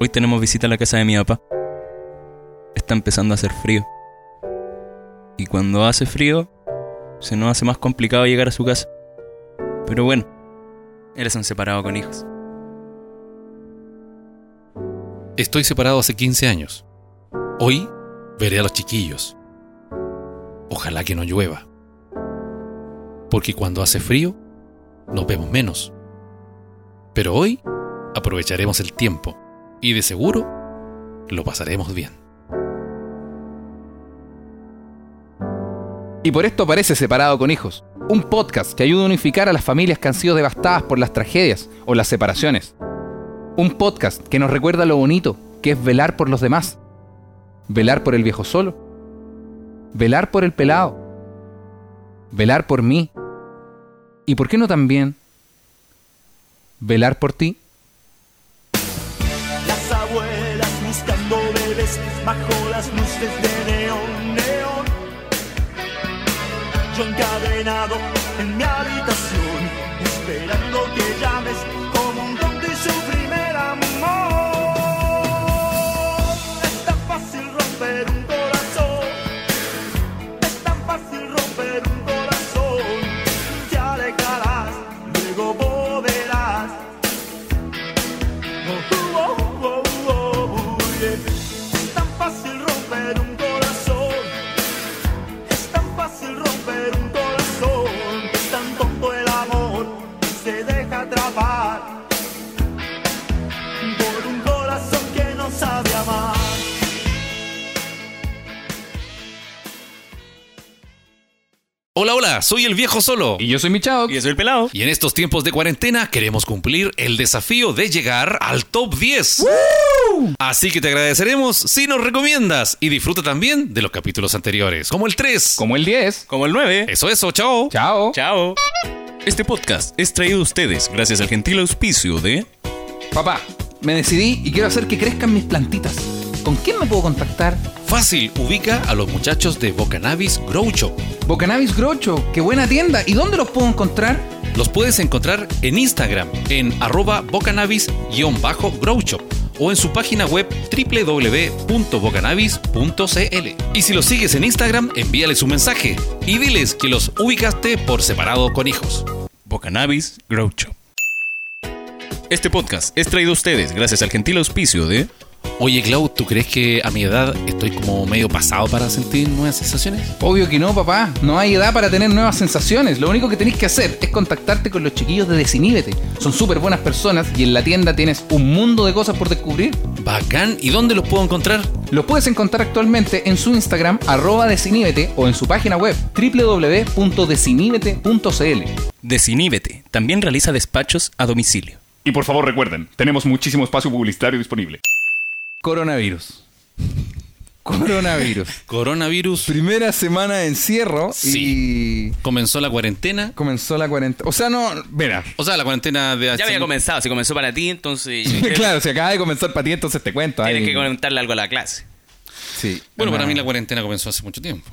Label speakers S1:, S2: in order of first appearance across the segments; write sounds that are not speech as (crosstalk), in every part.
S1: Hoy tenemos visita a la casa de mi papá. Está empezando a hacer frío. Y cuando hace frío, se nos hace más complicado llegar a su casa. Pero bueno, él se han separado con hijos.
S2: Estoy separado hace 15 años. Hoy veré a los chiquillos. Ojalá que no llueva. Porque cuando hace frío, nos vemos menos. Pero hoy aprovecharemos el tiempo y de seguro lo pasaremos bien.
S3: Y por esto aparece Separado con Hijos, un podcast que ayuda a unificar a las familias que han sido devastadas por las tragedias o las separaciones. Un podcast que nos recuerda lo bonito, que es velar por los demás. Velar por el viejo solo. Velar por el pelado. Velar por mí. ¿Y por qué no también? Velar por ti.
S4: Las abuelas buscando bebés bajo las luces de neón, neón. Yo encadenado en mi habitación, esperando que llames como un don de su primer amor. Es tan fácil romper un corazón, es tan fácil romper un corazón. Te alejarás, luego volverás. Oh, oh, oh, oh, oh, yeah. Es tan fácil romper un corazón. Es tan fácil romper un corazón. Es tan tonto el amor que se deja atrapar por un corazón que no sabe amar.
S2: Hola, hola, soy el viejo solo.
S3: Y yo soy Michao.
S1: Y eso es el pelado.
S2: Y en estos tiempos de cuarentena queremos cumplir el desafío de llegar al top 10. Así que te agradeceremos si nos recomiendas y disfruta también de los capítulos anteriores, como el 3.
S3: Como el 10.
S1: Como el 9.
S2: Eso, eso, chao.
S3: Chao.
S1: Chao. Este podcast es traído a ustedes gracias al gentil auspicio de
S3: Papá, me decidí y quiero hacer que crezcan mis plantitas. ¿Con quién me puedo contactar?
S2: Fácil, ubica a los muchachos de Bocanabis Grow Shop.
S3: Bocanabis Grocho, qué buena tienda. ¿Y dónde los puedo encontrar?
S2: Los puedes encontrar en Instagram en arroba bocanabis-grow shop o en su página web www.bocanabis.cl. Y si los sigues en Instagram, envíales un mensaje y diles que los ubicaste por separado con hijos.
S1: Bocanabis Grow Shop. Este podcast es traído a ustedes gracias al gentil auspicio de
S2: Oye, Clau, ¿tú crees que a mi edad estoy como medio pasado para sentir nuevas sensaciones?
S3: Obvio que no, papá. No hay edad para tener nuevas sensaciones. Lo único que tenés que hacer es contactarte con los chiquillos de Desiníbete. Son súper buenas personas y en la tienda tienes un mundo de cosas por descubrir.
S2: Bacán, ¿y dónde los puedo encontrar?
S3: Los puedes encontrar actualmente en su Instagram arroba desiníbete o en su página web www.desiníbete.cl.
S1: Desiníbete. También realiza despachos a domicilio.
S5: Y por favor recuerden, tenemos muchísimo espacio publicitario disponible.
S3: Coronavirus. (laughs) Coronavirus.
S2: Coronavirus.
S3: Primera semana de encierro
S2: Sí. Comenzó la cuarentena.
S3: y comenzó la cuarentena. O sea, no, mira.
S2: O sea, la cuarentena de...
S6: Ya había comenzado, se comenzó para ti,
S1: (laughs)
S6: entonces
S3: (laughs) Claro, si acaba de comenzar para ti, entonces te cuento.
S6: tienes
S3: ahí.
S6: que conectarle algo a la clase.
S3: Sí.
S2: Bueno, para
S3: Ah.
S2: mí la cuarentena comenzó hace mucho tiempo.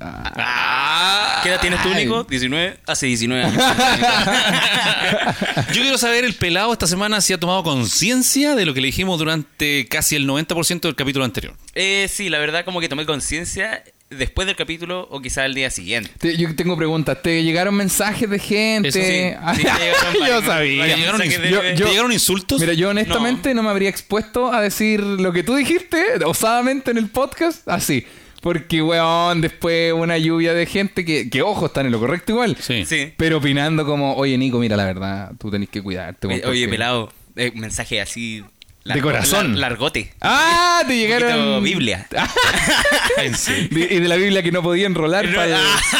S1: Ah.
S6: ¿Qué
S1: (laughs)
S6: edad tienes tú, Nico? 19. Hace 19 años.
S1: (laughs)
S2: Yo quiero saber, el pelado esta semana si ha tomado conciencia de lo que le dijimos durante casi el 90% del capítulo anterior.
S6: eh, sí, la verdad como que tomé conciencia después del capítulo o quizá el día siguiente.
S3: Te- yo tengo preguntas. ¿Te llegaron mensajes de gente?
S2: Eso sí,
S3: Ah, (laughs)
S6: sí, te llegaron
S3: yo
S2: ¿Te
S6: varios- varios
S3: sabía.
S2: llegaron,
S6: mensajes
S2: ins-
S3: yo-
S6: de-
S2: ¿Te llegaron insultos?
S3: Mira, yo honestamente no. me habría expuesto a decir lo que tú dijiste osadamente en el podcast, así. Porque, weón, después una lluvia de gente que, que ojo, están en lo correcto igual.
S2: Sí.
S6: Sí.
S3: Pero opinando como, oye, Nico, mira, la verdad, tú tenés que cuidarte. weón,
S6: Eh, Oye,
S3: porque-
S6: pelado, eh, mensaje así...
S3: De corazón.
S6: lar-
S3: (laughs)
S6: largote.
S3: ¡Ah! Te
S6: Un poquito
S3: llegaron... (laughs)
S6: Biblia.
S3: De- y de la Biblia que no podía enrolar
S6: No.
S3: para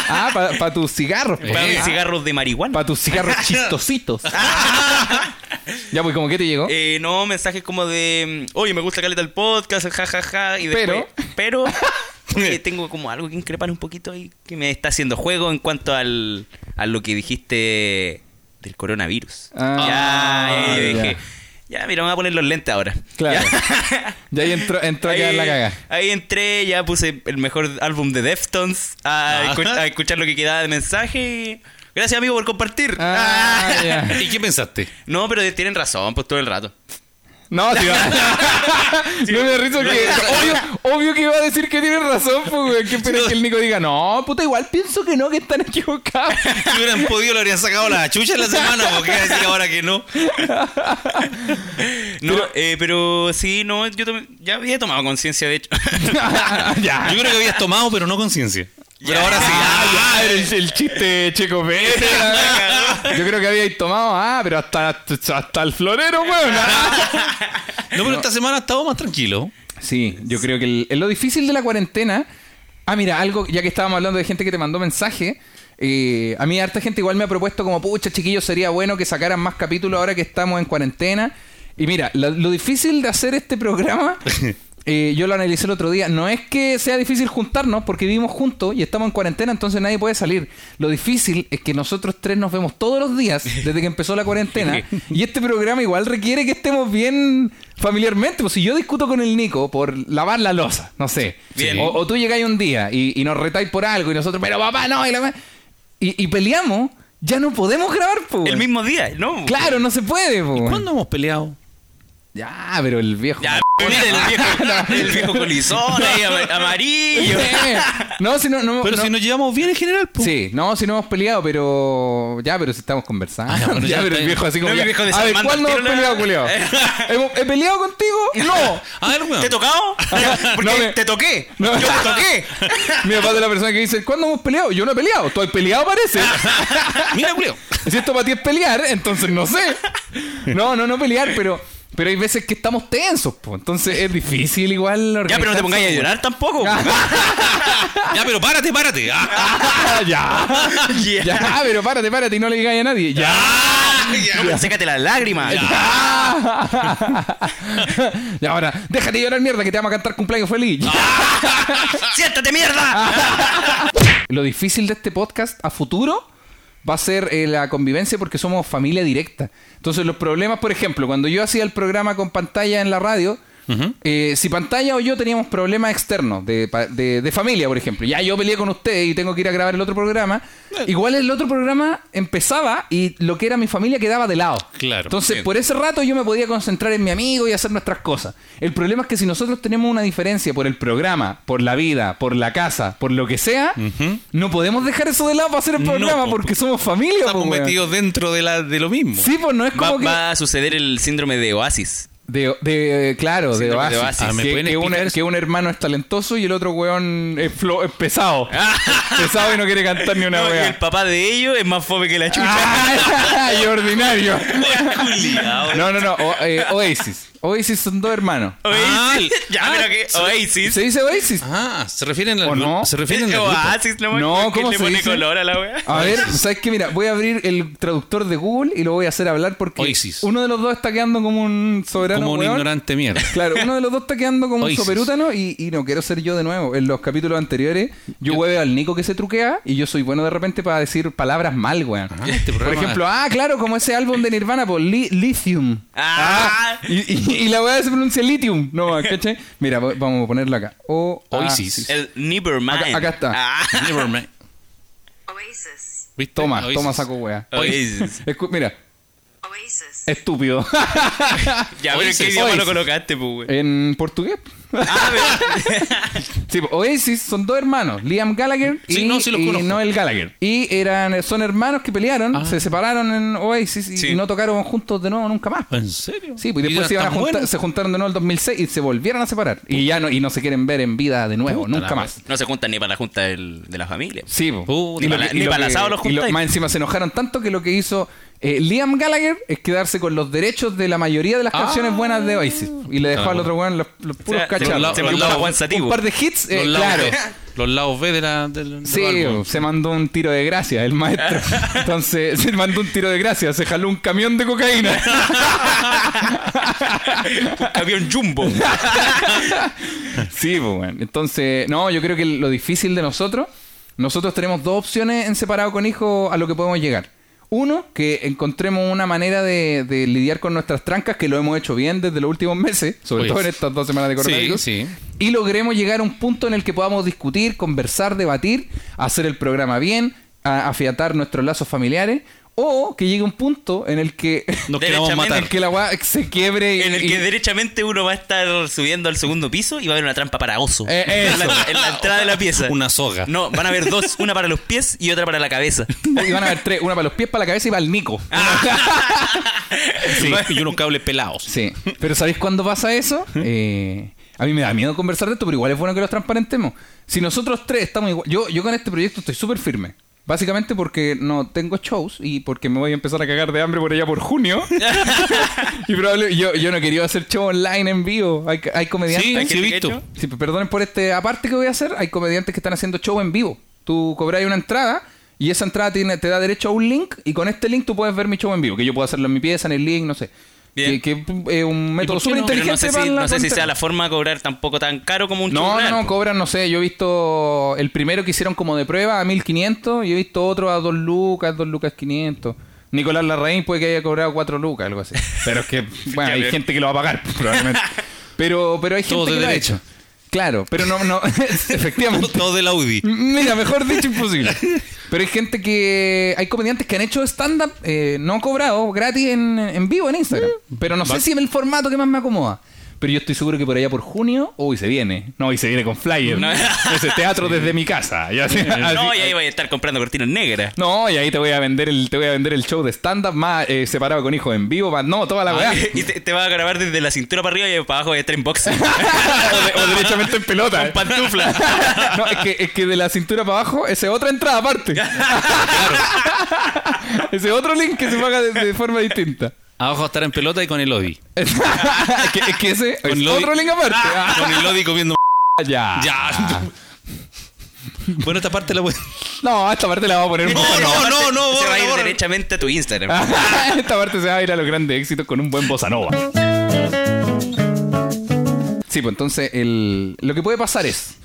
S3: ah, pa- pa tus cigarros.
S6: (laughs) Para mis cigarros de marihuana. (laughs)
S3: Para tus cigarros chistositos. ya, pues, ¿cómo que te llegó?
S6: Eh, no, mensajes como de, mm, oye, me gusta caleta el podcast, jajaja, y después, pero,
S3: (laughs)
S6: eh, tengo como algo que increpar un poquito ahí, que me está haciendo juego en cuanto al, a lo que dijiste del coronavirus.
S3: Ah,
S6: ya, eh,
S3: ya.
S6: dije, ya, mira, me voy a poner los lentes ahora.
S3: Claro.
S6: Ya.
S3: (laughs) Ya ahí entró, entró a quedar la caga.
S6: ahí entré, ya puse el mejor álbum de Deftones a,
S3: Ah.
S6: escu- a escuchar lo que quedaba de mensaje. Gracias, amigo, por compartir. (laughs)
S3: Ah, ya.
S2: (laughs) ¿Y qué pensaste?
S6: No, pero tienen razón, pues todo el rato.
S3: No, sí va.
S6: (laughs)
S3: No me da risa que. Obvio, obvio que iba a decir que tiene razón, pues, weón. ¿Qué esperas que el Nico diga? No, puta, igual pienso que no, que están equivocados. (laughs)
S6: Si hubieran podido, le habrían sacado la chucha en la semana, porque decir ahora que no. No, pero, pero sí, no, yo tam- ya había tomado conciencia, de hecho. (laughs)
S3: ya.
S2: Yo creo que habías tomado, pero no conciencia.
S6: Pero ahora sí.
S3: Ah, ya, el, el chiste Checo
S6: (laughs)
S3: Pérez. Yo creo que habíais tomado, ah, pero hasta, hasta el florero, weón. Ah.
S2: No, pero esta semana he estado más tranquilo.
S3: Sí, yo creo que el- el- lo difícil de la cuarentena. Ah, mira, algo, ya que estábamos hablando de gente que te mandó mensaje. eh, a mí, harta gente igual me ha propuesto, como, pucha, chiquillos, sería bueno que sacaran más capítulos ahora que estamos en cuarentena. Y mira, lo, lo difícil de hacer este programa, eh, yo lo analicé el otro día. No es que sea difícil juntarnos, porque vivimos juntos y estamos en cuarentena, entonces nadie puede salir. Lo difícil es que nosotros tres nos vemos todos los
S6: (laughs)
S3: días desde que empezó la cuarentena. Y este programa igual requiere que estemos bien familiarmente. Pues si yo discuto con el Nico por lavar la losa, no sé.
S6: Bien.
S3: O, o tú llegáis un día y, y nos retáis por algo y nosotros, pero papá, no, y, la ma-". y, y peleamos, ya no podemos grabar, pues.
S6: El mismo día, ¿no?
S3: Claro, no se puede, pues.
S2: ¿Cuándo hemos peleado?
S3: Ya, pero el viejo. (laughs)
S6: Ya, mira, el viejo, el viejo colizón ahí ama- amarillo.
S3: Eh, no, si no, no,
S2: Pero
S3: no-
S2: si nos llevamos bien en general, pues.
S3: Sí, no, si no hemos peleado, pero. Ya, pero si estamos conversando.
S2: Ah, ya,
S3: (laughs)
S2: bueno, ya
S3: ya, pero
S2: está
S3: el
S2: bien.
S3: viejo así como.
S6: No, mi
S3: ya,
S6: viejo
S3: a ver,
S6: desarmando
S3: ¿cuándo
S6: al
S3: hemos
S6: tiro
S3: peleado,
S6: la-
S3: culiao?
S6: (laughs)
S3: ¿Hemos- ¿He peleado contigo? No.
S2: A ver, weón.
S6: ¿Te he tocado? Porque
S3: (laughs) No me-
S6: te toqué.
S3: (laughs) No.
S6: Yo te (laughs) toqué.
S3: Mi papá es la persona que dice, ¿cuándo hemos peleado? Yo no he peleado. Estoy peleado
S6: (laughs)
S3: parece.
S2: Mira, Julio.
S3: si esto para ti es pelear, entonces no sé. No, no, no pelear, pero, pero hay veces que estamos tensos, po. entonces es difícil igual
S6: Ya, pero no te pongáis a llorar tampoco.
S3: (laughs)
S2: Ya, pero párate, párate. Ah,
S3: ya.
S6: (laughs) Ya.
S3: Ya, Ah, pero párate, párate y no le digáis a nadie.
S6: (laughs)
S3: Ya.
S6: No, pero sécate las lágrimas. (laughs)
S3: y (laughs) ahora, déjate llorar mierda que te vamos a cantar cumpleaños feliz.
S6: Ah,
S3: (laughs)
S6: ¡Siéntate, mierda!
S3: Lo difícil de este podcast a futuro va a ser eh, la convivencia porque somos familia directa. Entonces los problemas, por ejemplo, cuando yo hacía el programa con pantalla en la radio, eh, si pantalla o yo teníamos problemas externos de, pa- de- de familia, por ejemplo, ya yo peleé con usted y tengo que ir a grabar el otro programa,
S6: Eh.
S3: igual el otro programa empezaba y lo que era mi familia quedaba de lado.
S2: Claro.
S3: Entonces,
S2: Bien.
S3: por ese rato yo me podía concentrar en mi amigo y hacer nuestras cosas. El problema es que si nosotros tenemos una diferencia por el programa, por la vida, por la casa, por lo que sea, no podemos dejar eso de lado para hacer el
S2: No,
S3: programa
S2: po.
S3: porque somos familia. po,
S2: estamos
S3: pues, weón.
S2: metidos dentro de, la, de lo mismo.
S3: Sí, pues no es
S6: Va,
S3: como que...
S6: va a suceder el síndrome de Oasis.
S3: De, de- claro, de
S6: Síndrome de
S3: Oasis.
S6: Oasis.
S2: Ah, ¿me
S3: que,
S2: pueden
S3: que un,
S2: explicar eso?
S3: que un hermano es talentoso y el otro weón es, flo- es pesado. pesado y no quiere
S1: (laughs)
S3: cantar ni una
S6: No, y
S3: wea.
S6: el papá de ellos es más fome que la (laughs) chucha.
S3: Ah, (laughs) y ordinario.
S6: Culiao.
S3: No, no, no. o- eh, Oasis. Oasis son dos hermanos.
S6: Oasis.
S2: Ah,
S6: (laughs) ya,
S2: ah,
S6: pero que Oasis.
S3: ¿Se dice Oasis?
S2: Ah, se refieren al
S3: ¿O
S2: gru-
S3: no?
S2: Se refieren al grupo.
S6: (laughs) Oasis, no,
S3: No,
S6: ¿por qué
S3: ¿cómo
S6: le
S3: se
S6: pone
S3: dice?
S6: color a la wea?
S3: A ver, ¿sabes qué? Mira, voy a abrir el traductor de Google y lo voy a hacer hablar porque
S2: Oasis.
S3: uno de los dos está quedando como un soberano.
S2: Como un
S3: weón.
S2: ignorante
S3: (laughs)
S2: mierda.
S3: Claro, uno de los dos está quedando como
S2: Oasis.
S3: un soperútano y, y no quiero ser yo de nuevo. En los capítulos anteriores, yo hueveo al Nico que se truquea y yo soy bueno de repente para decir palabras mal, weón.
S2: este
S3: Por
S2: programa-
S3: ejemplo, ah, claro, como ese álbum de Nirvana, por Li- Lithium.
S6: Ah.
S3: y, y- y la weá se pronuncia Lithium. No, ¿cachai? Mira, vo- vamos a ponerlo acá. O
S2: Oasis.
S6: El Nevermind.
S3: Acá- acá está.
S6: Ah,
S2: Never mind.
S7: Oasis.
S2: ¿Viste?
S3: Toma,
S2: Oasis.
S3: toma saco weá.
S6: Oasis.
S3: (laughs) Escu- mira,
S7: Oasis.
S3: estúpido.
S6: Ya, pero ¿en qué
S2: Oasis.
S6: idioma lo
S3: Oasis.
S6: colocaste, pues, wey?
S3: En portugués. (laughs)
S6: Ah, pero-
S3: Sí, po, Oasis son dos hermanos, Liam Gallagher y,
S2: Sí, no, sí los
S3: y
S2: conozco.
S3: Noel Gallagher. Y eran, son hermanos que pelearon,
S2: Ah.
S3: se separaron en Oasis y,
S6: Sí.
S3: y no tocaron juntos de nuevo nunca más.
S2: ¿En serio?
S3: Sí, pues y después
S2: ¿Era
S3: se, iban a
S2: tan
S3: juntar-
S2: bueno?
S3: se juntaron de nuevo en el 2006 y se volvieron a separar. Y ya no, y no se quieren ver en vida de nuevo,
S2: Puta
S3: nunca
S2: la
S3: más.
S6: No se juntan ni para la junta del- de la familia.
S3: Sí, po.
S2: Puta,
S3: Y lo
S6: ni
S3: que-
S6: pa-
S3: y
S6: ni
S3: lo
S6: pa' el
S3: que-
S6: asado los
S3: y
S6: juntáis.
S3: Más encima se enojaron tanto que lo que hizo eh, Liam Gallagher es quedarse con los derechos de la mayoría de las canciones buenas de Oasis. Y le dejó al otro weón los, los puros
S6: sea, se
S3: cachazos.
S2: mandó- se
S3: Un
S2: mandó
S3: par-
S2: a Juan
S6: Sativo.
S3: Un par de hits, eh,
S2: Los lados
S3: claro.
S2: B. Los lados B de la, del, del
S3: Sí,
S2: álbum.
S3: se mandó un tiro de gracia el maestro. Entonces, se mandó un tiro de gracia, se jaló un camión de cocaína.
S6: Había un
S2: (laughs)
S6: jumbo.
S3: Sí, pues bueno. Entonces, no, yo creo que lo difícil de nosotros, nosotros tenemos dos opciones en separado con hijo a lo que podemos llegar. Uno, que encontremos una manera de, de lidiar con nuestras trancas, que lo hemos hecho bien desde los últimos meses, sobre
S2: Oye,
S3: todo en
S2: sí.
S3: estas dos semanas de coronavirus.
S2: sí.
S3: Y logremos llegar a un punto en el que podamos discutir, conversar, debatir, hacer el programa bien, a- afiatar nuestros lazos familiares. O que llegue un punto en el que,
S2: Nos queramos
S6: Derechamente.
S2: matar.
S3: en el que la weá se quiebre y,
S6: En el
S3: y-
S6: que derechamente uno va a estar subiendo al segundo piso y va a haber una trampa para oso.
S3: Eh, eso.
S6: En, la, en la entrada de la pieza.
S2: Una soga.
S6: No, van a haber dos, una para los pies y otra para la cabeza.
S3: y van a haber tres, una para los pies, para la cabeza y para el nico.
S2: Sí, (laughs) y unos cables pelados.
S3: Sí. Pero ¿sabéis cuándo pasa eso? Eh, a mí me da miedo conversar de esto, pero igual es bueno que los transparentemos. Si nosotros tres estamos igual... Yo, yo con este proyecto estoy súper firme. Básicamente porque no tengo shows y porque me voy a empezar a cagar de hambre por allá por junio. (laughs) y probablemente yo, yo no quería hacer show online en vivo. Hay, hay comediantes...
S2: Sí,
S6: ¿Hay
S2: sí,
S6: gente
S2: he
S6: que ha
S2: visto.
S6: hecho?
S3: Sí, pero perdonen por este aparte que voy a hacer. Hay comediantes que están haciendo show en vivo. Tú cobras una entrada y esa entrada tiene- te da derecho a un link y con este link tú puedes ver mi show en vivo. Que yo puedo hacerlo en mi pieza, en el link, no sé.
S6: Bien.
S3: Que, que es un método
S2: por qué
S3: súper
S2: no?
S6: Pero
S3: inteligente
S6: no sé,
S3: para
S6: si,
S3: la
S6: no sé si
S3: cuarentena.
S6: sea la forma de cobrar tampoco tan caro como un
S3: No, no,
S6: churral,
S3: no,
S6: po.
S3: cobran, no sé. Yo he visto el primero que hicieron como de prueba a 1500 y he visto otro a 2 lucas, 2 lucas 500. Nicolás Larraín puede que haya cobrado 4 lucas,
S6: (laughs)
S3: algo así. Pero es que, bueno, hay gente que lo va a pagar, probablemente. Pero, pero hay gente
S2: Todo de
S3: que lo ha
S2: derecha.
S3: hecho. Claro, pero no, (laughs) no, efectivamente.
S2: Todo del Audi.
S3: Mira, mejor dicho, imposible. Pero hay gente que. Hay comediantes que han hecho stand-up eh, no cobrado, gratis en, en vivo en Instagram.
S6: Mm.
S3: Pero no sé si es el formato que más me acomoda. Pero yo estoy seguro que por allá por junio. Uy, se viene.
S5: No, y se viene con flyer.
S6: No.
S5: (laughs) Ese teatro desde mi casa. Y
S3: (laughs)
S5: así-
S6: No,
S5: así-
S6: y ahí voy a estar comprando cortinas negras.
S3: No, y ahí te voy a vender el, te voy a vender el show de stand-up más eh, separado con hijos en vivo, más no, toda la weá.
S6: Ah, Y te, te va a grabar desde la cintura para arriba y para abajo de tres boxes.
S5: o, o derechamente en pelota.
S6: (laughs) Con (laughs) pantufla.
S3: No, es que, es que de la cintura para abajo, esa es otra entrada
S6: (laughs)
S3: aparte. (laughs) Ese es otro link que se paga de, de forma distinta.
S2: Abajo estará en pelota y con el Audi.
S3: Es que, es que ese
S2: Con
S3: es
S2: lo-
S3: otro link aparte. Ah,
S2: Con el Audi comiendo.
S3: (laughs) ya.
S2: Ya. Bueno, esta parte la voy.
S3: No, esta parte la vamos a poner un poco.
S2: No, no, no, no,
S6: Se
S2: borra,
S6: va a ir
S2: borra.
S6: derechamente a tu Instagram.
S3: (laughs) esta parte se va a ir a los grandes éxitos con un buen bossa nova. Sí, pues entonces el- lo que puede pasar es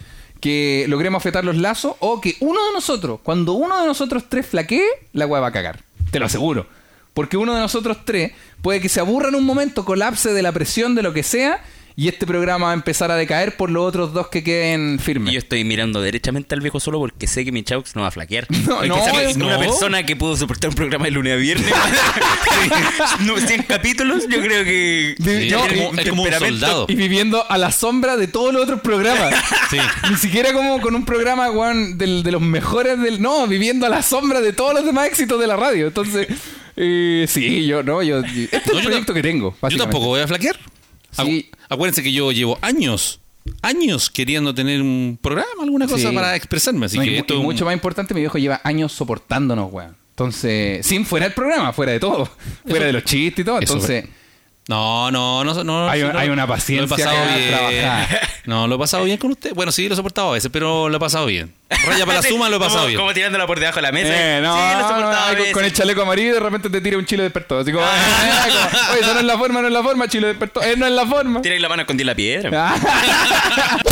S3: que logremos afetar los lazos o que uno de nosotros, cuando uno de nosotros tres flaquee, la weá va a cagar. Te lo aseguro. Porque uno de nosotros tres puede que se aburra en un momento, colapse de la presión, de lo que sea, y este programa va a empezar a decaer por los otros dos que queden firmes.
S6: Y Yo estoy mirando derechamente al viejo solo porque sé que mi chaux no va a flaquear.
S3: No,
S6: Es que
S3: no,
S6: sabe-
S3: es-
S6: una
S3: no.
S6: persona que pudo soportar un programa de lunes a viernes. (laughs) no, 100 capítulos, yo creo que.
S2: (laughs)
S3: De-
S2: Sí,
S3: no,
S2: es, como,
S3: y-
S2: es como un
S6: temperamento
S2: soldado.
S3: y viviendo a la sombra de todos los otros programas.
S2: (laughs) Sí.
S3: Ni siquiera como con un programa, weón, del- de los mejores del. No, viviendo a la sombra de todos los demás éxitos de la radio. Entonces, eh, sí, yo no,
S2: (laughs)
S3: yo. Este es
S2: No,
S3: el
S2: yo
S3: proyecto
S2: tam-
S3: que tengo.
S2: Yo
S3: básicamente.
S2: tampoco voy a flaquear. Acu-
S3: Sí.
S2: Acuérdense que yo llevo años, años queriendo tener un programa, alguna cosa
S3: Sí.
S2: para expresarme. Así
S3: No, y
S2: que
S3: mu-
S2: esto
S3: y
S2: es un-
S3: mucho más importante, mi viejo lleva años soportándonos, weón. Entonces, sin fuera el programa, fuera de todo. Fuera de los chistes y todo.
S2: eso-
S3: Entonces,
S2: No, no, no. no
S5: Hay
S2: sí,
S5: un-
S2: no,
S5: hay una
S2: lo he
S5: paciencia
S2: pasado
S3: que va a
S2: bien.
S3: trabajar.
S2: (laughs) No, lo he pasado bien con usted. Bueno, sí, lo he soportado a veces, pero lo he pasado bien. Raya
S6: (laughs)
S2: para la suma, lo he pasado
S6: como,
S2: bien.
S6: Como tirándola por debajo de la mesa.
S3: Eh, no,
S6: sí, lo soportaba
S3: no,
S6: a
S3: ahí con-
S6: veces.
S3: con el chaleco amarillo y de repente te tira un chile despertó.
S2: (laughs)
S3: Así como, "Ah, como, oye, esa no es la forma, no es la forma, chile despertó. Eh, no es la forma.
S6: Tira ahí la mano a esconder la piedra.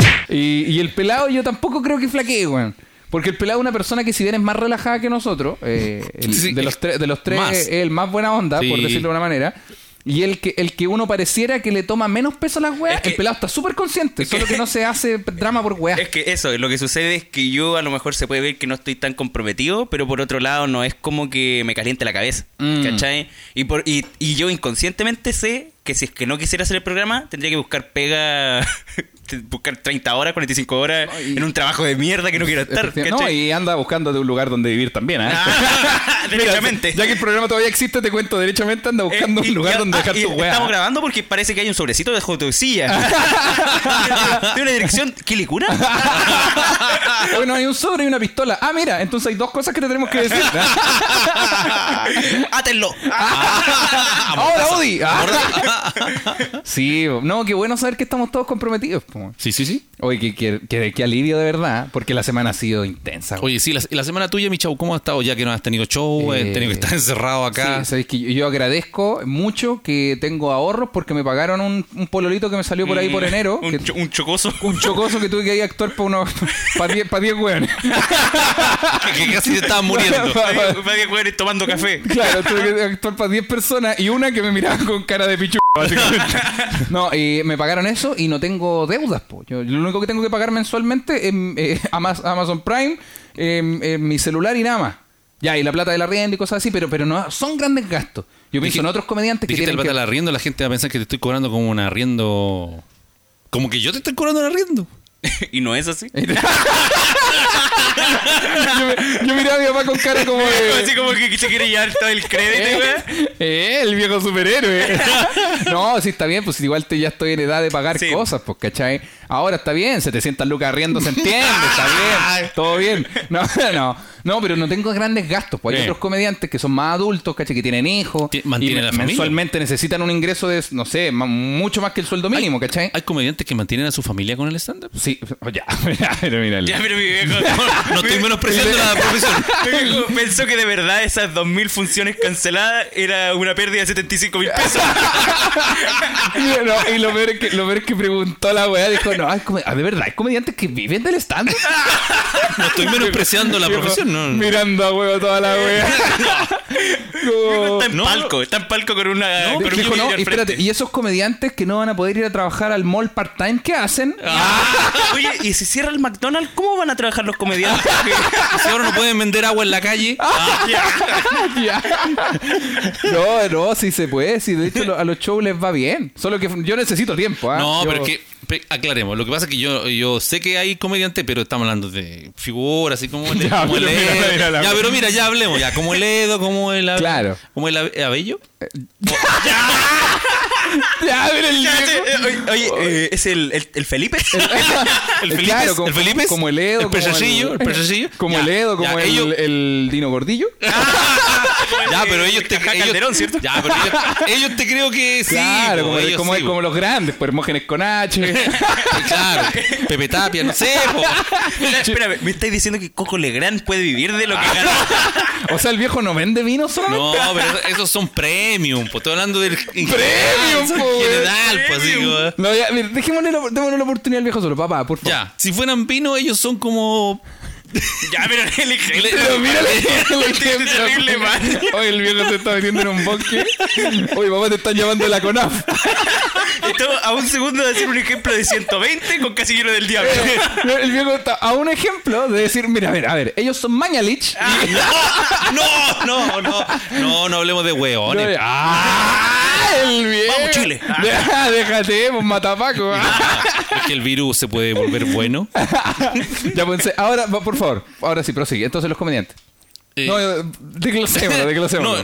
S3: (laughs) y, y el pelado yo tampoco creo que flaquee, weón. Porque el pelado es una persona que si bien es más relajada que nosotros, eh, el-
S2: Sí,
S3: de, los tres- de los tres
S2: más.
S3: es el más buena onda, por
S2: Sí.
S3: decirlo de una manera. Y el que, el que uno pareciera que le toma menos peso a las weas,
S6: Es que-
S3: el pelado está súper consciente, solo que no se hace drama por weas.
S6: (laughs) Es que eso, lo que sucede es que yo a lo mejor se puede ver que no estoy tan comprometido, pero por otro lado no es como que me caliente la cabeza,
S3: Mm.
S6: ¿cachai? Y, por, y, y yo inconscientemente sé que si es que no quisiera hacer el programa, tendría que buscar pega, (laughs) buscar 30 horas, 45 horas
S3: No, y-
S6: en un trabajo de mierda que no quiero estar,
S3: Efectivamente. No,
S6: ¿cachai?
S3: y anda buscando de un lugar donde vivir también, ¿ah?
S6: Ah, (laughs)
S3: (laughs) Mira,
S6: derechamente.
S3: ya que el programa todavía existe, te cuento derechamente, anda buscando
S6: Eh, y
S3: un lugar
S6: ya-
S3: donde
S6: ah,
S3: dejar
S6: y
S3: tus weas.
S6: Estamos grabando porque parece que hay un sobrecito
S3: (laughs)
S6: de silla de una dirección Quilicura.
S3: (laughs) Bueno, hay un sobre y una pistola. Ah, mira, entonces hay dos cosas que te tenemos que decir.
S6: Átenlo.
S3: ¡Ahora, Audi! Ah. (laughs) sí, no, qué bueno saber que estamos todos comprometidos. po.
S2: Sí, sí, sí.
S3: Oye, qué, qué- qué- qué alivio de verdad, porque la semana ha sido intensa. güey.
S2: Oye, sí, la, la semana tuya, mi chau, ¿cómo has estado? Ya que no has tenido show,
S3: Eh,
S2: has tenido que estar encerrado acá.
S3: Sí, sabéis que yo, yo agradezco mucho que tengo ahorros porque me pagaron un, un pololito que me salió por ahí por enero.
S6: Un,
S3: que-
S6: cho- un chocoso.
S3: un chocoso que tuve que ir a actuar para unos. (laughs) para 10 pa diez hueones.
S2: (laughs) que casi te estabas muriendo.
S6: Para para que jueguen tomando
S3: (laughs)
S6: café.
S3: Claro, tuve que actuar para 10 personas y una que me miraba con cara de pichu.
S2: (laughs)
S3: básicamente. No, y me pagaron eso y no tengo deudas, po. Yo, lo único que tengo que pagar mensualmente es eh, Amaz- Amazon Prime, eh, eh, mi em, celular y nada más. Ya, y la plata del arriendo y cosas así, pero, pero no son grandes gastos. Yo pienso
S2: Dije-
S3: en otros comediantes que
S2: Dijiste
S3: tienen
S2: el plata
S3: que-
S2: del arriendo, la gente va a pensar que te estoy cobrando como un arriendo. Como que yo te estoy cobrando el arriendo.
S6: y no es así.
S3: (laughs) yo, yo miraba a mi papá con
S2: (laughs)
S3: cara como de...
S6: Así como que se quiere llevar todo el crédito, güey.
S3: Eh, el viejo superhéroe.
S2: (laughs)
S3: no, sí, está bien, pues igual te, ya estoy en edad de pagar
S6: Sí.
S3: cosas, pues, ¿cachai? Ahora está bien, 700 lucas arriendo se entiende, está bien, todo bien. No, (laughs) no, no, pero no tengo grandes gastos, pues hay
S2: Sí.
S3: otros comediantes que son más adultos, ¿cachai? Que tienen hijos.
S2: Ti- mantienen
S3: y
S2: la familia.
S3: Mensualmente necesitan un ingreso de, no sé, ma- mucho más que el sueldo mínimo, ¿cachai?
S2: Hay comediantes que mantienen a su familia con el stand-up.
S3: Sí, (laughs) ya, ya, pero míralo.
S6: Ya, pero mi viejo.
S3: (laughs)
S2: No estoy menospreciando la profesión.
S6: mi viejo (laughs) pensó que de verdad esas 2.000 funciones canceladas era una pérdida de 75 mil
S3: (laughs)
S6: pesos.
S3: Y no, y lo peor, es que, lo peor es que preguntó la weá, dijo, no, es come- ah, de verdad, hay comediantes que viven del
S6: (laughs)
S3: stand
S2: No estoy
S3: (laughs)
S2: menospreciando la profesión. No, no.
S3: Mirando a huevo toda
S6: Eh,
S3: la
S6: (laughs)
S3: wea.
S6: Está
S3: Como-
S6: en
S2: No.
S6: palco, está en palco con una. con un
S3: Dijo,
S6: niño
S3: no,
S6: al
S3: y
S6: frente.
S3: espérate, y esos comediantes que no van a poder ir a trabajar al mall part-time, ¿qué hacen?
S6: Oye, y si cierra el McDonald's, ¿cómo van a trabajar los comediantes?
S2: Si ahora no pueden vender agua en la calle.
S3: (laughs) Ya. (laughs) no, no, si se puede, si de hecho lo- a los shows les va bien. Solo que yo necesito tiempo, ¿ah?
S2: No,
S3: Yo-
S2: pero es que pe- aclaremos. Lo que pasa es que yo, yo sé que hay comediantes, pero estamos hablando de figuras, así
S3: (laughs)
S2: como el,
S3: Ya,
S2: como el
S3: pero mira,
S2: Edo.
S3: mira la-
S2: ya, pero mira, ya hablemos. Ya, como el Edo, como el Abe-
S3: Claro.
S2: como el Abe-
S3: (laughs)
S2: Abello.
S3: Ya, pero el viejo-
S6: Oye, eh, ¿es el, el- el Felipe?
S2: El
S3: Eh,
S2: Felipe,
S3: claro, como,
S2: el Felipe,
S3: como el Edo,
S2: el
S3: como
S2: Pechacillo, el Pechacillo.
S3: (laughs) como
S2: Ya,
S3: el Edo,
S2: ya,
S3: como el,
S2: ellos-
S3: el Dino Gordillo.
S2: Ya, pero ellos te
S6: Cajá
S2: ellos-
S6: Calderón, ¿cierto?
S2: Ya, pero ellos, ellos te creo que sí.
S3: claro,
S2: po,
S3: como,
S2: ellos
S3: como-
S2: sí, po.
S3: como los grandes, pues Hermógenes
S2: (laughs)
S3: con H.
S2: Claro, Pepe Tapia, no sé. po.
S6: Espérame, ¿me estáis diciendo que Coco Legrand puede vivir de lo que gana?
S3: O sea, el viejo no vende vino solamente.
S2: No, pero eso- esos son premium. Po. Estoy hablando del.
S3: Premium,
S2: en
S3: po,
S2: general, po, así, po.
S3: No, ya, mira, dejémosle la, démosle la oportunidad al viejo solo, papá, por favor.
S2: Ya, si fueran vino, ellos son como.
S6: ya, pero el ejemplo.
S3: Pero mira la- la
S6: Este es
S3: ejemplo.
S6: terrible, man.
S3: Oye, el viejo se está metiendo en un bosque. Oye, papá, te están llamando de la CONAF.
S6: Estamos a un segundo de hacer un ejemplo de 120 con Casillero del Diablo.
S3: El viejo está a un ejemplo de decir, mira, a ver, a ver, ellos son Mañalich.
S2: No, no, no. No, no hablemos de
S3: No,
S2: hueones.
S3: ¡Ah! El viejo.
S6: Vamos, Chile.
S3: Ya, (laughs) Déjate, pues matapaco. ah.
S2: Es que el virus se puede volver bueno.
S3: (laughs) Ya, pues, en se- ahora, va, por favor, ahora sí, prosigue. Entonces, los comediantes.
S2: Eh,
S3: No, eh, desglosémoslo, desglosémoslo.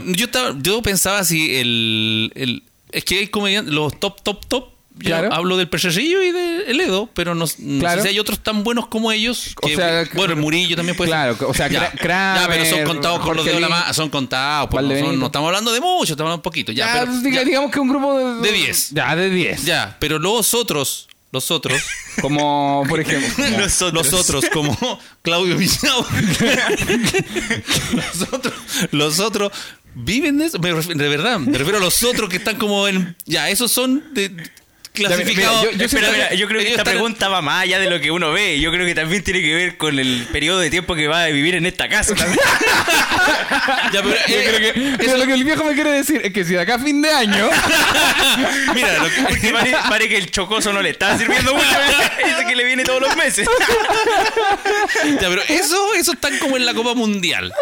S2: (laughs) No, yo, estaba- yo pensaba si el, el- Es que hay comediantes, los top, top, top. Yo
S3: Claro.
S2: hablo del Pechecillo y del Edo, pero no, no
S3: Claro.
S2: sé si hay otros tan buenos como ellos.
S3: O
S2: que-
S3: sea,
S2: bueno, el Murillo también puede
S3: claro,
S2: ser.
S3: o sea,
S2: ya,
S3: Kra- Kramer,
S2: ya, pero son contados con los
S3: Jorge
S2: dedos de la
S3: Lin.
S2: mano. Son contados, pues, no,
S3: Valdebenito.
S2: son- no estamos hablando de mucho, estamos hablando un poquito. Ya,
S3: Ya, pues,
S2: pero,
S3: diga-
S2: ya,
S3: digamos que un grupo de...
S2: De 10.
S3: Ya, de 10.
S2: ya, pero los otros, los otros,
S3: Como, por ejemplo... como-
S6: Los otros.
S2: los otros, como (laughs) Claudio Villao. (laughs) los otros, los otros viven de eso. Me ref- de verdad, me refiero a los otros que están como en. Ya, esos son de. Clasificados.
S3: mira, yo- yo
S6: Espera,
S3: siento
S6: mira, yo creo que
S2: Ellos
S6: esta
S2: están-
S6: pregunta va más allá de lo que uno ve. Yo creo que también tiene que ver con el periodo de tiempo que va a vivir en esta casa. también.
S2: Ya, pero,
S3: (laughs) Yo
S2: eh,
S3: creo
S2: (laughs)
S3: que- pero lo que el viejo me quiere decir es que si de acá a fin de año...
S2: mira, lo que-
S6: Porque pare, pare que el chocoso no le está sirviendo mucho. (laughs) Ese que le viene todos los meses.
S2: ya, pero eso, eso están como en la Copa Mundial.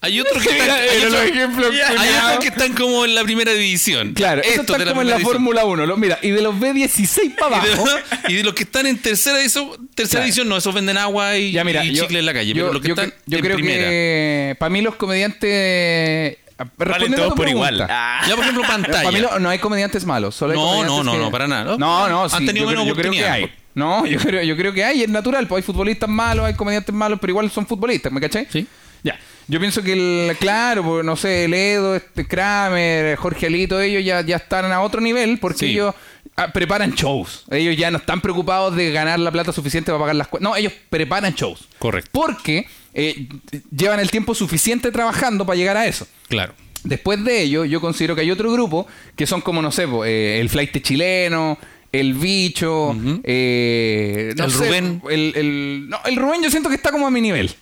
S2: Hay otros
S3: (laughs)
S2: que están. Hay
S3: Pero los
S2: otros,
S3: ejemplos...
S6: Ya,
S2: hay
S3: culiados.
S2: otros que están como en la primera división.
S3: Claro, eso
S2: Estos de
S3: está como en
S2: primera
S3: la
S2: división.
S3: Fórmula 1. lo- mira, y de los B16 para
S2: Y de-
S3: abajo...
S2: Y de los que están en tercera edición, tercera
S3: Claro.
S2: edición no, esos venden agua y,
S3: Ya, mira,
S2: y
S3: yo-
S2: chicle en la calle. pero los que
S3: yo,
S2: están
S3: yo
S2: en
S3: creo
S2: primera.
S3: que para mí los comediantes... ah, respondiendo a
S6: todos
S3: tu
S6: por
S3: pregunta,
S6: igual. Ah.
S2: Ya, por ejemplo, pantalla.
S3: (laughs) Para mí lo- no hay comediantes malos, solo hay
S2: No,
S3: comediantes
S2: no, no,
S3: que-
S2: no, para nada, ¿no?
S3: No, no, sí,
S2: Han tenido
S3: yo, creo-
S2: menos
S3: yo creo que
S2: oportunidades.
S3: hay. No, yo creo, yo creo que hay, es natural, pues hay futbolistas malos, hay comediantes malos, pero igual son futbolistas, ¿me cachai?
S2: Sí.
S3: Ya. Yo pienso que, el, claro, pues, no sé, el Edo, este, Kramer, Jorge Alito, ellos ya, ya están a otro nivel porque
S2: Sí.
S3: ellos ah, preparan shows. Ellos ya no están preocupados de ganar la plata suficiente para pagar las cuentas. No, ellos preparan shows.
S2: Correcto.
S3: Porque eh, llevan el tiempo suficiente trabajando para llegar a eso.
S2: Claro.
S3: Después de ello, yo considero que hay otro grupo que son como, no sé, po, eh, el flight chileno, el bicho, eh, no
S2: El
S3: sé,
S2: Rubén.
S3: El, el- no, el Rubén yo siento que está como a mi nivel.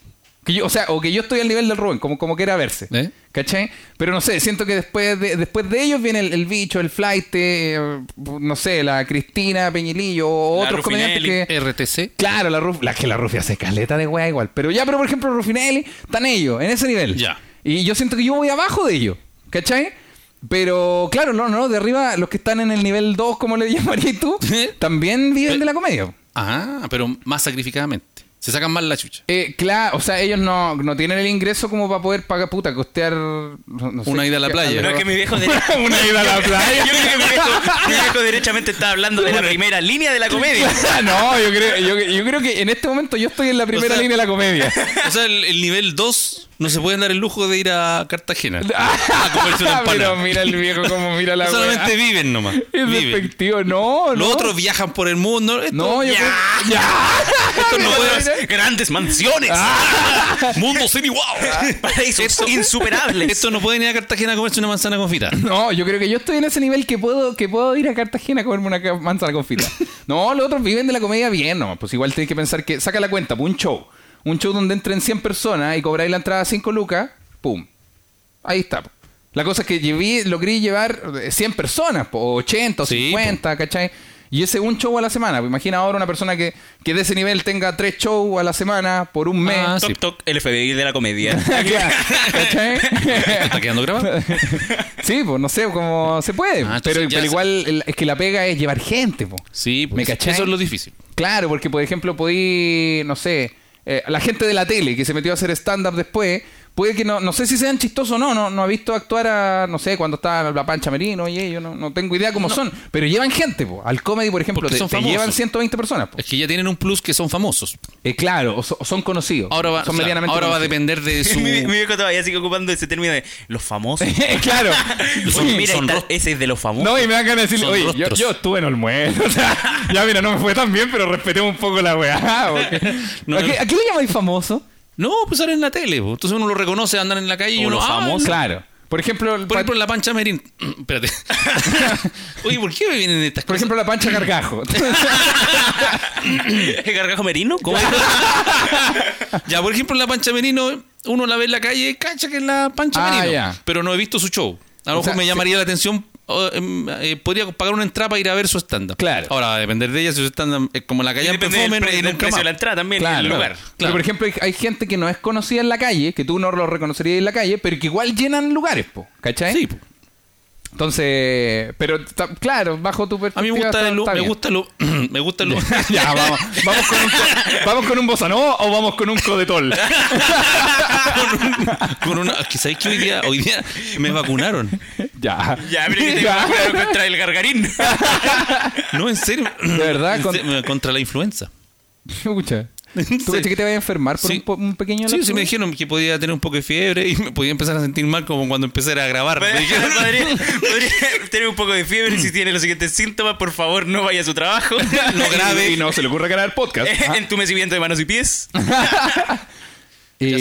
S3: Que yo, o sea, o que yo estoy al nivel del Rubén, como, como quiera verse.
S2: ¿Eh?
S3: ¿Cachai? Pero no sé, siento que después de, después de ellos viene el, el bicho, el flight, no sé, la Cristina Peñilillo o
S6: La
S3: otros comediantes
S6: Rufinelli.
S3: que.
S2: Eh. RTC.
S3: Claro, la Ruf, la que la Rufi hace caleta de wea igual. Pero ya, pero por ejemplo, Rufinelli, están ellos, en ese nivel.
S2: Ya.
S3: Y yo siento que yo voy abajo de ellos, ¿cachai? Pero claro, no, no, de arriba, los que están en el nivel 2, como le (laughs) llamarías tú, también viven de la comedia.
S2: Ah, pero más sacrificadamente. Se sacan más la chucha.
S3: Eh, claro, o sea, ellos no, no tienen el ingreso como para poder pagar, puta, costear. no- no sé,
S2: Una ida a la
S3: qué-
S2: playa.
S6: Pero es que mi viejo
S3: (laughs)
S6: de-
S3: Una ida a la playa.
S6: Yo creo que mi viejo, mi viejo derechamente está hablando de la primera línea de la comedia.
S3: (laughs) no, yo creo, yo, yo creo que en este momento yo estoy en la primera
S2: sea-
S3: línea de la comedia.
S2: (laughs) O sea, el, el nivel 2 no se pueden dar el lujo de ir a Cartagena.
S3: Ah,
S2: a comerse una
S3: (laughs) Pero
S2: empanada.
S3: mira el viejo como mira la
S2: Solamente
S3: wea.
S2: viven nomás.
S3: Es
S2: Viven.
S3: despectivo, no, no.
S2: Los otros viajan por el mundo. Esto-
S3: No, yo
S2: ya.
S3: creo- ya.
S2: Esto no
S3: Mira,
S2: puede
S3: mira.
S2: ser. Ah,
S6: Grandes mansiones.
S2: Mundo sin igual.
S6: Paraísos (laughs)
S2: (laughs)
S6: insuperables.
S2: Esto no pueden ir a Cartagena a comerse una manzana confita.
S3: No, yo creo que yo estoy en ese nivel que puedo, que puedo ir a Cartagena a comerme una ca- manzana confita. No, los otros viven de la comedia bien nomás. Pues igual tienes que pensar que, saca la cuenta, pues un show. Un show donde entren 100 personas y cobráis la entrada 5 lucas, pum. Ahí está. po. La cosa es que llevé, logré llevar eh, 100 personas, po, o 80 o
S2: Sí,
S3: 50, ¿cachai? Y ese un show a la semana. pues Imagina ahora una persona que, que de ese nivel tenga 3 shows a la semana por un mes.
S2: Ah,
S6: Toc,
S2: sí.
S6: toc, el FBI de la comedia.
S3: (laughs) Claro,
S2: (laughs)
S3: ¿cachai?
S2: Está quedando grabado.
S3: Sí, pues no sé cómo se puede.
S2: Ah, entonces
S3: pero
S2: ya
S3: pero
S2: se-
S3: igual el- es que la pega es llevar gente, po.
S2: Sí,
S3: (laughs) ¿Me
S2: pues,
S3: cachai?
S2: eso es lo difícil.
S3: Claro, porque por ejemplo podí, no sé, eh, la gente de la tele que se metió a hacer stand-up después, puede que no, no sé si sean chistosos o no, no, no he visto actuar a, no sé, cuando estaba la pancha merino y ellos, no, no tengo idea cómo son, pero llevan gente, po. Al comedy, por ejemplo,
S2: Porque
S3: te,
S2: son
S3: te
S2: famosos.
S3: llevan 1120 personas, po.
S2: Es que ya tienen un plus que son famosos.
S3: Eh, claro, o so- o son conocidos.
S2: Ahora va,
S3: son
S2: o sea,
S3: medianamente
S2: ahora va a
S3: conocidos.
S2: depender
S3: (laughs)
S2: de su.
S6: mi, mi viejo todavía sigue ocupando ese término de
S2: (laughs)
S6: los famosos.
S3: (laughs) claro.
S6: Oye,
S2: Son-
S6: mira,
S2: son
S6: está-
S2: rostros.
S6: ese es de los famosos.
S3: No, y me dan ganas de decirle,
S2: Son
S3: oye, yo,
S2: rostros.
S3: yo estuve en Olmuel.
S5: (laughs)
S3: O sea, ya mira, no me fue tan bien, pero respetemos un poco la weá. porque-
S2: (laughs) No,
S3: ¿A, qué,
S2: no.
S3: a qué le llamáis famoso?
S2: No, pues salen en la tele. pues. Entonces uno lo reconoce, andan en la calle y
S6: O
S2: uno.
S6: los
S2: ah,
S6: famosos.
S3: Claro. Por ejemplo, el
S2: Por
S3: pa-
S2: ejemplo, en la pancha Merín. (clears throat) Espérate. (laughs) Oye, ¿por qué me vienen estas
S3: por
S2: cosas?
S3: ejemplo, la pancha
S2: (laughs)
S3: cargajo.
S6: ¿El gargajo merino? ¿Cómo?
S2: ya, por ejemplo, en la pancha Merino, uno la ve en la calle, cacha que es la pancha
S3: Ah,
S2: Merino.
S3: ya.
S2: Pero no he visto su show. A lo
S3: O
S2: mejor
S3: sea,
S2: me
S3: sí.
S2: llamaría la atención. o, em, eh, podría pagar una entrada para ir a ver su stand-up.
S3: Claro.
S2: Ahora, va a depender de ella, si su stand-up es como la
S6: Y
S2: calle en
S6: depende del pre-
S2: y
S6: del
S2: nunca
S6: precio
S2: más.
S6: de la
S3: (laughs)
S6: entrada también. el lugar.
S3: Pero, por ejemplo, hay, hay gente que no es conocida en la calle, que tú no lo reconocerías en la calle, pero que igual llenan lugares, po, ¿cachai?
S2: Sí, po.
S3: Entonces, pero ta- claro, bajo tu
S2: a mí
S3: perspectiva.
S2: me gusta,
S3: está-
S2: el, lu-
S3: está
S2: me
S3: bien.
S2: gusta el, lu- (clears throat) me gusta el, lu-
S3: (laughs) Ya, vamos, vamos
S2: (laughs)
S3: con un, co- vamos con un bossa nova o vamos con un codetol.
S2: con, un- con una, es que sabéis que hoy día, hoy día me vacunaron.
S3: Ya.
S6: Ya, pero que te
S3: Ya.
S6: vacunaron contra el gargarín.
S2: (laughs)
S3: (laughs)
S2: No, en serio.
S3: ¿De verdad?
S2: En
S3: Con-
S2: serio, contra la influenza.
S3: Escucha.
S2: Sí.
S3: ¿Tú crees que te vas a enfermar por
S2: Sí.
S3: un, po- un pequeño
S2: Sí,
S3: lapso?
S2: sí me dijeron que podía tener un poco de fiebre y me podía empezar a sentir mal como cuando empezara a grabar. Me dijeron,
S6: (laughs) podría, podría tener un poco de fiebre si tiene los siguientes síntomas. Por favor, no vaya a
S2: (laughs)
S6: su trabajo. Eh,
S2: no
S6: (laughs)
S2: Ah. grave.
S5: Y no se le ocurra ganar podcast. Ah.
S6: Entumecimiento de manos y pies.
S2: Ya se-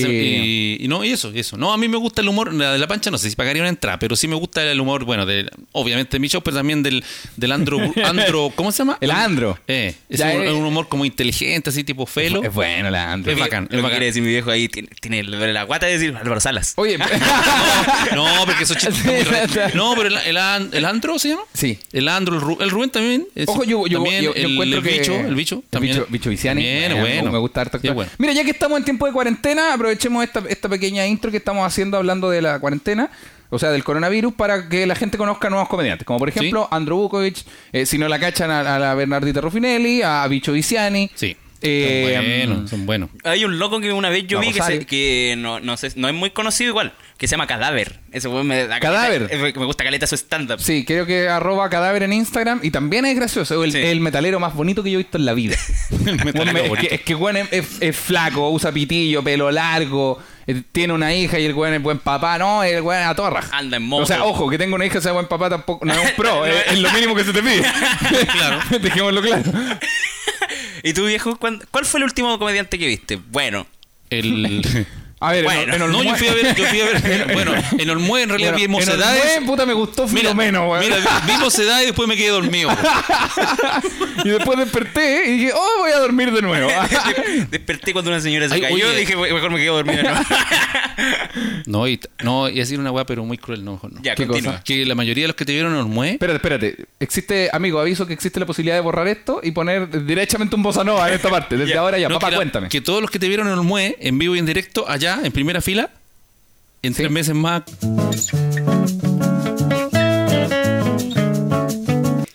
S3: Eh,
S2: Y, y no, y eso, y eso. No, a mí me gusta el humor, la de la pancha no sé si pagaría una entrada, pero sí me gusta el humor, bueno, de, obviamente de mi show, pero también del, del andro,
S3: (laughs)
S2: andro, ¿cómo se llama?
S3: El andro.
S2: Eh, es
S3: Ya,
S2: un,
S3: eh.
S2: un humor como inteligente, así tipo felo.
S3: es bueno la Andrew.
S2: Es bacán,
S6: Lo
S2: es
S6: que
S2: bacán.
S6: quiere decir mi viejo ahí tiene, tiene la guata de decir
S3: (laughs)
S6: Álvaro Salas.
S3: Oye,
S2: (laughs) No, no, porque esos chistes están muy
S3: (laughs)
S2: raros. No, pero el, el, an- el andro se llama.
S3: Sí.
S2: El andro, el, Ru- el Rubén también. es-
S3: Ojo, yo, yo,
S2: también
S3: yo- yo
S2: el,
S3: encuentro
S2: el
S3: que.
S2: bicho, el bicho. También,
S3: bicho, bicho Viciani.
S2: Bien,
S3: Eh,
S2: bueno.
S3: Me gusta harto.
S2: Sí,
S3: actuar.
S2: bueno.
S3: Mira, ya que estamos en tiempo de cuarentena, aprovechemos esta, esta pequeña intro que estamos haciendo hablando de la cuarentena. O sea, del coronavirus para que la gente conozca nuevos comediantes. Como por ejemplo, Andrew Bukovic, eh, si no la cachan a, a la Bernardita Ruffinelli, a Bicho Viciani.
S2: Sí.
S3: Eh,
S2: son buenos, son buenos.
S6: Hay un loco que una vez yo
S3: La
S6: vi que, se-
S3: Rosario.
S6: que no, no, sé, no es muy conocido igual, que se llama Cadáver. Ese weón me da
S3: Cadáver.
S6: eh, me gusta caleta su
S2: (laughs)
S6: stand-up. (laughs)
S3: Sí, creo que arroba cadáver en Instagram. Y también es gracioso. El,
S6: Sí.
S3: el metalero más bonito que yo he visto en
S2: (laughs)
S3: la vida.
S2: metalero
S3: Bueno, es,
S2: bonito.
S3: que, es que, weón, es, es- es flaco, usa pitillo, pelo largo, eh, tiene una hija y el weón es buen papá. No, el weón a toda raja.
S6: Anda en moto.
S3: O sea, ojo, que tengo una hija sea buen papá tampoco. No es un
S2: (laughs)
S3: pro, es, es lo mínimo que se te pide.
S2: Claro.
S3: (laughs) Dejémoslo claro. (laughs)
S6: ¿Y tú, viejo, cuán- cuál fue el último comediante que viste? Bueno,
S2: El,
S3: A ver,
S2: Bueno, no, yo fui a ver, yo fui a
S3: (laughs)
S2: ver. (laughs) Bueno, en Olmué en realidad
S3: Bueno,
S2: vimos
S3: en Olmué,
S2: edades.
S3: puta, me gustó Filomeno, weón.
S2: mira, vi- vimos edad y después me quedé
S3: (laughs)
S2: dormido.
S3: Y después desperté y dije, oh, voy a dormir
S2: (laughs)
S3: de nuevo.
S6: Desperté cuando una señora se
S2: Ay,
S6: cayó.
S2: oye.
S6: dije, mejor me
S2: (laughs)
S6: quedo dormido. ¿no?
S2: No, y, no, y decir una weá, pero muy cruel, no, mejor no.
S6: ya,
S3: ¿Qué
S6: continúa.
S3: cosa?
S2: Que la mayoría de los que te vieron en Olmué
S3: espérate, espérate. Existe, amigo, aviso que existe la posibilidad de borrar esto y poner derechamente un bossa nova en esta parte. Desde
S6: Ya.
S3: ahora ya,
S2: No,
S3: papá,
S2: que la-
S3: cuéntame.
S2: Que todos los que te vieron en Olmué, en vivo y en directo, allá, en primera fila, en
S3: Sí.
S2: tres meses más.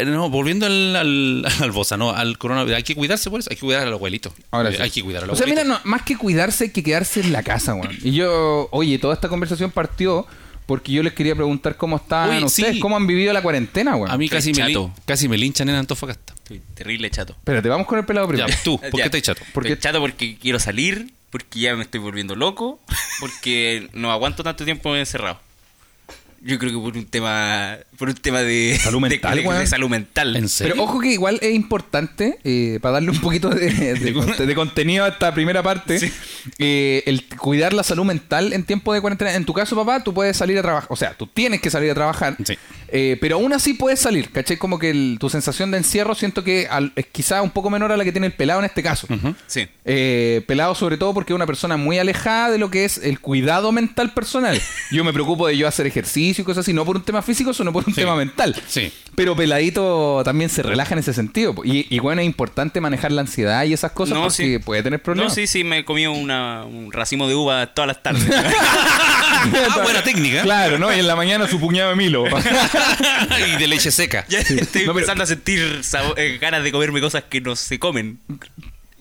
S2: Eh, No, volviendo al, al, (laughs) al bossa, no, al coronavirus. Hay que cuidarse, pues. Hay que cuidar a los abuelitos.
S3: Ahora
S2: Eh,
S3: sí.
S2: Hay que cuidar a los
S3: O sea, mira,
S2: abuelitos.
S3: no, más que cuidarse hay que quedarse en la casa, weón. Y yo, oye, toda esta conversación partió porque yo les quería preguntar cómo están
S2: Oye,
S3: ustedes,
S2: sí.
S3: cómo han vivido la cuarentena, weón.
S2: a mí casi me,
S6: chato.
S2: lin- casi me linchan en Antofagasta.
S6: Estoy terrible chato. Uh,
S3: Espérate, vamos con el pelado
S2: Ya,
S3: primero. (laughs)
S2: tú, ¿por
S6: Ya.
S2: qué te chato?
S3: Porque-
S6: Estoy chato porque quiero salir, porque ya me estoy volviendo loco, porque no aguanto tanto tiempo encerrado. Yo creo que por un tema, por un tema de
S3: Salud
S6: de-
S3: mental,
S6: de-
S3: weón.
S6: de salud mental.
S2: ¿En serio?
S3: Pero ojo que igual es importante, eh, para darle un
S2: (laughs)
S3: poquito de, de conte- de contenido a esta primera parte, eh, el cuidar la salud mental en tiempo de cuarentena. En tu caso, papá, tú puedes salir a trabajar, o sea, tú tienes que salir a trabajar,
S2: Sí.
S3: eh, pero aún así puedes salir, ¿cachai? Como que el- tu sensación de encierro siento que al- es quizá un poco menor a la que tiene el pelado en este caso.
S6: Sí.
S3: Eh, pelado sobre todo porque es una persona muy alejada de lo que es el cuidado mental
S2: (laughs)
S3: personal. Yo me preocupo de yo hacer ejercicio y cosas así, no por un tema físico, sino por un tema mental.
S2: (laughs)
S3: (laughs)
S2: Sí.
S3: Pero peladito también se relaja en ese sentido. po. Y, y bueno, es importante manejar la ansiedad y esas cosas
S6: No,
S3: porque
S6: sí.
S3: puede tener problemas. (laughs)
S6: No, sí, sí, me he comido una- un racimo de uva todas las tardes.
S2: (laughs) Ah, buena técnica.
S3: Claro, ¿no? Y en la mañana su puñado de Milo. (laughs)
S6: Ah,
S2: y de leche seca.
S6: ya estoy
S3: No, pero-
S6: empezando a sentir sabo- eh, ganas de comerme cosas que no se comen.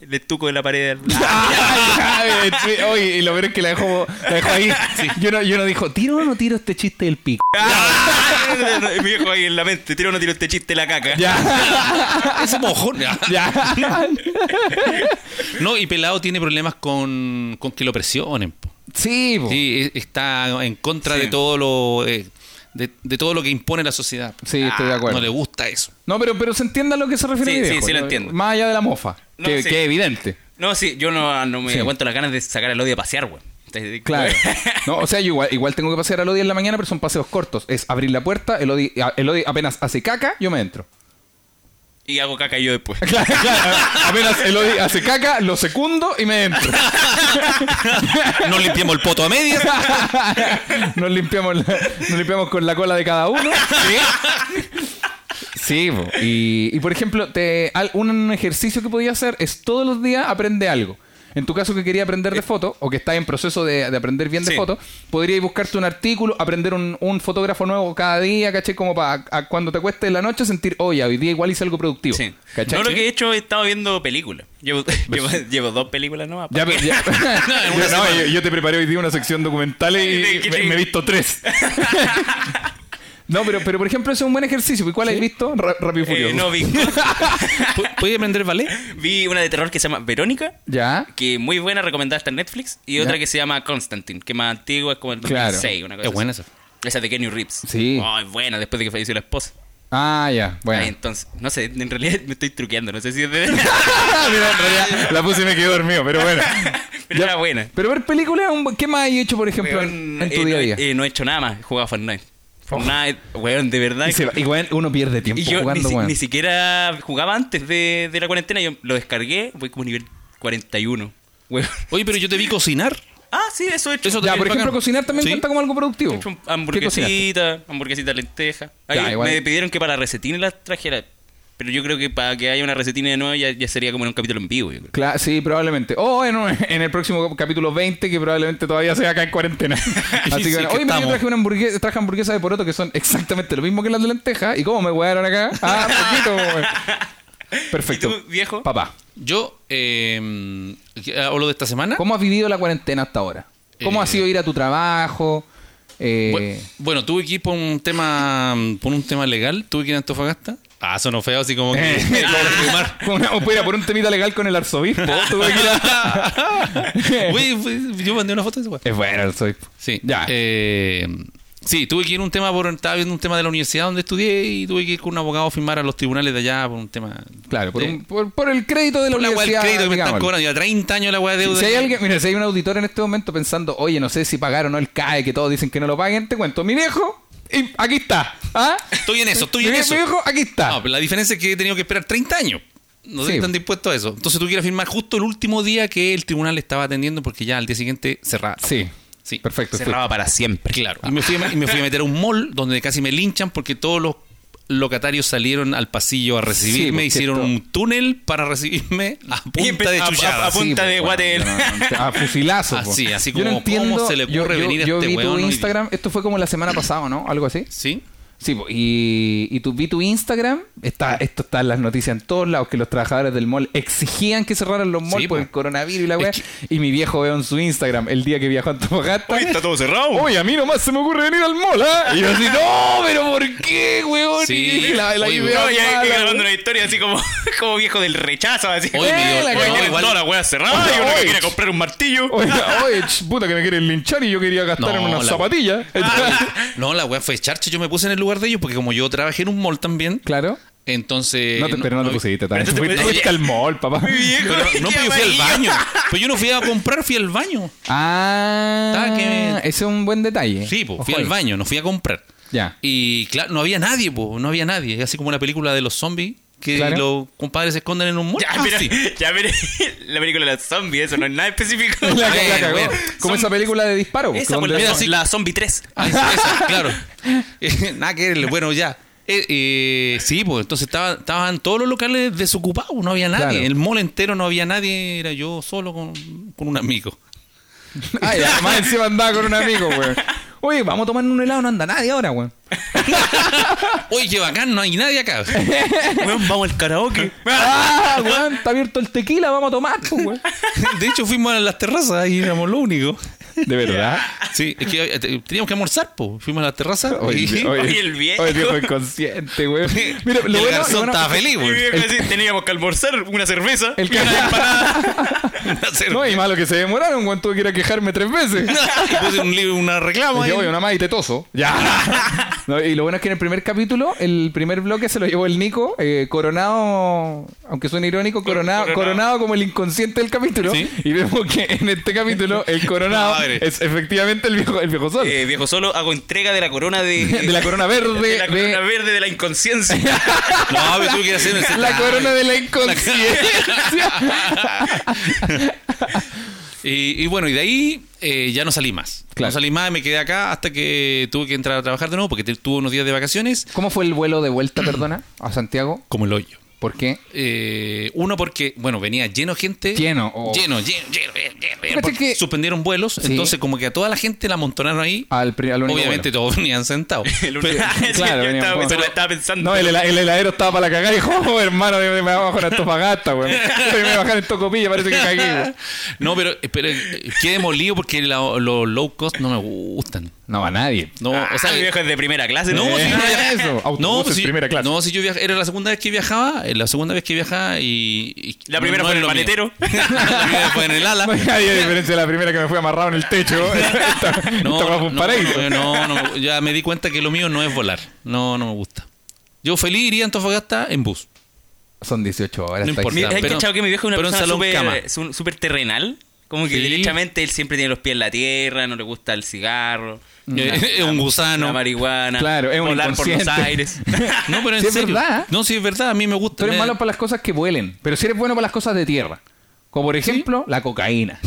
S6: El estuco de la
S3: (laughs)
S6: pared. al-
S3: Ah. Ay, ya, sí, Oye, y lo peor es que la dejo, la dejo ahí. Yo, no, yo no dijo, ¿tiro o no tiro este chiste del
S6: (laughs)
S3: pico?
S6: Ah, Mi viejo ahí en la mente. Tiro o no tiro este chiste la caca.
S3: Ya,
S2: Ese mojón.
S3: ya.
S2: (laughs) No, y Pelado tiene problemas con, con que lo presionen. po.
S3: Sí, po.
S2: Sí, e- está en contra
S6: Sí.
S2: de todo lo eh, de, de todo lo que impone la sociedad. Ah,
S3: Sí, estoy de acuerdo.
S2: No le gusta eso.
S3: No, pero, pero se entienda a lo que se refiere
S6: Sí,
S3: mi
S6: sí,
S3: viejo,
S6: sí lo
S3: ¿no?
S6: entiendo.
S3: Más allá de la mofa,
S6: No,
S3: que,
S6: sí.
S3: que es evidente.
S6: No, sí, yo no, ah, no me
S3: Sí.
S6: aguanto las ganas de sacar al odio a pasear, güey. Entonces,
S3: (laughs) Claro. No, o sea, yo igual, igual tengo que pasear al Odi en la mañana, pero son paseos cortos. Es abrir la puerta, el Odi, el Odi apenas hace caca, yo me entro.
S6: (laughs) Y hago caca yo después.
S3: Claro, claro. Apenas el Odi hace caca, lo secundo y me entro.
S2: No limpiemos el poto a medias.
S3: (laughs) Nos limpiamos, la- nos limpiamos con la cola de cada uno. Sí, po. y, y por ejemplo, te, al- un ejercicio que podía hacer es todos los días aprende algo. En tu caso que quería aprender de foto o que estás en proceso de, de aprender bien de
S6: Eh. Sí.
S3: foto, podrías buscarte un artículo, aprender un, un fotógrafo nuevo cada día, ¿cachai? Como para cuando te cueste la noche sentir, oye, hoy día igual hice algo productivo.
S6: Sí.
S3: ¿Cachai? Pues
S6: No, lo que he hecho he estado viendo películas. Llevo, (laughs) llevo, llevo dos películas nomás.
S3: Ya, pero-
S6: (laughs)
S3: ya- (laughs)
S2: una
S3: Yo- no, yo, yo te preparé hoy día una sección documental y
S6: ¿Qué
S3: me-
S6: chico?
S3: me he visto
S6: (laughs)
S3: tres. no, pero, pero por ejemplo, ese es un buen ejercicio. ¿Y cuál has visto? Ra Rápido y
S6: Eh,
S3: Furioso.
S6: no,
S3: (laughs)
S6: vi,
S2: Pu- ¿Puede aprender ballet?
S6: vi una de terror que se llama Verónica,
S3: ¿Ya?
S6: que muy buena, recomendada hasta en Netflix. Y otra
S3: Ya.
S6: que se llama Constantine, que más antigua, es como el
S3: Claro.
S6: 2006, una cosa
S2: Es buena esa.
S6: así. Esa de Kenny Reeves.
S3: Sí.
S6: Oh, es buena, después de que falleció la esposa.
S3: Ah, ya. Bueno.
S6: Ay, entonces, no sé, en realidad me estoy truqueando, no sé si es
S3: (laughs)
S6: de... (laughs)
S3: Ah, mira, en realidad la puse y me quedé dormido, pero bueno.
S6: Pero
S3: Ya.
S6: era buena.
S3: Pero ver películas, es un buen- ¿qué más has hecho, por ejemplo, en,
S6: Weón,
S3: en tu
S6: eh,
S3: día
S6: no,
S3: a día?
S6: eh, no he hecho nada más, he jugado a Fortnite. Fortnite, weón, de verdad.
S3: Y se va- y bueno, uno pierde tiempo
S6: eh, Y yo ni,
S3: jugando,
S6: si-
S3: weón.
S6: ni siquiera jugaba antes de, de la cuarentena. Yo lo descargué, voy como nivel 41. Weón. (laughs)
S2: Oye, pero yo te vi cocinar.
S6: Ah, sí, eso he hecho.
S2: Eso
S3: Ya,
S2: también
S3: por
S2: es
S3: ejemplo,
S2: bacán.
S3: cocinar también
S2: Sí.
S3: cuenta como algo productivo.
S6: He hecho un-
S3: ¿Qué cocinaste?
S6: hamburguesita, hamburguesita de lenteja. Ahí
S3: Ya, igual.
S6: me pidieron que para recetín las trajera. Pero yo creo que para que haya una recetina de nuevo ya, ya sería como en un capítulo en vivo. yo creo.
S3: Cla- sí, probablemente. O en, un- (laughs) en el próximo capítulo 20, que probablemente todavía sea acá en cuarentena. (laughs) Así que,
S2: Sí,
S3: bueno,
S2: que
S3: hoy me
S2: estamos.
S3: traje, una hamburguesa, traje hamburguesas de poroto que son exactamente lo mismo que las de lenteja. ¿Y cómo me huearon acá? Ah, poquito. weón. Perfecto.
S6: ¿Y tú, viejo?
S3: Papá,
S2: Yo eh, hablo de esta semana.
S3: ¿cómo has vivido la cuarentena hasta ahora? ¿Cómo
S2: ¿Ah? Eh,
S3: ha sido ir a tu trabajo? Eh, (laughs)
S2: Bu- Bueno, tuve que ir por un tema por un tema legal, tuve que ir a Antofagasta. Eh. Ah, sonó feo así
S3: (laughs)
S2: como que
S3: Ah. Con (laughs) una- mira, por un temita legal con el arzobispo. tuve que ir a-
S2: (laughs)
S3: (laughs)
S2: Güey, fue- yo mandé una foto de esa weá. eh,
S3: es bueno el arzobispo.
S2: Sí.
S3: Ya.
S2: Eh, Sí, tuve que ir a un tema por estaba viendo un tema de la universidad donde estudié y tuve que ir con un abogado a firmar a los tribunales de allá por un tema.
S3: Claro, por,
S2: de-
S3: un- por- por el crédito de la
S2: por la weá del
S3: universidad,
S2: crédito que me están
S3: digámoslo.
S2: cobrando. Ya 30 años la weá de deuda.
S3: Si hay alguien, mira, si hay un auditor en este momento pensando, oye, no sé si pagaron o no el CAE, que todos dicen que no lo paguen, te cuento, mi viejo, y aquí está. ¿ah?
S2: Estoy en eso, estoy
S3: mi,
S2: en
S3: vie-
S2: eso.
S3: Mi viejo, aquí está.
S2: No, pero la diferencia es que he tenido que esperar 30 años. No sé
S3: Sí.
S2: si están dispuestos a eso. Entonces tú quieres firmar justo el último día que el tribunal estaba atendiendo porque ya al día siguiente cerraba.
S3: sí,
S2: Sí.
S3: perfecto. sí.
S6: Cerraba para siempre.
S2: Claro. Y me, fui a, y me fui a meter a un mall donde casi me linchan porque todos los locatarios salieron al pasillo a recibirme,
S3: porque
S2: hicieron
S3: esto-
S2: un túnel para recibirme a
S6: Y
S2: punta de
S6: empe- a-
S2: chuchada.
S6: a- a punta
S3: pues,
S6: de
S3: bueno,
S6: guate.
S3: no, no, A fusilazo.
S2: (laughs)
S3: po.
S2: Así, así
S3: Yo no
S2: como, ¿cómo
S3: entiendo-
S2: se le
S3: yo-
S2: ocurre
S3: yo-
S2: venir a
S3: yo
S2: este
S3: vi
S2: weón hoy
S3: tu
S2: día?
S3: Instagram, esto fue como la semana pasada, ¿no? Algo así.
S2: ¿Sí?
S3: Sí, po, y, y tu, vi tu Instagram, está, esto está en las noticias en todos lados, que los trabajadores del mall exigían que cerraran los malls
S2: Sí,
S3: por
S2: po.
S3: el coronavirus y la
S2: Es
S3: weá.
S2: que-
S3: Y mi viejo veo en su Instagram el día que viajó a Antofagasta.
S5: Hoy está todo cerrado.
S3: Oye, a mí nomás se me ocurre venir al mall, ¿ah? Y yo así, (laughs) no, pero ¿por qué, weón?
S2: Sí.
S3: Y la, la
S2: Oye,
S3: idea
S6: No, ya
S3: mala,
S6: estoy grabando
S3: weón.
S6: una historia así como, (laughs) como viejo del rechazo, así.
S2: Hoy me dio-
S3: Eh, la
S2: no,
S3: cagó.
S5: Tienen
S2: igual-
S5: toda la wea cerrada y uno que quiere comprar un martillo.
S3: Oiga, oye, ch, puta que me quieren linchar y yo quería gastar
S2: No,
S3: en unas
S2: la-
S3: zapatillas.
S2: No, la weá fue charcha. Yo me puse en el lugar de ellos porque como yo trabajé en un mall también,
S3: claro.
S2: entonces...
S3: No te, pero no, te pusiste tan.
S2: este
S6: pero tú te
S3: Fuiste,
S6: pusiste-
S3: fuiste al mall, papá.
S6: viejo,
S2: Pero
S6: (laughs)
S2: no, pero yo fui al
S6: amarillo.
S2: baño. Pues yo no fui a comprar, fui al baño.
S3: Ah,
S2: Ah, que-
S3: ese es un buen detalle.
S2: Sí, pues,
S3: Ojo
S2: fui
S3: ahí.
S2: al baño, no fui a comprar.
S3: Ya.
S2: Y claro, no había nadie, po, no había nadie. Así como la película de los zombies, que
S3: Claro.
S2: los compadres se esconden en un mall.
S6: Ya,
S2: Ah,
S6: pero,
S2: sí.
S6: ya, pero (laughs) la película de los zombies, eso no es nada específico.
S3: (laughs) La, la
S2: Bueno,
S3: cagó.
S2: bueno.
S3: Como
S6: Son-
S3: esa película de disparo.
S6: Esa por
S3: donde-
S6: la,
S2: Mira,
S6: zom-
S2: sí.
S6: la zombie 3.
S2: Ah, esa, esa, claro. (laughs) Eh, Nada que ver, bueno, ya. Eh, eh, sí, pues entonces estaba- estaban todos los locales desocupados, no había nadie.
S3: Claro.
S2: El mall entero no había nadie, era yo solo con, con un amigo.
S3: Ah, y además encima andaba con un amigo,
S6: (laughs)
S3: weón. Oye, vamos a tomar un helado, no anda nadie ahora, weón.
S2: Oye, qué bacán, no hay nadie acá.
S6: Weón, vamos al (laughs) karaoke.
S3: Ah, weón, está abierto el tequila, vamos a tomar, pues, weón.
S2: (laughs) De hecho, fuimos a las terrazas y éramos lo único.
S3: De verdad.
S2: Sí, es que eh, teníamos que almorzar, pues. Fuimos a las terrazas. y- (laughs)
S6: (laughs) Oye, el viejo.
S3: Oye, el viejo inconsciente,
S6: (laughs)
S3: weón. Mira,
S2: el
S3: lo bueno,
S2: garzón
S3: lo bueno-
S2: estaba feliz,
S6: Y
S2: güey.
S6: viejo así, teníamos que almorzar una cerveza. (laughs)
S3: El
S6: y una
S3: (laughs) ca-
S6: empanada.
S2: Una cerveza.
S3: No, y malo que se demoraron, weón. Tuve que ir a quejarme tres veces.
S2: y puse un libro, una reclamo.
S3: Dije,
S2: ahí.
S3: oye, una más y te toso. Ya.
S2: (laughs)
S3: No, y lo bueno es que en el primer capítulo, el primer bloque se lo llevó el Nico, eh, coronado, aunque suene irónico, coronado, coronado.
S6: coronado.
S3: como el inconsciente del capítulo.
S2: Sí.
S3: Y vemos que en este capítulo el
S2: (laughs)
S3: coronado
S2: Madre.
S3: es efectivamente el viejo, el viejo sol.
S6: Eh, viejo solo, hago entrega de la corona (laughs) de.
S3: de la corona verde.
S6: de la corona
S3: de-
S6: verde de la inconsciencia. (laughs)
S2: No, pero tuve que ir a hacer el
S3: la corona de
S2: (laughs)
S3: la inconsciencia.
S2: Y, y bueno, y de ahí eh, ya no salí más.
S3: Claro.
S2: No salí más, me quedé acá hasta que tuve que entrar a trabajar de nuevo porque te- tuve unos días de vacaciones
S3: ¿Cómo fue el vuelo de vuelta, perdona, a Santiago?
S2: como el hoyo.
S3: ¿Por qué?
S2: Eh, uno porque, bueno, venía lleno de gente.
S3: Lleno, oh.
S2: Lleno, lleno, lleno, lleno, lleno,
S3: Fíjate
S2: porque
S3: que-
S2: Suspendieron vuelos,
S3: Sí.
S2: entonces como que a toda la gente la amontonaron ahí.
S3: Al, pri- al único
S2: Obviamente
S3: vuelo.
S2: todos (laughs) venían
S3: (laughs)
S2: sentados.
S6: (laughs) El único- sí,
S3: Claro,
S6: yo
S3: veníamos
S6: estaba,
S3: con-
S6: eso lo estaba pensando.
S3: No, el, hela- el heladero estaba para la cagada y dijo, "Oh, hermano, me, me voy a bajar a
S2: (laughs)
S3: Antofagasta, weón. Me voy a bajar en Tocopilla, parece que cagué, weón.
S2: No, pero, pero eh, quedé demolido porque la- los low cost no me gustan.
S3: No va nadie.
S2: No, o sea,
S6: el Ah, viejo es de primera clase.
S2: No,
S3: Eh,
S2: si yo viajaba-
S3: (laughs) eso, autobuses,
S2: pues si-
S3: primera clase.
S2: No, si yo viajaba, era la segunda vez que viajaba, eh, la segunda vez que viajaba y... y-
S6: La
S2: no-
S6: primera
S2: no
S6: fue
S2: es
S6: en
S2: lo mío.
S6: el maletero.
S2: (laughs) la primera fue en el ala.
S3: (laughs) No hay nadie, a diferencia de la primera que me fui amarrado en el (laughs) techo. Esta,
S2: (laughs)
S3: esta weá fue un paraíso.
S2: No, no, no, no, ya me di cuenta que lo mío no es volar. No, no me gusta. Yo feliz iría a Antofagasta en bus.
S3: Son 18 horas.
S2: No
S3: está
S2: importa.
S3: ahí.
S2: Mira,
S6: ¿Has
S2: pero-
S6: cachado que mi viejo es una
S2: pero en
S6: persona
S2: salón cama.
S6: súper su- súper terrenal? Como que
S2: Sí.
S6: directamente él siempre tiene los pies en la tierra, no le gusta el cigarro.
S3: Mm.
S2: Eh, Es un
S6: La
S2: gusano.
S6: marihuana.
S3: Claro, es un
S6: volar por los
S3: inconsciente.
S2: (laughs)
S6: aires.
S2: No, pero en
S3: Sí, es
S2: serio.
S3: verdad, ¿eh?
S2: No, sí, es verdad, a mí me gusta.
S3: Tú eres
S2: Me-
S3: malo para las cosas que vuelen, pero si eres bueno para las cosas de tierra. Como por ejemplo, la (laughs) cocaína.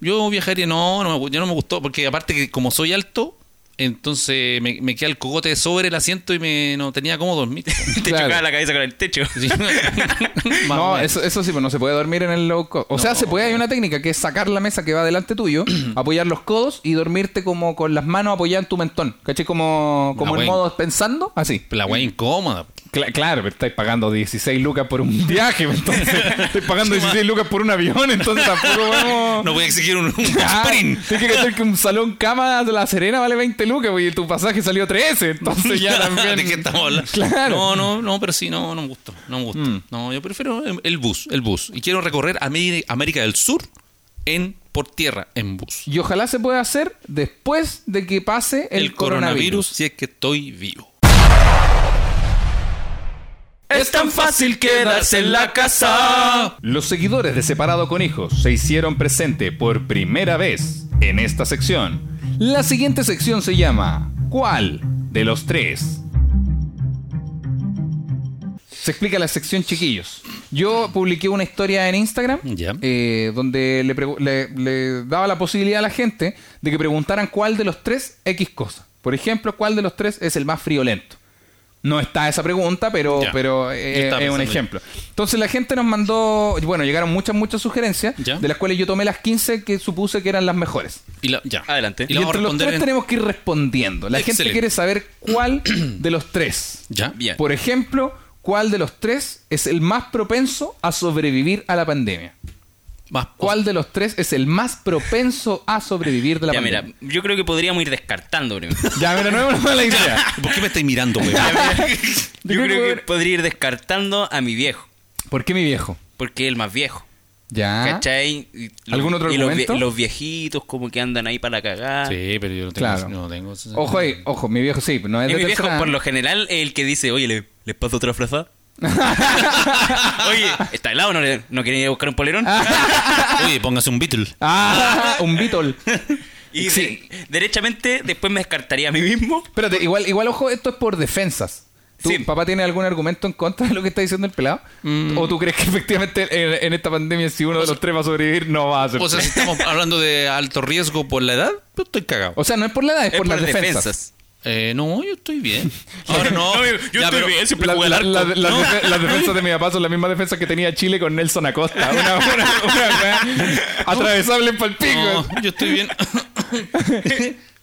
S2: Yo viajaría, no, no, me gu- yo no me gustó, porque aparte que como soy alto, entonces me, me queda el cogote sobre el asiento y me no tenía cómo (laughs) dormir.
S3: (laughs)
S6: (laughs) Te
S3: Claro.
S6: chocaba la cabeza con el techo.
S2: Sí. Más o
S3: No,
S2: menos.
S3: eso, eso sí, pues no se puede dormir en el low cost. O sea, se puede, hay una técnica que es sacar la mesa que va delante (clears throat) tuyo, apoyar los codos y dormirte como con las manos apoyadas en tu mentón. ¿Caché? Como, como
S2: Una
S3: en
S2: buena.
S3: modo pensando, así.
S2: La wea incómoda.
S3: Ah, Cla- claro, pero estáis pagando 16 lucas por (laughs) un viaje, pues, entonces estáis pagando 16 lucas por un avión, entonces tampoco vamos...
S2: No voy a exigir un, un
S3: Ah,
S2: sprint.
S3: Tienes que cachar que un salón cama de la Serena vale 20 lucas, güey, y tu pasaje salió 13, entonces ya
S2: (laughs)
S3: también...
S2: ¿De qué estamos hablando?
S3: Claro. Mm.
S2: No, no, no, pero sí, no, no me gustó. No me gustó. No, yo prefiero el bus, el bus. Y quiero recorrer Ameri- América del Sur en por tierra, en bus.
S3: Y ojalá se pueda hacer después de que pase el,
S2: El coronavirus, si es que estoy vivo.
S6: Es tan fácil quedarse en la casa.
S5: Los seguidores de Separado con Hijos se hicieron presente por primera vez en esta sección.
S3: La siguiente sección se llama ¿Cuál
S5: De los tres,
S3: Se explica la sección chiquillos. Yo publiqué una historia en Instagram
S2: Ya.
S3: eh, donde le, pregu- le- le daba la posibilidad a la gente de que preguntaran cuál de los tres X cosa. Por ejemplo, cuál de los tres es el más friolento. No está esa pregunta, pero,
S2: Ya.
S3: pero
S2: Yo
S3: eh,
S2: estaba
S3: es un
S2: pensando.
S3: ejemplo. Entonces la gente nos mandó, bueno, llegaron muchas, muchas sugerencias,
S2: Ya.
S3: de las cuales yo tomé las 15 que supuse que eran las mejores.
S2: Y la- ya.
S6: Adelante.
S2: Y
S3: Y,
S2: la vamos a
S3: entre los
S2: responder
S3: tres
S2: en-
S3: tenemos que ir respondiendo. La gente
S2: Excelente.
S3: quiere saber cuál de los tres.
S2: Ya.
S6: Bien.
S3: Por ejemplo, ¿cuál de los tres es el más propenso a sobrevivir a la pandemia?
S2: Más
S3: ¿Cuál de los tres es el más propenso a sobrevivir de la
S6: Ya, mira,
S3: pandemia?
S6: yo creo que podríamos ir descartando
S3: (laughs)
S6: primero.
S3: Ya, mira, no es una mala idea.
S2: (laughs) ¿Por qué me estáis
S3: (laughs)
S2: mirando, weón?
S6: Yo
S3: creo que
S6: creo que
S3: podría-
S6: podría ir descartando a mi viejo,
S3: ¿Por qué mi viejo?
S6: porque es el más viejo.
S3: Ya.
S6: ¿Cachai? Y los-
S3: Ah. ¿Algún otro
S6: y los, vie-
S3: argumento?
S6: los viejitos como que andan ahí para cagar.
S2: Sí, pero yo no tengo.
S3: Claro.
S2: No tengo ese-
S3: Ojo ahí, ojo, mi viejo sí, no es
S6: Y
S3: de
S6: mi viejo,
S3: tercera-
S6: por lo general, es el que dice, oye, ¿le- ¿les paso
S3: (laughs)
S6: otra frazada? oye, ¿está helado? ¿No, le- no quería ir a buscar un polerón?
S2: Oye, póngase un Beatle.
S3: Ah, un Beatle.
S6: y
S3: sí.
S6: de- derechamente, después me descartaría a mí mismo.
S3: Espérate, igual, igual, ojo, esto es por defensas. ¿Tu
S6: Sí.
S3: papá tiene algún argumento en contra de lo que está diciendo el pelado? ¿O tú crees que efectivamente en, en esta pandemia si uno de los tres va a sobrevivir no va a ser?
S2: O sea, si estamos hablando de alto riesgo por la edad, yo estoy cagado.
S3: no es por la edad, es,
S6: Es
S3: por, las defensas.
S2: Eh, no, yo estoy
S3: (laughs)
S2: bien. Ahora (laughs) no.
S6: No, yo- yo estoy bien, siempre
S3: La-
S6: jugué al
S3: la-
S6: arco.
S3: la- la-
S6: No.
S3: defe- Las defensas de mi papá son la misma defensa que tenía Chile con Nelson Acosta. Una, una, una weá atravesable para el pico.
S2: (laughs) No, yo estoy
S3: (laughs)
S2: bien.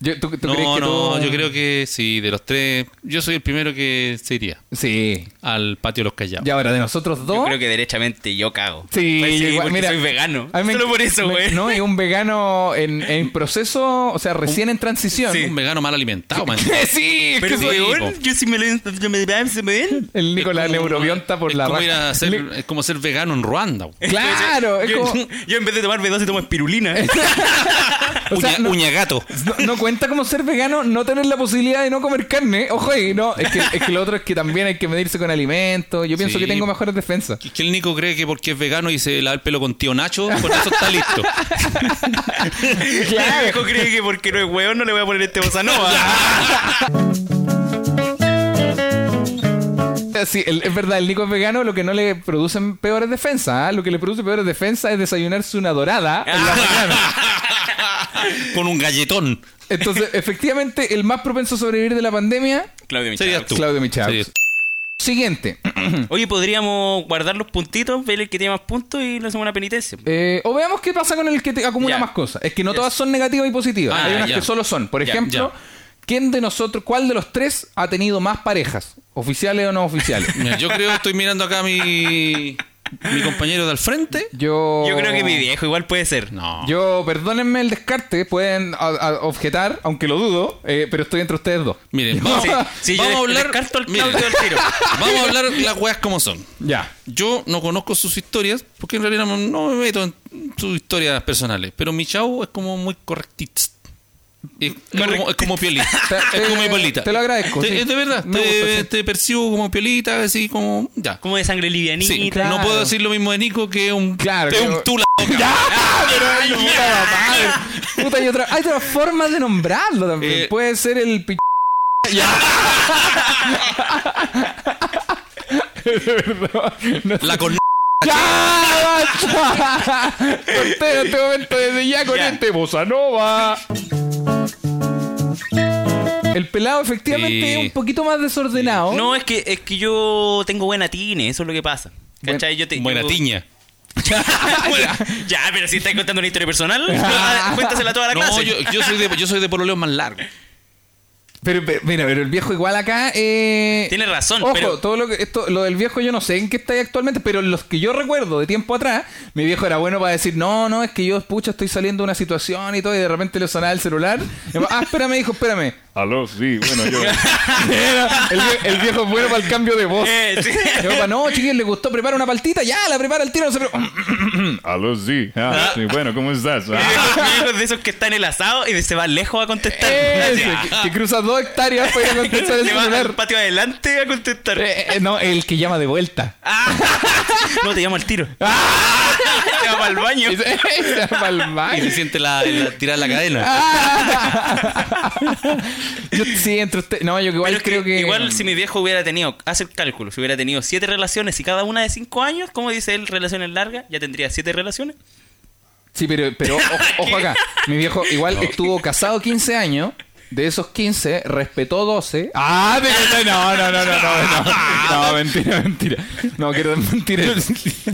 S3: Yo- ¿tú, tú
S2: No,
S3: crees que
S2: no,
S3: tú-
S2: yo creo que sí, de los tres, yo soy el primero que se iría
S3: Sí.
S2: al patio de los callados.
S3: Y ahora, de nosotros dos...
S6: Yo creo que derechamente yo cago.
S3: Sí,
S6: Pues
S3: yo igual,
S6: porque
S3: mira,
S6: soy vegano.
S3: a mí me-
S6: Solo por eso,
S3: me-
S6: güey.
S3: No, y un vegano en, en proceso, o sea, recién en transición.
S2: Un vegano mal alimentado, man.
S3: (laughs) sí, es
S6: Pero,
S3: que
S2: sí,
S3: soy-
S6: weón,
S2: po.
S6: yo si me lo... Yo me ¿Se me ven?
S3: el Nicolás Neurobionta por
S2: es
S3: la
S2: como ir
S6: (laughs)
S3: raja.
S2: a ser-
S3: Le-
S2: es como ser vegano en Ruanda. güey.
S3: Claro, es
S6: yo,
S3: como...
S6: (laughs) yo en vez de tomar B12 tomo espirulina.
S3: (laughs) o sea,
S2: Uña-
S3: no-
S2: Uñagato.
S3: No, no cuenta como ser vegano no tener la posibilidad de no comer carne. Ojo ahí, no. Es que, es que lo otro es que también hay que medirse con alimentos. Yo pienso
S2: Sí.
S3: que tengo mejores defensas.
S2: Que el Nico cree que porque es vegano y se lava el pelo con tío Nacho, con eso está listo.
S6: Mi viejo cree que porque no es hueón no le voy a poner este bossa nova.
S3: (laughs) Sí, el- es verdad, el Nico es vegano, lo que no le producen peores defensas. ¿ah? Lo que le produce peores defensas es desayunarse una dorada (laughs) en la mañana.
S2: (laughs) con un galletón.
S3: Entonces, efectivamente, el más propenso a sobrevivir de la pandemia,
S6: Claudio Michal.
S2: Serías tú.
S3: Claudio Michal.
S2: Serías-
S3: Siguiente.
S6: Oye, podríamos guardar los puntitos, ver el que tiene más puntos y le hacemos una penitencia.
S3: Eh, o veamos qué pasa con el que te acumula
S6: Ya.
S3: más cosas. Es que no
S6: Ya.
S3: todas son negativas y positivas.
S2: Ah,
S3: Hay unas
S2: ya.
S3: que solo son. Por
S2: Ya,
S3: ejemplo, ¿quién de nosotros, cuál de los tres ha tenido más parejas? ¿Oficiales o no oficiales?
S2: Mira, yo creo que estoy mirando acá a mi, mi compañero del frente.
S3: Yo.
S6: Yo creo que
S3: Oh.
S6: mi viejo igual puede ser.
S2: No.
S3: Yo, perdónenme el descarte, pueden a- a- objetar, aunque lo dudo, eh, pero estoy entre ustedes dos. (laughs)
S2: Miren, vamos,
S6: Sí, sí, yo
S2: vamos a
S6: des-
S2: hablar.
S6: descarto al
S2: miren,
S6: Claudio al tiro.
S2: (laughs) vamos a hablar las weas como son.
S3: Ya.
S2: Yo no conozco sus historias, porque en realidad no- no me meto en sus historias personales. Pero mi chavo es como muy correctista. Es, es como, es como piolita.
S3: (laughs) Te-
S2: es como mi
S3: eh,
S2: piolita.
S3: te lo agradezco,
S2: Te-
S3: sí.
S2: es de verdad.
S3: Me
S2: te,
S3: gusta, sí.
S2: te percibo como piolita, así como. Ya.
S6: Como de sangre livianita.
S2: Sí,
S3: claro.
S2: No puedo decir lo mismo de Nico que un.
S3: Claro,
S2: que
S3: que-
S2: un tula.
S3: Puta madre. Puta, hay otra, hay otra forma de nombrarlo también.
S2: Eh.
S3: Puede ser el pi...
S2: La
S3: (laughs)
S2: con.
S3: ¡Ya, basta! Corté
S6: (laughs)
S3: en este momento desde ya con
S6: Ya.
S3: este bossa nova. El pelado efectivamente
S2: Sí.
S3: es un poquito más desordenado.
S6: (laughs) No, es que, es que yo tengo buena tine, eso es lo que pasa. ¿Cachai? Yo te,
S2: Buena
S6: (laughs) yo-
S2: tiña.
S6: Buena- ya, pero si estás contando una historia personal, cuéntasela a toda la
S2: No,
S6: clase.
S2: yo, yo soy de, yo soy de pololeos más largo.
S3: Pero, pero, mira, pero el viejo igual acá. Eh...
S6: Tiene razón,
S3: Ojo,
S6: pero-
S3: todo lo que esto, lo del viejo yo no sé en qué está ahí actualmente, pero los que yo recuerdo de tiempo atrás, mi viejo era bueno para decir, no, no, es que yo, pucha, estoy saliendo de una situación y todo, y de repente le sonaba el celular. Y, ah, espérame, (laughs) hijo, espérame.
S5: Aló, sí, bueno, yo. (laughs)
S3: El, vie- el viejo es bueno para el cambio de voz.
S6: (laughs) Eh, sí.
S3: Yo, pa, no, chiquillos, ¿les gustó? ¿Prepara una paltita? Ya, la prepara el tiro. "Mm, No se pre-
S5: Aló, sí. Ah, sí, bueno, ¿cómo estás?
S6: Mi
S5: Ah,
S6: viejo- mi viejo es de esos que está en el asado y se va lejos a contestar.
S3: Ese,
S6: Así,
S3: eh,
S6: ah,
S3: que, que cruza dos hectáreas para ir
S6: (laughs)
S3: a contestar el
S6: Se va al
S3: celular.
S6: patio adelante a contestar.
S3: Eh, eh, no, el que llama de vuelta.
S6: Ah, no, te llamo al tiro. (laughs) te va Ah. al baño.
S3: Y se- "Eh, se va pa'l
S2: Y
S6: (laughs)
S3: baño. (laughs)
S2: se siente la, la- tirar la
S3: Ah,
S2: cadena.
S3: Yo sí, entre usted. No, yo que igual
S6: Pero es
S3: creo que.
S6: Igual si mi viejo hubiera tenido, hace el cálculo, si hubiera tenido siete relaciones y cada una de cinco años, como dice él, relaciones largas, ya tendría siete relaciones.
S3: Sí, pero, pero o- ojo acá. Mi viejo igual estuvo casado 15 años. De esos 15, respetó 12. Ah, pero no, no, no, no, no, no. No, mentira, mentira. No, quiero mentir.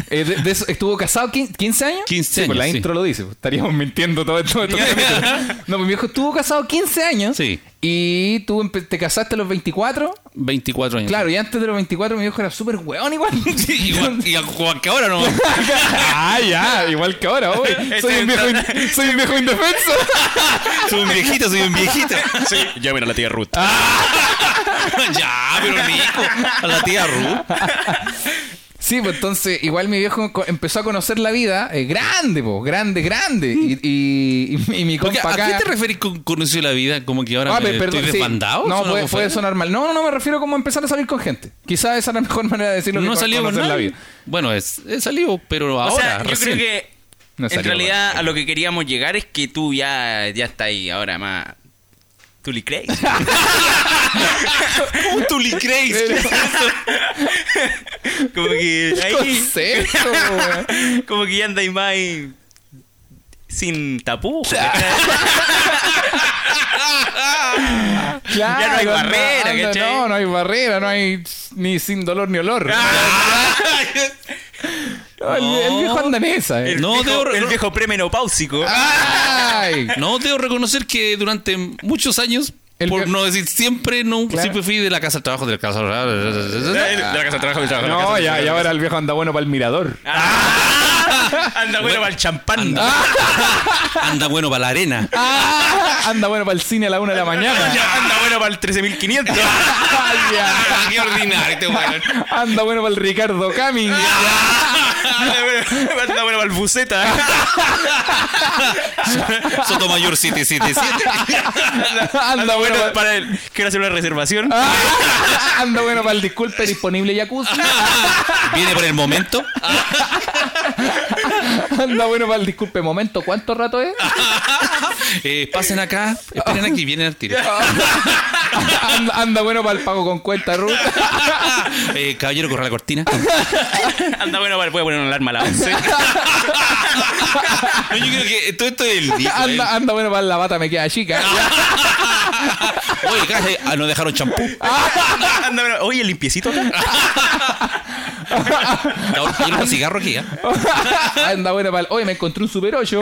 S3: Eh, de- de esos- ¿Estuvo casado 15, 15 años?
S2: 15
S3: Sí, pues la
S2: años, sí.
S3: intro lo dice. pues, Estaríamos mintiendo todo esto. todo esto. No, mi viejo estuvo casado 15 años.
S2: Sí.
S3: Y tú empe- te casaste a los 24.
S2: 24 años.
S3: Claro, y antes de los 24 mi viejo era súper weón igual.
S2: Sí,
S3: (laughs)
S2: igual, y a- igual que ahora no.
S3: ah, ya, igual que ahora, hoy. Soy un viejo, in- soy un viejo indefenso.
S2: Soy un viejito, soy un viejito. (laughs)
S1: Llamen a la tía Ruth.
S2: ya, pero Nico, a la tía Ruth.
S3: Sí, pues entonces, igual mi viejo co- empezó a conocer la vida eh, grande, pues, grande, grande. Y, y, y- y mi
S2: Porque,
S3: compa
S2: ¿A qué
S3: acá.
S2: te referís con conoció la vida? Como que ahora
S3: Ah,
S2: me-
S3: pe- perdón,
S2: estoy
S3: sí.
S2: desbandado.
S3: No,
S2: ¿Suena
S3: puede,
S2: como
S3: puede
S2: feo?
S3: sonar mal. No, no, no, me refiero como empezar a salir con gente. Quizás esa es la mejor manera de decirlo.
S2: No
S3: que
S2: salió con
S3: conocer la
S2: nadie. (laughs)
S3: vida.
S2: Bueno, es, he salido, pero ahora.
S6: o sea, yo
S2: recién.
S6: creo que
S3: No
S6: en
S3: salió,
S6: realidad a lo que queríamos llegar es que tú ya, ya estás ahí ahora más... ¿Tú le crees?
S2: Un tuli crazy.
S6: (laughs) Como que ahí...
S3: Concepto, weón.
S6: (laughs) Como que ya andáis más ahí sin tapujos.
S3: Claro,
S6: Ya no hay
S3: anda,
S6: barrera,
S3: anda,
S6: ¿cachai?
S3: No, no hay barrera, no hay ni sin dolor ni olor.
S6: Ah,
S3: No, el, el viejo anda en esa. eh.
S6: El,
S2: No,
S6: viejo,
S2: debo-
S6: el viejo premenopáusico.
S3: Ah. ¡Ay!
S2: No, debo reconocer que durante muchos años,
S3: El
S2: por
S3: que-
S2: no decir siempre, no,
S3: Claro.
S2: siempre fui de la casa al trabajo, de la casa al
S6: De (laughs)
S2: trabajo.
S6: la casa trabaja, de trabajo.
S3: No, ya, ya ahora el viejo anda bueno para el mirador.
S6: Anda bueno para el champán.
S2: Anda bueno para la arena.
S3: Ah, anda bueno para el cine a la una de la mañana.
S6: Ya, anda bueno para el 13500.
S3: Ay, ya.
S2: Qué ordinario este weón.
S3: Anda bueno para el Ricardo Cami.
S6: Anda bueno- anda bueno para el buceta.
S2: Sotomayor 777.
S3: Anda, bueno para,
S6: para el quiero hacer una reservación.
S3: Ah, anda bueno para el disculpe disponible jacuzzi.
S2: Viene por el momento. (laughs)
S3: Anda bueno para el disculpe momento. ¿Cuánto rato es?
S2: Eh, pasen acá. Esperen aquí, vienen al (laughs) tiro.
S3: Anda, anda bueno para el pago con cuenta Ruth.
S2: Eh, caballero, corra la cortina.
S6: Anda bueno para voy a poner una alarma a la 11.
S2: No, yo creo que todo esto es el disco. ¿eh?
S3: Anda, anda bueno para la bata me queda chica.
S2: (laughs) Oye, acá se- ah, nos dejaron champú.
S6: Anda bueno, oye, limpiecito acá.
S2: Yo un cigarro aquí, ¿eh?
S3: Anda bueno para el... Oye, me encontré un super 8.
S6: Yo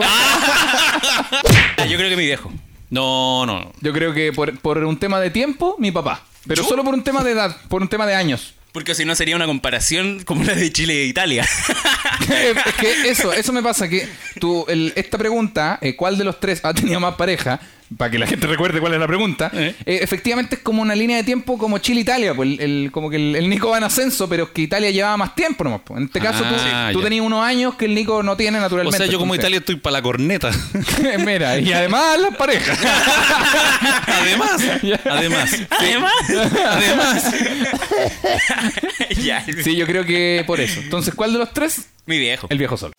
S6: creo que mi viejo.
S2: No, no, no.
S3: Yo creo que por, por un tema de tiempo, mi papá. Pero solo por un tema de edad, por un tema de años.
S6: Porque si no sería una comparación como la de Chile e Italia. (laughs)
S3: es que eso, eso me pasa que tú, el- esta pregunta, eh, ¿cuál de los tres ha tenido más pareja? Para que la gente recuerde cuál es la pregunta.
S2: Eh.
S3: eh, efectivamente es como una línea de tiempo como Chile-Italia, pues el, el- como que el, el Nico va en ascenso, pero es que Italia llevaba más tiempo nomás. pues. En este caso tú,
S2: Ah,
S3: tú
S2: ya.
S3: tenías unos años que el Nico no tiene
S2: O
S3: naturalmente.
S2: sea, yo como
S3: entonces-
S2: Italia estoy para la corneta.
S3: (laughs) Mira, y
S2: (laughs)
S3: además las parejas.
S2: Además, (laughs) además.
S6: Además,
S2: Además.
S6: ya, el-
S3: sí, yo creo que por eso. Entonces, ¿cuál de los tres?
S6: mi viejo.
S3: El viejo solo.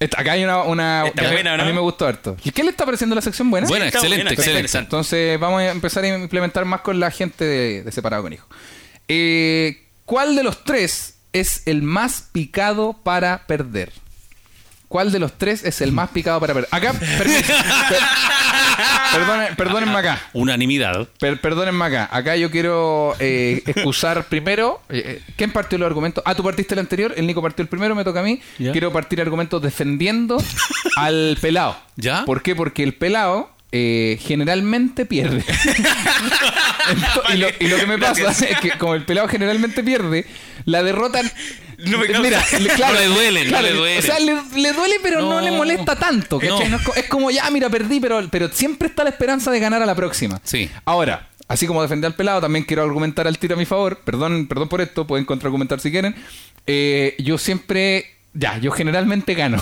S3: Esta- acá hay una... una
S6: Está
S3: que a-
S6: buena, ¿no?
S3: A mí me gustó harto. ¿Y qué le está pareciendo la sección buena?
S2: Bueno,
S6: Está bueno,
S2: excelente,
S6: está
S2: excelente.
S6: interesante.
S3: Entonces vamos a empezar a implementar más con la gente de, de separado con hijos. Eh, ¿Cuál de los tres es el más picado para perder? ¿Cuál de los tres es el más picado para perder? Acá, permiso,
S2: (laughs)
S3: per- perdone- perdónenme acá.
S2: Unanimidad.
S3: Per- perdónenme acá. Acá yo quiero eh, excusar primero. eh, eh, ¿Quién partió los argumentos? Ah, tú partiste el anterior, el Nico partió el primero, me toca a mí.
S2: Ya.
S3: Quiero partir argumentos defendiendo al pelado.
S2: ¿Ya?
S3: ¿Por qué? Porque el pelado eh,
S2: (laughs)
S3: generalmente pierde. Ento- y, lo, y lo que me pasa es que como el pelado generalmente pierde, la derrota...
S6: No me causa.
S3: Mira, le-
S2: (laughs)
S3: claro,
S2: No le duele, no
S3: claro,
S2: le duele.
S3: O sea, le, le duele, pero
S2: No.
S3: no, le molesta tanto.
S2: No.
S3: ¿cachai? No es co- Es como, ya, mira, perdí, pero, pero siempre está la esperanza de ganar a la próxima.
S2: Sí.
S3: Ahora, así como defender al pelado, también quiero argumentar al tiro a mi favor. Perdón, perdón por esto, pueden contraargumentar si quieren. Eh, yo siempre. Ya, yo
S2: (laughs)
S3: generalmente gano.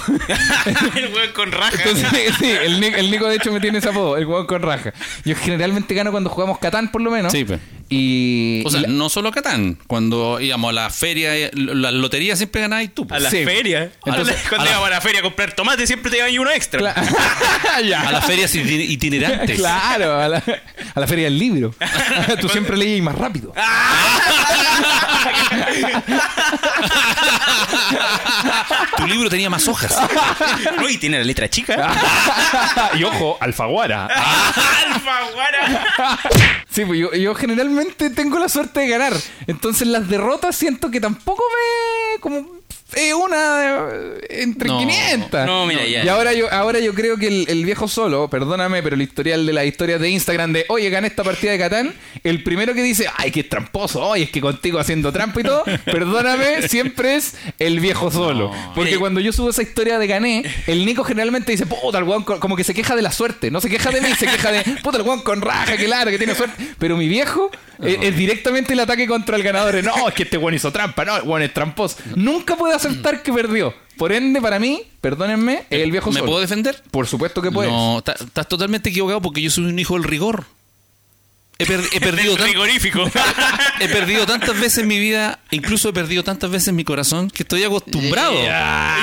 S6: (laughs) el weón con raja.
S3: Entonces, sí, el, Nico, el Nico, de hecho me tiene ese apodo, el huevón con raja. Yo generalmente gano cuando jugamos Catán por lo menos.
S2: Sí, pues.
S3: Y,
S2: O sea,
S3: y la-
S2: no solo Catán. Cuando íbamos a la feria, eh, lo- la lotería siempre ganabas tú. pues. po.
S6: a la
S3: Sí.
S6: feria.
S2: Entonces,
S6: Entonces, cuando
S2: a la-
S6: íbamos a la feria a comprar tomate, siempre te daban uno
S2: (laughs)
S6: extra.
S3: Cla- Ya.
S2: A las ferias itine- itinerantes.
S3: (laughs) Claro, a la, a la feria del
S2: (laughs)
S3: libro. Tú siempre leí más rápido.
S2: Tu libro tenía más hojas.
S6: No, y tiene la letra chica.
S5: Ah, y ojo, Alfaguara.
S6: Alfa, guara.
S3: Sí, pues yo, yo generalmente tengo la suerte de ganar. Entonces las derrotas siento que tampoco me... como... Es una eh, entre
S2: No,
S3: 500.
S6: no, mira, ya.
S3: Y ahora yo, ahora yo creo que el, el viejo solo, perdóname, pero el historial de las historias de Instagram de, oye, gané esta partida de Catán, el primero que dice, ay, que tramposo, oye, es que contigo haciendo trampa y todo, perdóname, siempre es el viejo solo. Porque
S6: Mira, y-
S3: cuando yo subo esa historia de gané, el Nico generalmente dice, puta, el weón, con-", como que se queja de la suerte, no se queja de mí, se queja de, (laughs) puta, el weón con raja, que claro, que tiene suerte. Pero mi viejo eh, es, directamente el ataque contra el ganador. es, No, es que este weón hizo trampa, no, el weón es tramposo. Nunca puede aceptar que perdió. Por ende, para mí, perdónenme, es el viejo
S2: Eh, ¿Me
S3: solo.
S2: puedo defender?
S3: Por supuesto que
S6: pues.
S3: puedes.
S2: No, ta- estás totalmente equivocado porque yo soy un hijo del rigor. He, per-
S6: (laughs)
S2: he perdido tan-
S6: Frigorífico.
S2: he perdido tantas veces en mi vida, incluso he perdido tantas veces mi corazón, que estoy acostumbrado.
S6: (laughs) Ya,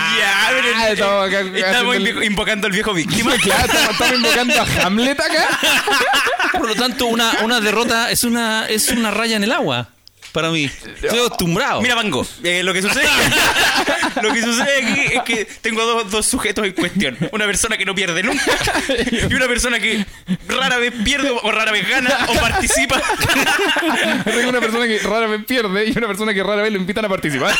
S6: pero-
S2: Eh,
S3: Ah, estamos acá haciendo
S6: Estamos
S3: el- (laughs)
S6: invo- invocando al viejo
S3: Sí,
S6: víctima.
S3: pues, claro, estamos, estamos invocando a Hamlet acá. (laughs)
S2: Por lo tanto, una, una derrota es una, es una raya en el agua para mí. Estoy acostumbrado.
S6: Mira, Van Gogh, eh, lo que sucede. lo que sucede aquí (laughs) es que tengo dos, dos sujetos en cuestión. Una persona que no pierde nunca y una persona que rara vez pierde o rara vez gana o participa.
S3: Tengo una persona que rara vez pierde y una persona que rara vez lo invitan a participar.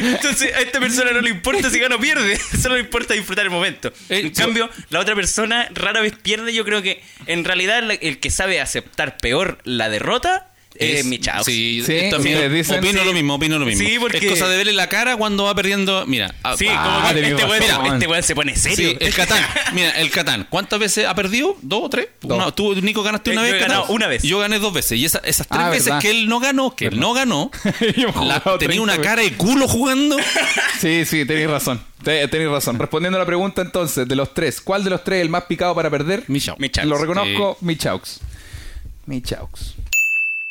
S6: Entonces a esta persona no le importa si gana o pierde, (laughs) solo le importa disfrutar el momento.
S2: Eh,
S6: En
S2: yo-
S6: cambio, la otra persona rara vez pierde. Yo creo que en realidad la- el que sabe aceptar peor la derrota es, eh, mi chavo.
S2: Sí,
S3: Sí,
S2: yo también
S3: ustedes dicen-
S2: opino
S6: Sí.
S2: lo mismo, opino lo mismo.
S6: Sí, porque-
S2: Es cosa de verle la cara cuando va perdiendo. Mira, a-
S6: Sí,
S2: ah,
S6: como que
S3: tenés
S6: este weón
S3: razón.
S6: este weón se pone serio.
S2: sí, el Catán.
S6: (laughs)
S2: Mira, el Catán. ¿Cuántas veces ha perdido? ¿Dos o tres?
S3: Dos.
S2: Una- tú, Nico, ganaste
S6: Eh,
S2: una
S6: yo
S2: vez.
S6: he
S2: Catán.
S6: ganado una vez.
S2: Yo gané dos veces. Y esa- esas tres
S3: Ah,
S2: veces
S3: verdad.
S2: que él no ganó, que él no ganó,
S3: (laughs) Yo he
S2: la-
S3: jugado
S2: tenía
S3: 30
S2: una
S3: veces.
S2: cara de culo jugando.
S3: Sí, sí, tenéis razón. Te- Tenéis razón. Respondiendo a la pregunta entonces, de los tres, ¿cuál de los tres es el más picado para perder?
S2: Michao.
S6: Michaux.
S3: Lo reconozco, Michaux. Michaux.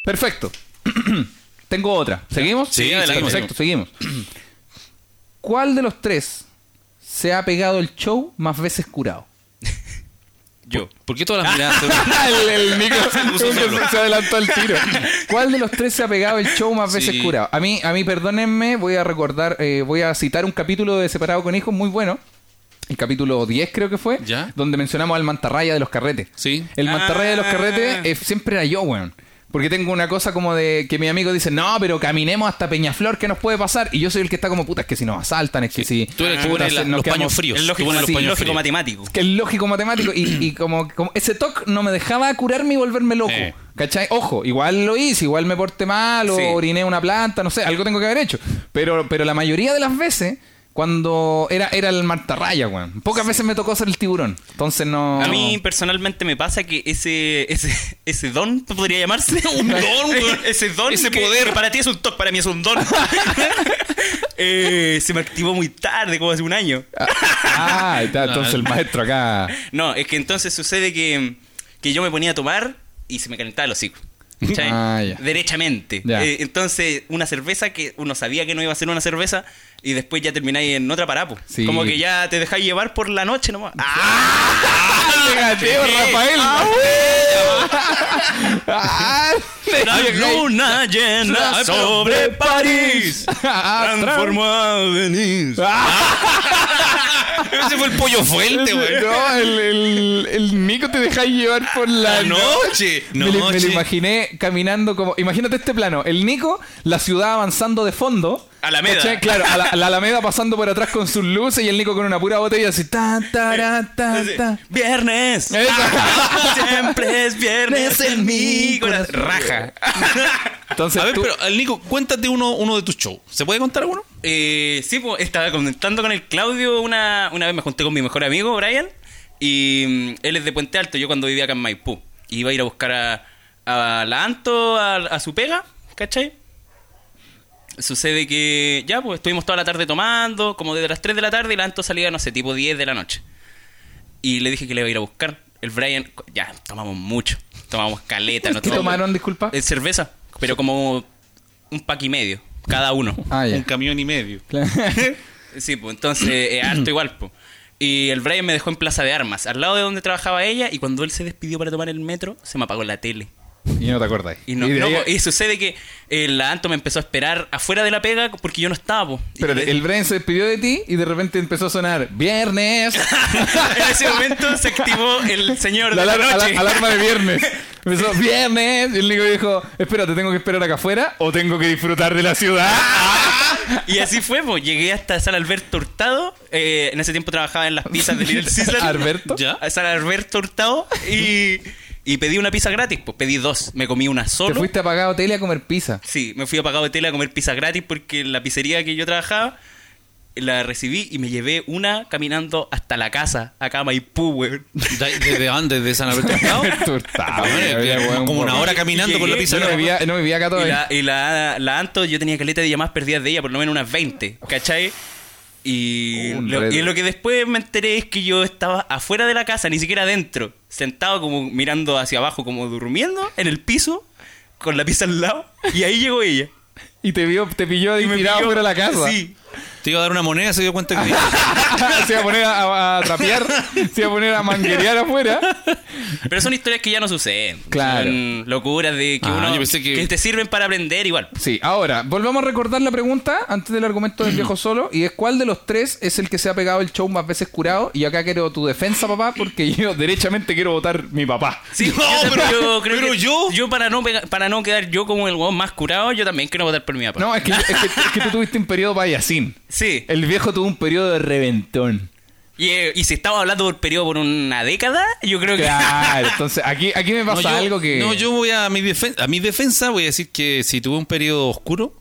S3: Perfecto. (clears throat) Tengo otra. ¿Seguimos?
S2: Sí, adelante.
S3: Perfecto, seguimos. (clears throat) ¿Cuál de los tres se ha pegado el show más veces curado?
S6: (laughs) Yo.
S2: ¿Por qué todas las miradas?
S6: (laughs)
S2: se- (laughs)
S3: el, el Nico
S2: solo.
S3: se adelantó al tiro. ¿Cuál de los tres se ha pegado el show más veces
S2: Sí.
S3: curado? A mí, a mí, perdónenme, voy a recordar, eh, voy a citar un capítulo de Separado con Hijos muy bueno. El capítulo 10 creo que fue,
S2: Ya.
S3: donde mencionamos al mantarraya de los carretes.
S2: Sí.
S3: El
S6: Ah.
S3: mantarraya de los carretes eh, siempre era yo, weón. Porque tengo una cosa como de que mi amigo dice, no, pero caminemos hasta Peñaflor, ¿qué nos puede pasar? Y yo soy el que está como, puta, es que si nos asaltan, es que si...
S2: Tú eres el que
S3: puta,
S2: pone
S3: se-
S2: la-
S3: nos
S2: los
S3: quedamos-
S2: paños fríos.
S6: El
S2: Tú
S6: lógico,
S2: pones los
S6: mati-
S2: paños
S6: lógico
S2: fríos.
S6: matemático.
S3: que el lógico matemático y, y como, como ese TOC no me dejaba curarme y volverme loco.
S2: Eh.
S3: ¿Cachai? Ojo, igual lo hice, igual me porté mal o
S6: Sí.
S3: oriné una planta, no sé, algo tengo que haber hecho. Pero, pero la mayoría de las veces, cuando era, era el martarraya, weón. Pocas veces me tocó ser el tiburón. Entonces no.
S6: A mí personalmente me pasa que ese ese, ese don podría llamarse un (laughs) don, ese don, ese poder para ti es un toc, para mí es un don. (laughs) Eh, se me activó muy tarde, como hace un año.
S3: Ah, ahí
S6: (laughs)
S3: está, entonces el maestro acá.
S6: No, es que entonces sucede que, que yo me ponía a tomar y se me calentaba el hocico. ¿cachai?
S3: Ah, ya.
S6: Derechamente.
S3: Ya.
S6: Eh, entonces, una cerveza que uno sabía que no iba a ser una cerveza y después ya termináis en otra parapo.
S3: Sí.
S6: Como que ya te dejáis llevar por la noche nomás. ¡Ah!
S3: gateo, Rafael! (laughs) ¡Ah,
S6: La luna llena sobre París
S3: Ah,
S6: transformó a Venís.
S3: ah,
S2: (laughs) Ese fue el pollo fuerte, güey.
S3: No, el, el, el Nico te deja llevar por la
S2: La noche.
S3: Me, lo- me lo
S2: noche.
S3: imaginé caminando como. Imagínate este plano. El Nico, la ciudad avanzando de fondo.
S6: Alameda.
S3: ¿cachai? Claro, a la, a la Alameda pasando por atrás con sus luces y el Nico con una pura botella así. Ta, ta, ra, ta, ta.
S2: (laughs)
S6: Viernes.
S3: Eso.
S6: Siempre es viernes en mi corazón. Raja.
S3: Entonces,
S2: A ver,
S3: tú-
S2: pero al Nico, cuéntate uno, uno de tus shows. ¿Se puede contar alguno?
S6: Eh, sí, pues estaba comentando con el Claudio una, una vez me junté con mi mejor amigo, Brian, y mm, él es de Puente Alto, yo cuando vivía acá en Maipú. Iba a ir a buscar a, a la Anto, a, a su pega, ¿cachai? Sucede que ya, pues estuvimos toda la tarde tomando, como desde las 3 de la tarde, y la Anto salía, no sé, tipo 10 de la noche. Y le dije que le iba a ir a buscar. El Brian, ya, tomamos mucho, tomamos caleta.
S3: (laughs)
S6: no
S3: ¿Qué
S6: tomamos-
S3: tomaron, disculpa?
S6: Eh, cerveza, pero como un pack y medio, cada uno.
S3: Ah, ya.
S2: Un camión y medio.
S6: Sí, pues entonces
S3: (clears throat)
S6: es harto igual, pues. Y el Brian me dejó en Plaza de Armas, al lado de donde trabajaba ella, y cuando él se despidió para tomar el metro, se me apagó la tele.
S3: Y no te acordáis.
S6: Y, no,
S3: de
S6: no,
S3: ahí-
S6: po, y sucede que eh, la Anto me empezó a esperar afuera de la pega porque yo no estaba, po. Y
S3: Pero
S6: en-
S3: el Bren se despidió de ti y de repente empezó a sonar
S6: (laughs)
S3: Viernes.
S6: en ese momento se activó el señor
S3: La
S6: de la
S3: alarma,
S6: noche.
S3: ala- alarma de viernes.
S6: (laughs)
S3: Empezó viernes. Y el Nico dijo: Espera, ¿te tengo que esperar acá afuera o tengo que disfrutar de la
S6: (laughs)
S3: ciudad?
S6: Y así fue, pues. Llegué hasta San Alberto Hurtado. eh, en ese tiempo trabajaba en las pizzas
S3: (laughs)
S6: de Little Sizzler.
S3: ¿Alberto?
S2: ¿Ya?
S6: A San Alberto Hurtado. Y, y pedí una pizza gratis, pues pedí dos. Me comí una
S3: Te
S6: solo.
S3: fuiste a pagar hotel y a comer pizza.
S6: Sí, me fui a Pagado de Tela a comer pizza gratis porque la pizzería que yo trabajaba la recibí y me llevé una caminando hasta la casa, acá a Maipú, weón.
S2: ¿De- ¿Desde dónde? ¿Desde San (laughs) Alberto?
S3: (laughs)
S2: Hurtado?
S3: Tú estás,
S2: Bueno,
S3: güey,
S2: que-
S3: había, güey,
S2: como
S3: un
S2: una
S3: poco.
S2: hora caminando con la
S6: Llegué,
S2: pizza.
S3: Yo no
S6: hora.
S3: vivía, no vivía acá
S6: Y,
S3: todavía.
S6: la, y la, la Anto, yo tenía caleta de llamadas perdidas de ella, por lo menos unas 20, ¿cachai? Y
S3: Un
S6: lo,
S3: reto.
S6: y lo que después me enteré es que yo estaba afuera de la casa, ni siquiera adentro, sentado como mirando hacia abajo, como durmiendo en el piso, con la pizza al lado, y ahí llegó ella.
S3: Y te, vio, te pilló
S6: Y
S3: y
S6: me
S3: tirado
S6: pilló.
S3: fuera de la casa.
S6: Sí,
S2: Te iba a dar una moneda, se dio cuenta que...
S3: (laughs) Ah, se iba a poner a, a trapear, se iba a poner a manguerear afuera.
S6: (laughs) Pero son historias que ya no suceden.
S3: Claro.
S6: Son locuras de que
S2: Ah,
S6: uno.
S2: yo pensé que-
S6: te sirven para aprender igual.
S3: Sí, ahora, volvamos a recordar la pregunta antes del argumento del
S2: (clears throat)
S3: viejo solo. Y es: ¿cuál de los tres es el que se ha pegado el show más veces curado? Y acá quiero tu defensa, papá, porque (laughs) yo derechamente quiero votar mi papá.
S6: Sí,
S2: No,
S6: también-
S2: pero- pero
S6: que
S2: yo-
S6: Yo, para no, pega- para no quedar yo como el huevón más curado, yo también quiero votar por mi papá.
S3: No, es que, es que, es que tú tuviste un periodo payasín.
S6: Sí.
S3: El viejo tuvo un periodo de reventón.
S6: Y, eh, y si estaba hablando por periodo por una década, yo creo que.
S3: Claro, entonces aquí, aquí me pasa
S2: yo,
S3: algo que.
S2: no, yo voy a mi, defen- a mi defensa, voy a decir que si tuve un periodo oscuro,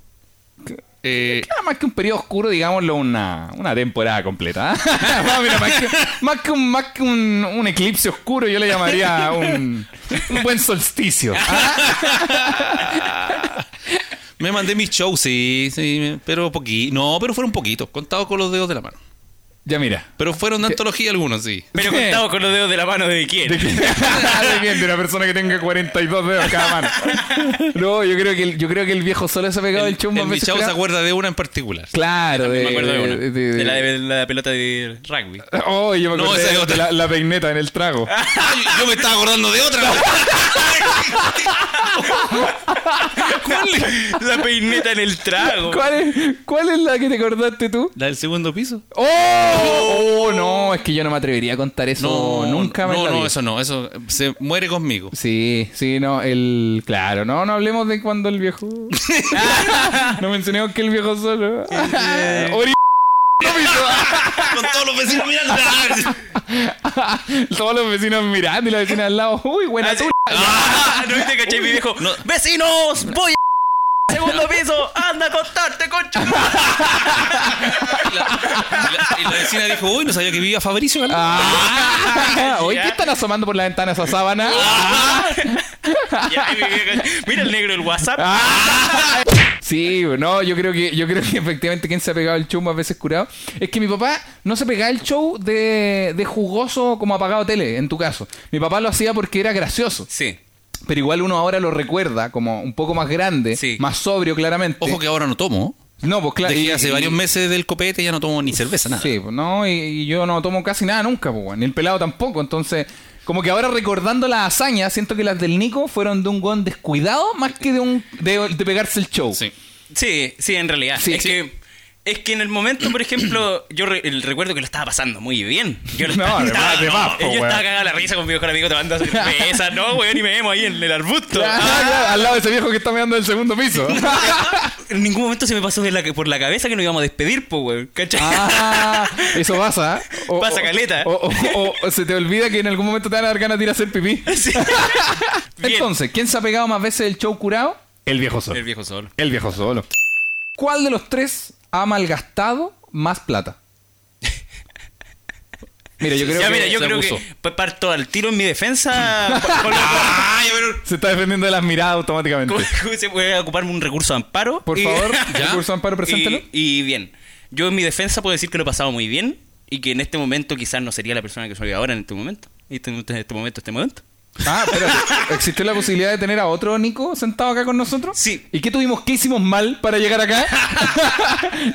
S2: eh,
S3: Nada más que un periodo oscuro, digámoslo, una, una temporada completa. ¿ah? (laughs) más, mira, más que, más que un, más que un, un eclipse oscuro, yo le llamaría un, un buen solsticio. ¿ah?
S2: me mandé mis shows, sí, sí, me- pero poquito. No, pero fueron poquitos, contados con los dedos de la mano.
S3: Ya mira.
S2: Pero fueron de antología algunos, sí.
S6: Pero contado con los dedos de la mano de quién.
S3: ¿De (laughs) quién? ¿De quién? De una persona que tenga 42 dedos cada mano. No, yo creo que el, yo creo que el viejo solo se ha pegado el,
S2: El,
S3: chumbo.
S2: el mi chavo se acuerda de una en particular.
S3: Claro, de,
S6: me acuerdo de una.
S3: de- de-
S6: De la, de la pelota de rugby.
S3: Oh, yo me
S2: No,
S3: acordé
S2: esa es
S3: de
S2: otra.
S3: la, la peineta en el trago.
S2: Ay, yo me estaba acordando de otra.
S3: (laughs)
S6: la peineta en el trago.
S3: ¿Cuál es, ¿Cuál es la que te acordaste tú?
S2: ¿La del segundo piso?
S3: ¡Oh! Oh, no, es que yo no me atrevería a contar eso. nunca me
S2: No,
S3: la
S2: no,
S3: vi.
S2: eso no, eso se muere conmigo.
S3: Sí, sí, no, el... Claro, no, no hablemos de cuando el
S2: (laughs)
S3: viejo... no mencionemos que el viejo solo... (laughs) Ori-
S2: Con todos los vecinos mirando.
S3: (laughs) Todos los vecinos mirando y la vecina al lado. ¡Uy,
S2: (laughs)
S3: buena tú!
S6: Ah, no viste, cachai, mi viejo.
S2: No.
S6: ¡Vecinos! ¡Voy a segundo piso! ¡Anda a contarte, concha!
S2: Y la, y la- y la vecina dijo, uy, no sabía que vivía Fabricio. ¿verdad?"
S3: Ah, (laughs) Oye,
S6: ya.
S3: ¿qué están asomando por la ventana esa sábana?
S2: Ah.
S6: Ya, mi vieja, Mira el negro del WhatsApp.
S3: Ah. Sí, no, yo creo que yo creo que efectivamente quien se ha pegado el show más veces curado es que mi papá no se pegaba el show de, de jugoso como apagado tele, en tu caso. Mi papá lo hacía porque era gracioso,
S6: Sí.
S3: pero igual uno ahora lo recuerda como un poco más grande,
S6: Sí.
S3: más sobrio claramente.
S2: Ojo que ahora no tomo.
S3: no, pues claro.
S2: Dejé
S3: y-
S2: hace
S3: y-
S2: varios meses del copete, ya no tomo ni cerveza, nada.
S3: Sí, pues no, y, y yo no tomo casi nada nunca, pues, weón, ni el pelado tampoco. Entonces, como que ahora recordando las hazañas, siento que las del Nico fueron de un gon descuidado más que de un de, de pegarse el show.
S2: Sí.
S6: Sí, sí, en realidad.
S3: Sí,
S6: es
S3: sí.
S6: que Es que en el momento, por ejemplo, yo re- el- recuerdo que lo estaba pasando muy bien.
S3: (laughs)
S6: Yo lo
S5: No,
S6: estaba,
S5: además,
S6: no,
S5: además, po,
S6: yo
S5: weón.
S6: estaba cagado a la risa con mi mejor amigo tomando así
S3: (laughs)
S6: cerveza. No, weón, y me vemos ahí en el arbusto.
S3: Ah, claro, al lado de ese viejo que está meando en el segundo piso.
S6: En ningún momento se me pasó de la que- por la cabeza que nos íbamos a despedir, po, weón. ¿Cachai?
S3: Ah, eso pasa. ¿eh? O-
S6: Pasa
S3: o-
S6: caleta.
S3: O, o- o se te olvida que en algún momento te van a dar ganas de ir a hacer pipí.
S6: (laughs) Sí. Bien.
S3: Entonces, ¿quién se ha pegado más veces el show curado?
S5: El viejo solo.
S6: El viejo solo.
S5: El viejo solo.
S3: ¿Cuál de los tres ha malgastado más plata? Mira, yo creo
S6: ya,
S3: que
S6: mira, yo
S2: se
S6: creo que
S2: abusó.
S6: pa- parto al tiro en mi defensa. con- con la- Ay, pero-
S5: Se está defendiendo de las miradas automáticamente.
S6: ¿cómo- cómo se puede ocuparme un recurso de amparo?
S3: por
S6: Y- (laughs)
S3: favor,
S2: ¿Ya?
S3: recurso de amparo, preséntalo.
S6: Y, y bien, yo en mi defensa puedo decir que lo he pasado muy bien y que en este momento quizás no sería la persona que soy ahora en este momento. Y este- en este momento, este momento.
S3: Ah, espérate. ¿Existe la posibilidad de tener a otro Nico sentado acá con nosotros?
S6: Sí.
S3: ¿Y qué tuvimos? ¿Qué hicimos mal para llegar acá?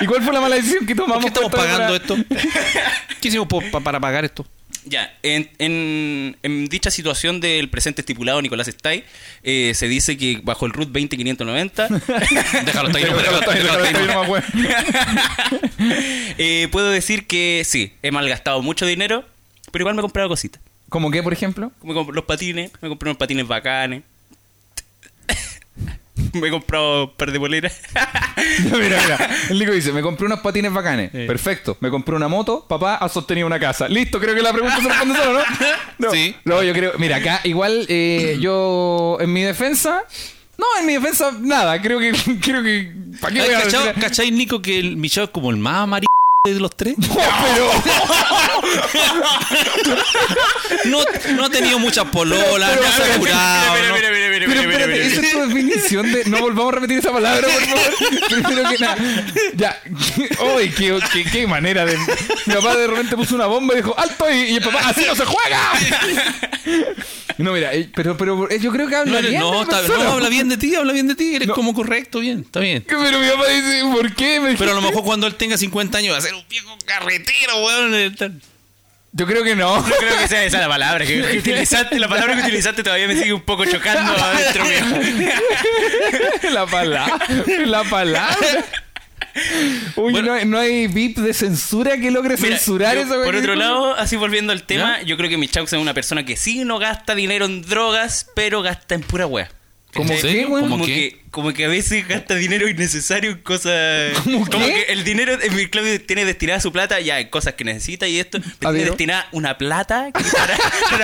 S3: ¿Y cuál fue la mala decisión que tomamos?
S2: ¿Por qué estamos
S3: puesta
S2: pagando
S3: para-
S2: esto? ¿Qué hicimos po- pa- para pagar esto?
S6: Ya, en, en- en dicha situación del presente estipulado Nicolás Stay, eh, se dice que bajo el root
S3: (laughs)
S6: 20590
S2: Déjalo, está ahí. nomás,
S5: Déjalo,
S2: déjalo,
S5: déjalo,
S2: déjalo,
S5: (laughs) déjalo,
S2: déjalo.
S5: nomás, weón.
S6: (laughs) eh, puedo decir que sí, he malgastado mucho dinero, pero igual me he comprado cositas.
S3: ¿Cómo qué, por ejemplo?
S6: Me compré los patines, me compré unos patines bacanes. (laughs) me he comprado un par de boleras. (laughs)
S3: (laughs) mira, mira. El Nico dice, me compré unos patines bacanes.
S2: Sí.
S3: Perfecto. Me compré una moto. Papá ha sostenido una casa. Listo, creo que la pregunta se responde solo,
S2: (laughs)
S3: ¿no? No.
S2: Sí.
S3: No, yo creo... Mira, acá igual eh, yo... En mi defensa... No, en mi defensa nada. Creo que... (laughs) Creo que... ¿Para qué voy a
S2: Ay,
S3: decir?
S2: ¿cachao-
S3: (laughs)
S2: ¿Cachai, Nico, que el Michao es como el más amarillo de los tres? No, no ha tenido muchas pololas,
S3: Pero-
S2: no
S3: pero-
S2: ha curado. ¿no?
S3: Pero espérate, esa es tu definición de. No volvamos a repetir esa palabra, por favor. Primero que nada. Ya. Uy, qué, qué- qué manera de. Mi papá de repente puso una bomba y dijo: ¡Alto! Y, y el papá, ¡así no se juega! No, mira, eh, pero, pero eh, yo creo que habla
S2: No, no,
S3: bien. de la
S2: está- no,
S3: persona.
S2: habla bien de ti, habla bien de ti. Eres como correcto, bien, está bien.
S3: Pero mi papá dice: ¿Por qué?
S2: Pero a
S3: Me
S2: lo
S3: dijiste?".
S2: mejor cuando él tenga 50 años va a ser un viejo carretero, weón. eh, tal.
S3: Yo creo que no. (laughs)
S6: No creo que sea esa la palabra que, que utilizaste. La palabra que utilizaste todavía me sigue un poco chocando adentro mío.
S3: la palabra. La palabra. Uy,
S6: Bueno.
S3: no, hay- no hay VIP de censura que logre
S6: Mira,
S3: censurar
S6: yo,
S3: eso.
S6: Por otro lado, así volviendo al tema, yo creo que mi Chaux es una persona que sí no gasta dinero en drogas, pero gasta en pura wea.
S3: ¿Cómo
S2: ¿En serio?
S3: qué, weón?
S2: ¿Cómo
S6: Como
S2: qué?
S6: que, como que a veces gasta dinero innecesario en
S3: (laughs)
S6: cosas.
S3: ¿Cómo
S6: como
S3: qué?
S6: que el dinero, en mi Claudio tiene destinada su plata ya en cosas que necesita y esto. Pero tiene
S3: ver.
S6: destinada una plata
S3: (laughs)
S6: que para,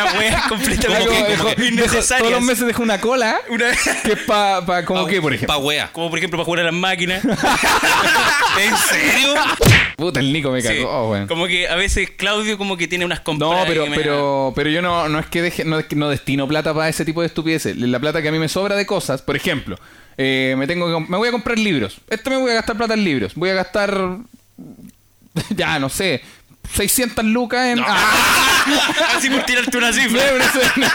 S6: para weas
S3: Claro,
S6: completamente
S3: dejo-
S6: como que
S3: dejo- todos los
S6: innecesarias.
S3: meses dejo una cola
S6: Una-
S3: (laughs) que es para pa, como
S2: Pa-
S3: que por ejemplo
S2: Pa' wea.
S6: como por ejemplo para jugar a
S3: (laughs)
S6: las máquinas.
S2: ¿En serio?
S3: puta el Nico me cagó
S6: Sí.
S3: weón.
S6: Como que a veces Claudio como que tiene unas compras.
S3: no pero
S6: que me-
S3: pero pero yo no no es que deje no, es que no destino plata para ese tipo de estupideces la plata que a mí me sobra de cosas por ejemplo eh, me tengo que comp- me voy a comprar libros esto me voy a gastar plata en libros voy a gastar (laughs) ya no sé 600 lucas en ¡Ah!
S6: Así por tirarte una cifra.
S3: no sé, no.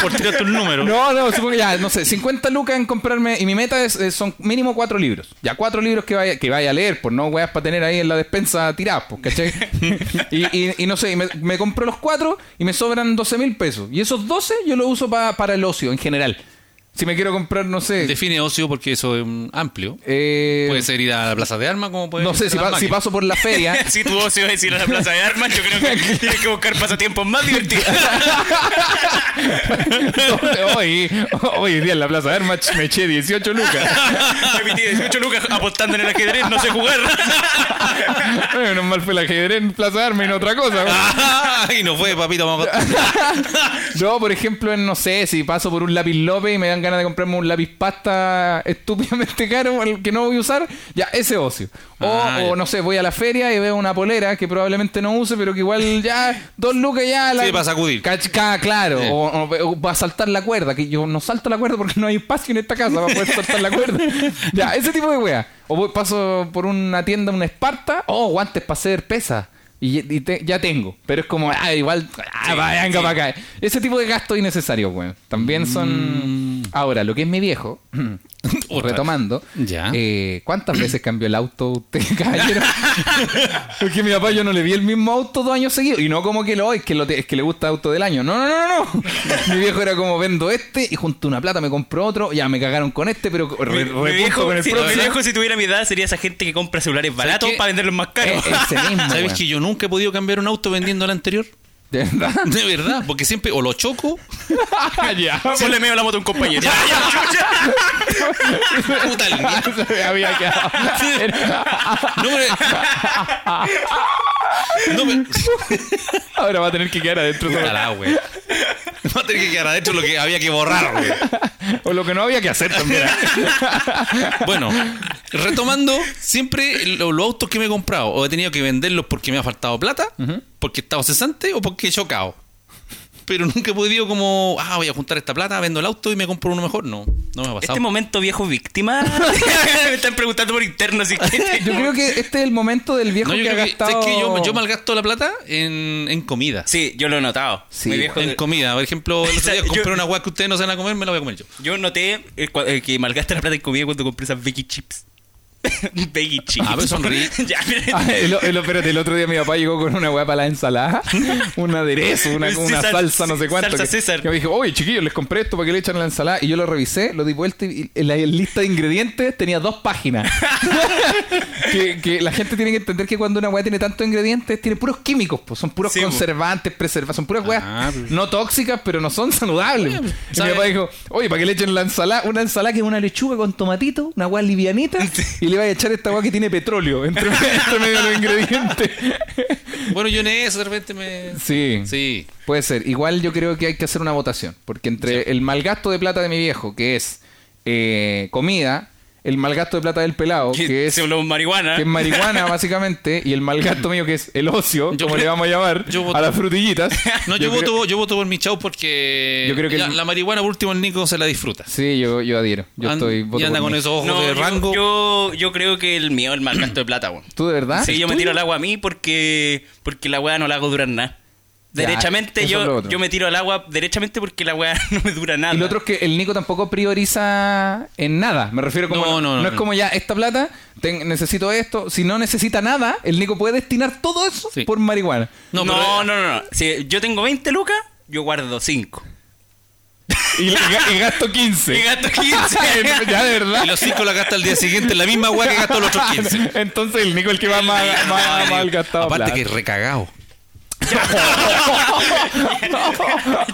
S6: por tirarte un número.
S3: No, no, supongo que ya, no sé, 50 lucas en comprarme. Y mi meta es, eh, son mínimo cuatro libros. Ya cuatro libros que vaya, que vaya a leer, por no weas para tener ahí en la despensa tiradas, pues, ¿cachai? y, y- y no sé, y me, me compro los cuatro y me sobran 12 mil pesos. Y esos 12 yo los uso pa- para el ocio en general. Si me quiero comprar, no sé.
S2: Define ocio porque eso es un amplio.
S3: eh,
S2: Puede ser ir a la plaza de armas, como puede
S3: no sé,
S2: ser
S3: si,
S2: a las
S3: pa- si
S2: máquinas.
S3: paso por la feria. (laughs)
S6: (laughs) Si tu ocio es ir a la plaza de armas, yo creo que tienes que buscar pasatiempos más divertidos.
S5: hoy, hoy día en la Plaza de Armas me eché 18 lucas.
S6: Yo metí 18 lucas apostando en el ajedrez, no sé jugar.
S5: Menos mal fue el ajedrez en Plaza de Armas y no otra cosa. weón.
S2: (laughs) Ay, no fue, papito.
S3: (laughs)
S2: Vamos a...
S3: No, por ejemplo, en, no sé, si paso por un lápiz López y me dan ganas de comprarme un lápiz pasta estúpidamente (laughs) caro el que no voy a usar, ya, ese ocio. O,
S2: Ah,
S3: o,
S2: ya.
S3: no sé, voy a la feria y veo una polera que probablemente no use, pero que igual ya, dos lucas ya... La,
S2: Sí, para sacudir.
S3: Cach- ca- claro,
S2: Sí.
S3: o, o- o para saltar la cuerda, que yo no salto la cuerda porque no hay espacio en esta casa para poder saltar
S2: (laughs)
S3: la cuerda. Ya, ese tipo de wea. O voy- paso por una tienda, una esparta, oh, guantes para hacer pesas. Y, y te- ya tengo, pero es como, ah, igual, ah, va, venga para acá. Ese tipo de gastos innecesarios, weón. También son. Ahora, lo que es mi viejo,
S2: Mm.
S3: (clears throat)
S2: Otra.
S3: retomando,
S2: Ya.
S3: eh, ¿cuántas veces cambió el auto usted, (laughs) caballero? Porque mi papá yo no le vi el mismo auto dos años seguidos. Y no como que lo es que, lo te- es que le gusta auto del año. No, no, no, no,
S6: (laughs)
S3: no. mi viejo era como vendo este y junto a una plata me compró otro. Ya me cagaron con este, pero re-
S6: Mi,
S3: repunto
S6: mi viejo,
S3: con el
S6: si,
S3: próximo.
S6: mi viejo, si tuviera mi edad, sería esa gente que compra celulares baratos
S3: qué?
S6: para venderlos más caros.
S3: Eh, ese mismo,
S2: ¿Sabes
S3: weón.
S2: que yo nunca he podido cambiar un auto vendiendo el anterior? (laughs)
S3: De verdad.
S6: (laughs)
S2: De verdad, porque siempre o lo choco,
S3: (laughs)
S6: Ah,
S3: ya.
S6: Ponle medio la moto a un compañero. Ya, ya, chucha.
S2: puta
S3: (laughs)
S2: el miedo.
S3: había quedado.
S2: No, pero- (laughs) No, pero-
S3: Ahora va a tener que quedar adentro.
S2: Puta la, güey. (laughs) Va a tener que quedar adentro lo que había que borrar, güey.
S3: O lo que no había que hacer también.
S6: (laughs)
S2: Bueno, retomando, siempre lo- los autos que me he comprado, o he tenido que venderlos porque me ha faltado plata, porque he estado cesante o porque he chocado. Pero nunca he podido como, ah, voy a juntar esta plata, vendo el auto y me compro uno mejor. No, no me ha pasado.
S6: Este momento
S3: (laughs)
S6: viejo víctima. (laughs) me están preguntando por interno si
S3: Yo creo que este es el momento del viejo
S2: No, yo
S3: que ha
S2: creo que-
S3: gastado.
S2: ¿sabes qué? yo, yo malgasto la plata en, en comida.
S6: Sí, yo lo he notado.
S3: Sí,
S6: Mi viejo-
S2: En comida, por ejemplo, el otro día
S6: Yo-
S2: compré una guay que ustedes no se van a comer, me la voy a comer yo.
S6: Yo noté eh, cua- eh, que malgaste la plata en comida cuando compré esas Becky Chips. (laughs) Becky Chips.
S2: Ah, pero son ricas.
S6: (laughs) ya, pero-
S3: Ah, el, el- espérate, el otro día mi papá llegó con una weá para la ensalada, (laughs) un aderezo, una,
S6: Sí,
S3: una
S6: sal-
S3: salsa, no sé
S6: sí,
S3: cuánto.
S6: salsa
S3: que-
S6: César.
S3: que me dijo, oye chiquillos, les compré esto para que le echen a la ensalada. Y yo lo revisé, lo di vuelta y y en la lista de ingredientes tenía dos páginas. (laughs) que, que la gente tiene que entender que cuando una weá tiene tantos ingredientes, tiene puros químicos, pues son puros
S6: Sí, po.
S3: conservantes, preservantes, son puras weas
S2: Ah, pues.
S3: no tóxicas, pero no son saludables. y mi
S2: ¿sabe?
S3: papá dijo, oye, para que le echen la ensalada, una ensalada que es una lechuga con tomatito, una weá livianita, y le va a echar esta weá que tiene petróleo entre, (laughs) entre medio de los ingredientes.
S2: Bueno, yo en eso de repente me.
S3: Sí,
S2: Sí.
S3: puede ser. Igual yo creo que hay que hacer una votación, porque entre el malgasto de plata de mi viejo, que es eh, comida, el malgasto de plata del pelado,
S6: que
S3: que es,
S6: se voló marihuana.
S3: que es marihuana, básicamente, y el malgasto mío, que es el ocio,
S2: Yo
S3: como
S2: creo-
S3: le vamos a llamar,
S2: yo voto-
S3: a las frutillitas.
S2: No, yo,
S3: creo-
S2: voto, yo voto por mi chau porque.
S3: Yo creo que
S2: ya,
S3: el-
S2: la marihuana, por último, el Nico se la disfruta.
S3: Sí, yo, yo adhiero. Yo
S2: An-
S3: estoy
S2: y
S3: voto
S2: anda
S3: por
S2: con
S3: mí.
S2: esos ojos de
S6: yo-
S2: rango.
S6: Yo, yo creo que el mío es el mal gasto de plata, weón.
S3: ¿Tú de verdad?
S6: Sí, yo me
S3: Ah, ¿Tú?
S6: tiro al agua a mí porque, porque la weá no la hago durar nada.
S3: Ya,
S6: Derechamente
S3: eso es lo
S6: yo,
S3: otro.
S6: yo me tiro al agua derechamente porque la weá (laughs) no me dura nada.
S3: Y lo otro es que el Nico tampoco prioriza en nada. Me refiero como.
S2: No, no, no,
S3: es
S2: no.
S3: como ya esta plata, ten- necesito esto. Si no necesita nada, el Nico puede destinar todo eso
S2: Sí.
S3: por marihuana.
S6: No,
S2: No,
S6: no,
S2: pero-
S6: no, no, Si yo tengo 20 lucas, yo guardo 5.
S3: Y, y ga- (laughs) y gasto 15.
S6: Y gasto 15.
S3: ya de verdad.
S2: Y los cinco la gasta el día siguiente, la misma weá que gastó los otros
S6: (laughs)
S2: 15.
S3: Entonces el Nico es el que va más, más, mal gastado.
S2: Aparte que es recagado.
S3: (laughs)
S6: ya,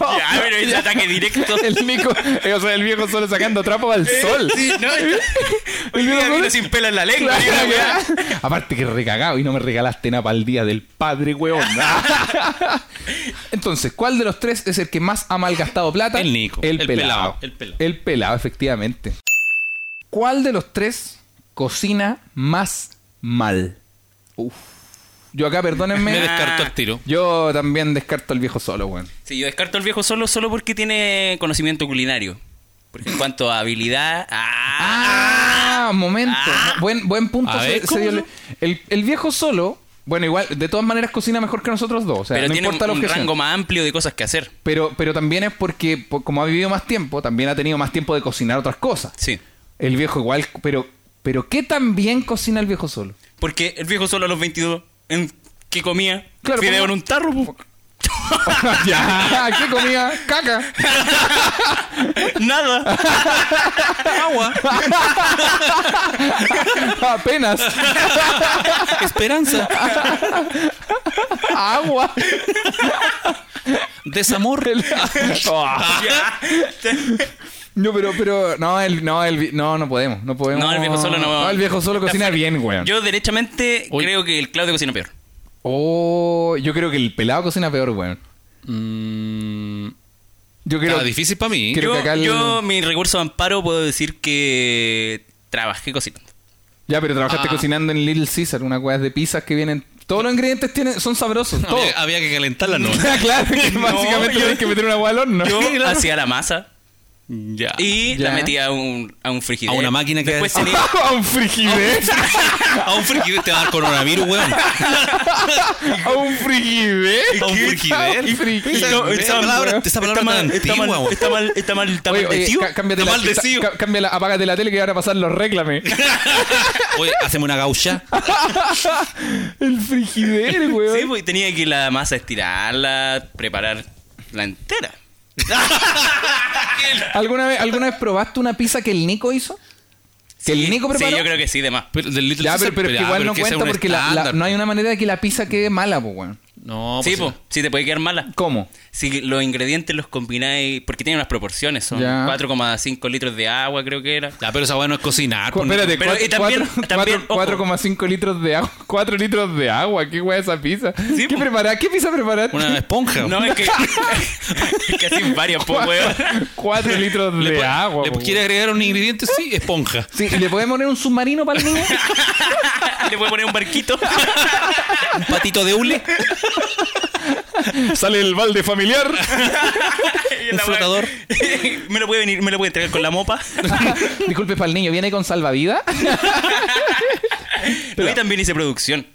S6: Ah, pero ese ataque directo.
S3: El Nico, eh, o sea, el viejo solo sacando trapo al sol.
S6: Sí,
S3: (laughs)
S6: no,
S3: El
S6: Hoy
S3: viejo
S6: día
S3: solo-
S6: vino sin pela en la lengua.
S3: Claro,
S6: y una weá.
S3: ya. Aparte que recagado y no me regalaste nada para el día del padre, weón. Ah. Entonces, ¿cuál de los tres es el que más ha malgastado plata?
S2: El Nico.
S3: El,
S2: El
S3: pelado.
S2: pelado, el pelado.
S3: El pelado, efectivamente. ¿Cuál de los tres cocina más mal? Uf. Yo acá,
S2: Me
S3: perdónenme.
S2: descartó el tiro.
S3: Yo también descarto al viejo solo, weón.
S6: Sí, yo descarto al viejo solo solo porque tiene conocimiento culinario. Porque en cuanto a habilidad. ¡Ah!
S3: Ah, momento.
S6: Ah.
S3: Buen, buen punto.
S2: A
S3: se-
S2: ver,
S3: se
S2: ¿cómo
S3: dio
S2: no?
S3: el- el, el viejo solo, bueno, igual, de todas maneras cocina mejor que nosotros dos. O sea,
S6: pero
S3: no
S6: tiene un,
S3: importa lo
S6: un
S3: que
S6: rango más amplio de cosas que hacer.
S3: Pero, pero también es porque, po- como ha vivido más tiempo, también ha tenido más tiempo de cocinar otras cosas.
S6: Sí.
S3: El viejo igual, pero, pero ¿qué tan bien cocina el viejo solo?
S6: Porque el viejo solo a los 22, ¿en ¿qué comía?
S3: Claro, pues,
S6: Fideo
S3: como-
S6: en un tarro. pues. po. (laughs)
S3: ya, (laughs) ¿qué comía? Caca. (laughs)
S6: Nada. (laughs)
S2: Agua,
S3: Apenas.
S6: (laughs)
S2: esperanza,
S3: (laughs) Agua.
S2: desamor.
S6: (laughs)
S3: No, pero, pero, no, el, no, el, vi- no, no podemos, no podemos.
S6: No, el viejo solo no.
S3: No, el viejo solo
S6: Está
S3: cocina
S6: fuera.
S3: bien, weón.
S6: Yo derechamente
S2: Uy.
S6: Eh, creo que el Claudio cocina peor.
S3: Oh, yo creo que el pelado cocina peor, weón.
S2: Mm,
S3: Yo creo.
S2: Estaba difícil para mí.
S3: Creo
S6: yo,
S3: que acá el-
S6: yo, mi recurso de amparo, puedo decir que trabajé cocinando.
S3: Ya, pero trabajaste
S2: Ah.
S3: cocinando en Little Caesar, una weá de pizzas que vienen. Todos los ingredientes tienen, son sabrosos. Todos.
S2: Había,
S3: (laughs)
S2: había que calentarla, (laughs) ¿no?
S3: claro, que
S6: No,
S3: básicamente
S6: yo-
S3: tienes que meter una hueá al horno.
S6: Yo hacía la masa,
S2: Ya.
S6: Y
S3: Ya.
S6: la metí a un, a un frigider.
S2: A una máquina que-
S6: Después tenía-
S3: (laughs) a
S2: (laughs)
S3: un frigidez,
S2: a un frigider te va a dar coronavirus, weón.
S3: a un frigidez.
S2: A un frigider.
S3: Y frigider,
S2: Esa, esa palabra, esa palabra
S6: está mal,
S2: tan
S6: está
S2: antigua,
S6: mal,
S2: weón.
S6: está mal, está mal, está
S3: Oye,
S6: mal
S3: oye,
S6: metido.
S3: ca- cámbiate la,
S2: Maldecido.
S3: ca- cámbiala, apágate la tele que van a pasar
S2: (laughs)
S3: los réclames.
S2: Oye, hacemos una
S3: (laughs)
S2: gaucha.
S3: El frigider, weón.
S6: Sí, pues, tenía que la masa estirarla, preparar la entera.
S2: pues.
S3: ¿Alguna, vez, ¿Alguna vez probaste una pizza que el Nico hizo? ¿Que el Nico preparó?
S6: Sí, yo creo que sí, de más.
S2: (laughs) Pero, del Little
S3: Ya,
S2: Caesar,
S3: pero, pero es que
S2: ya,
S3: igual
S2: Ah, pero
S3: no
S2: es que ese es
S3: cuenta
S2: un
S3: porque la- la-
S2: estándar, pues.
S3: no hay
S2: po.
S3: una manera de que la pizza quede mala, pues, weón.
S2: No,
S6: sí,
S2: pues,
S6: pues, sí, te puede quedar mala.
S3: ¿Cómo?
S6: Si los ingredientes los combináis, porque tiene unas proporciones, son
S3: Ya.
S6: 4,5 litros de agua, creo que era.
S2: Ya, pero esa weá no es cocinar.
S3: Cu-
S2: po,
S3: Espérate,
S6: Pero,
S3: cuatro-
S6: y también-
S3: cuatro-
S6: también,
S3: cuatro-
S6: ojo.
S3: 4,5 litros de agua. (laughs) 4 litros de agua, qué weá esa pizza. ¿Qué,
S6: po.
S3: prepara- ¿Qué pizza preparaste? (laughs)
S2: Una esponja.
S6: (laughs) No, es que. es que así varias, pues, weón.
S3: 4 litros de
S2: Le po-
S6: pues,
S3: agua.
S2: ¿Le
S3: po,
S2: quiere
S3: weón.
S2: agregar un ingrediente? Sí,
S3: Pues,
S2: esponja.
S3: Sí, ¿y ¿Le podemos poner un submarino para el niño? (laughs)
S6: Le voy a poner un barquito.
S2: Un patito de
S6: (laughs)
S2: hule.
S5: Sale el balde familiar.
S6: Y
S2: Un
S6: la weá-
S2: flotador.
S6: me lo puede venir, me lo puede entregar con la mopa.
S3: Disculpe, para el niño, ¿viene con salvavidas?
S6: Pero ahí también hice producción.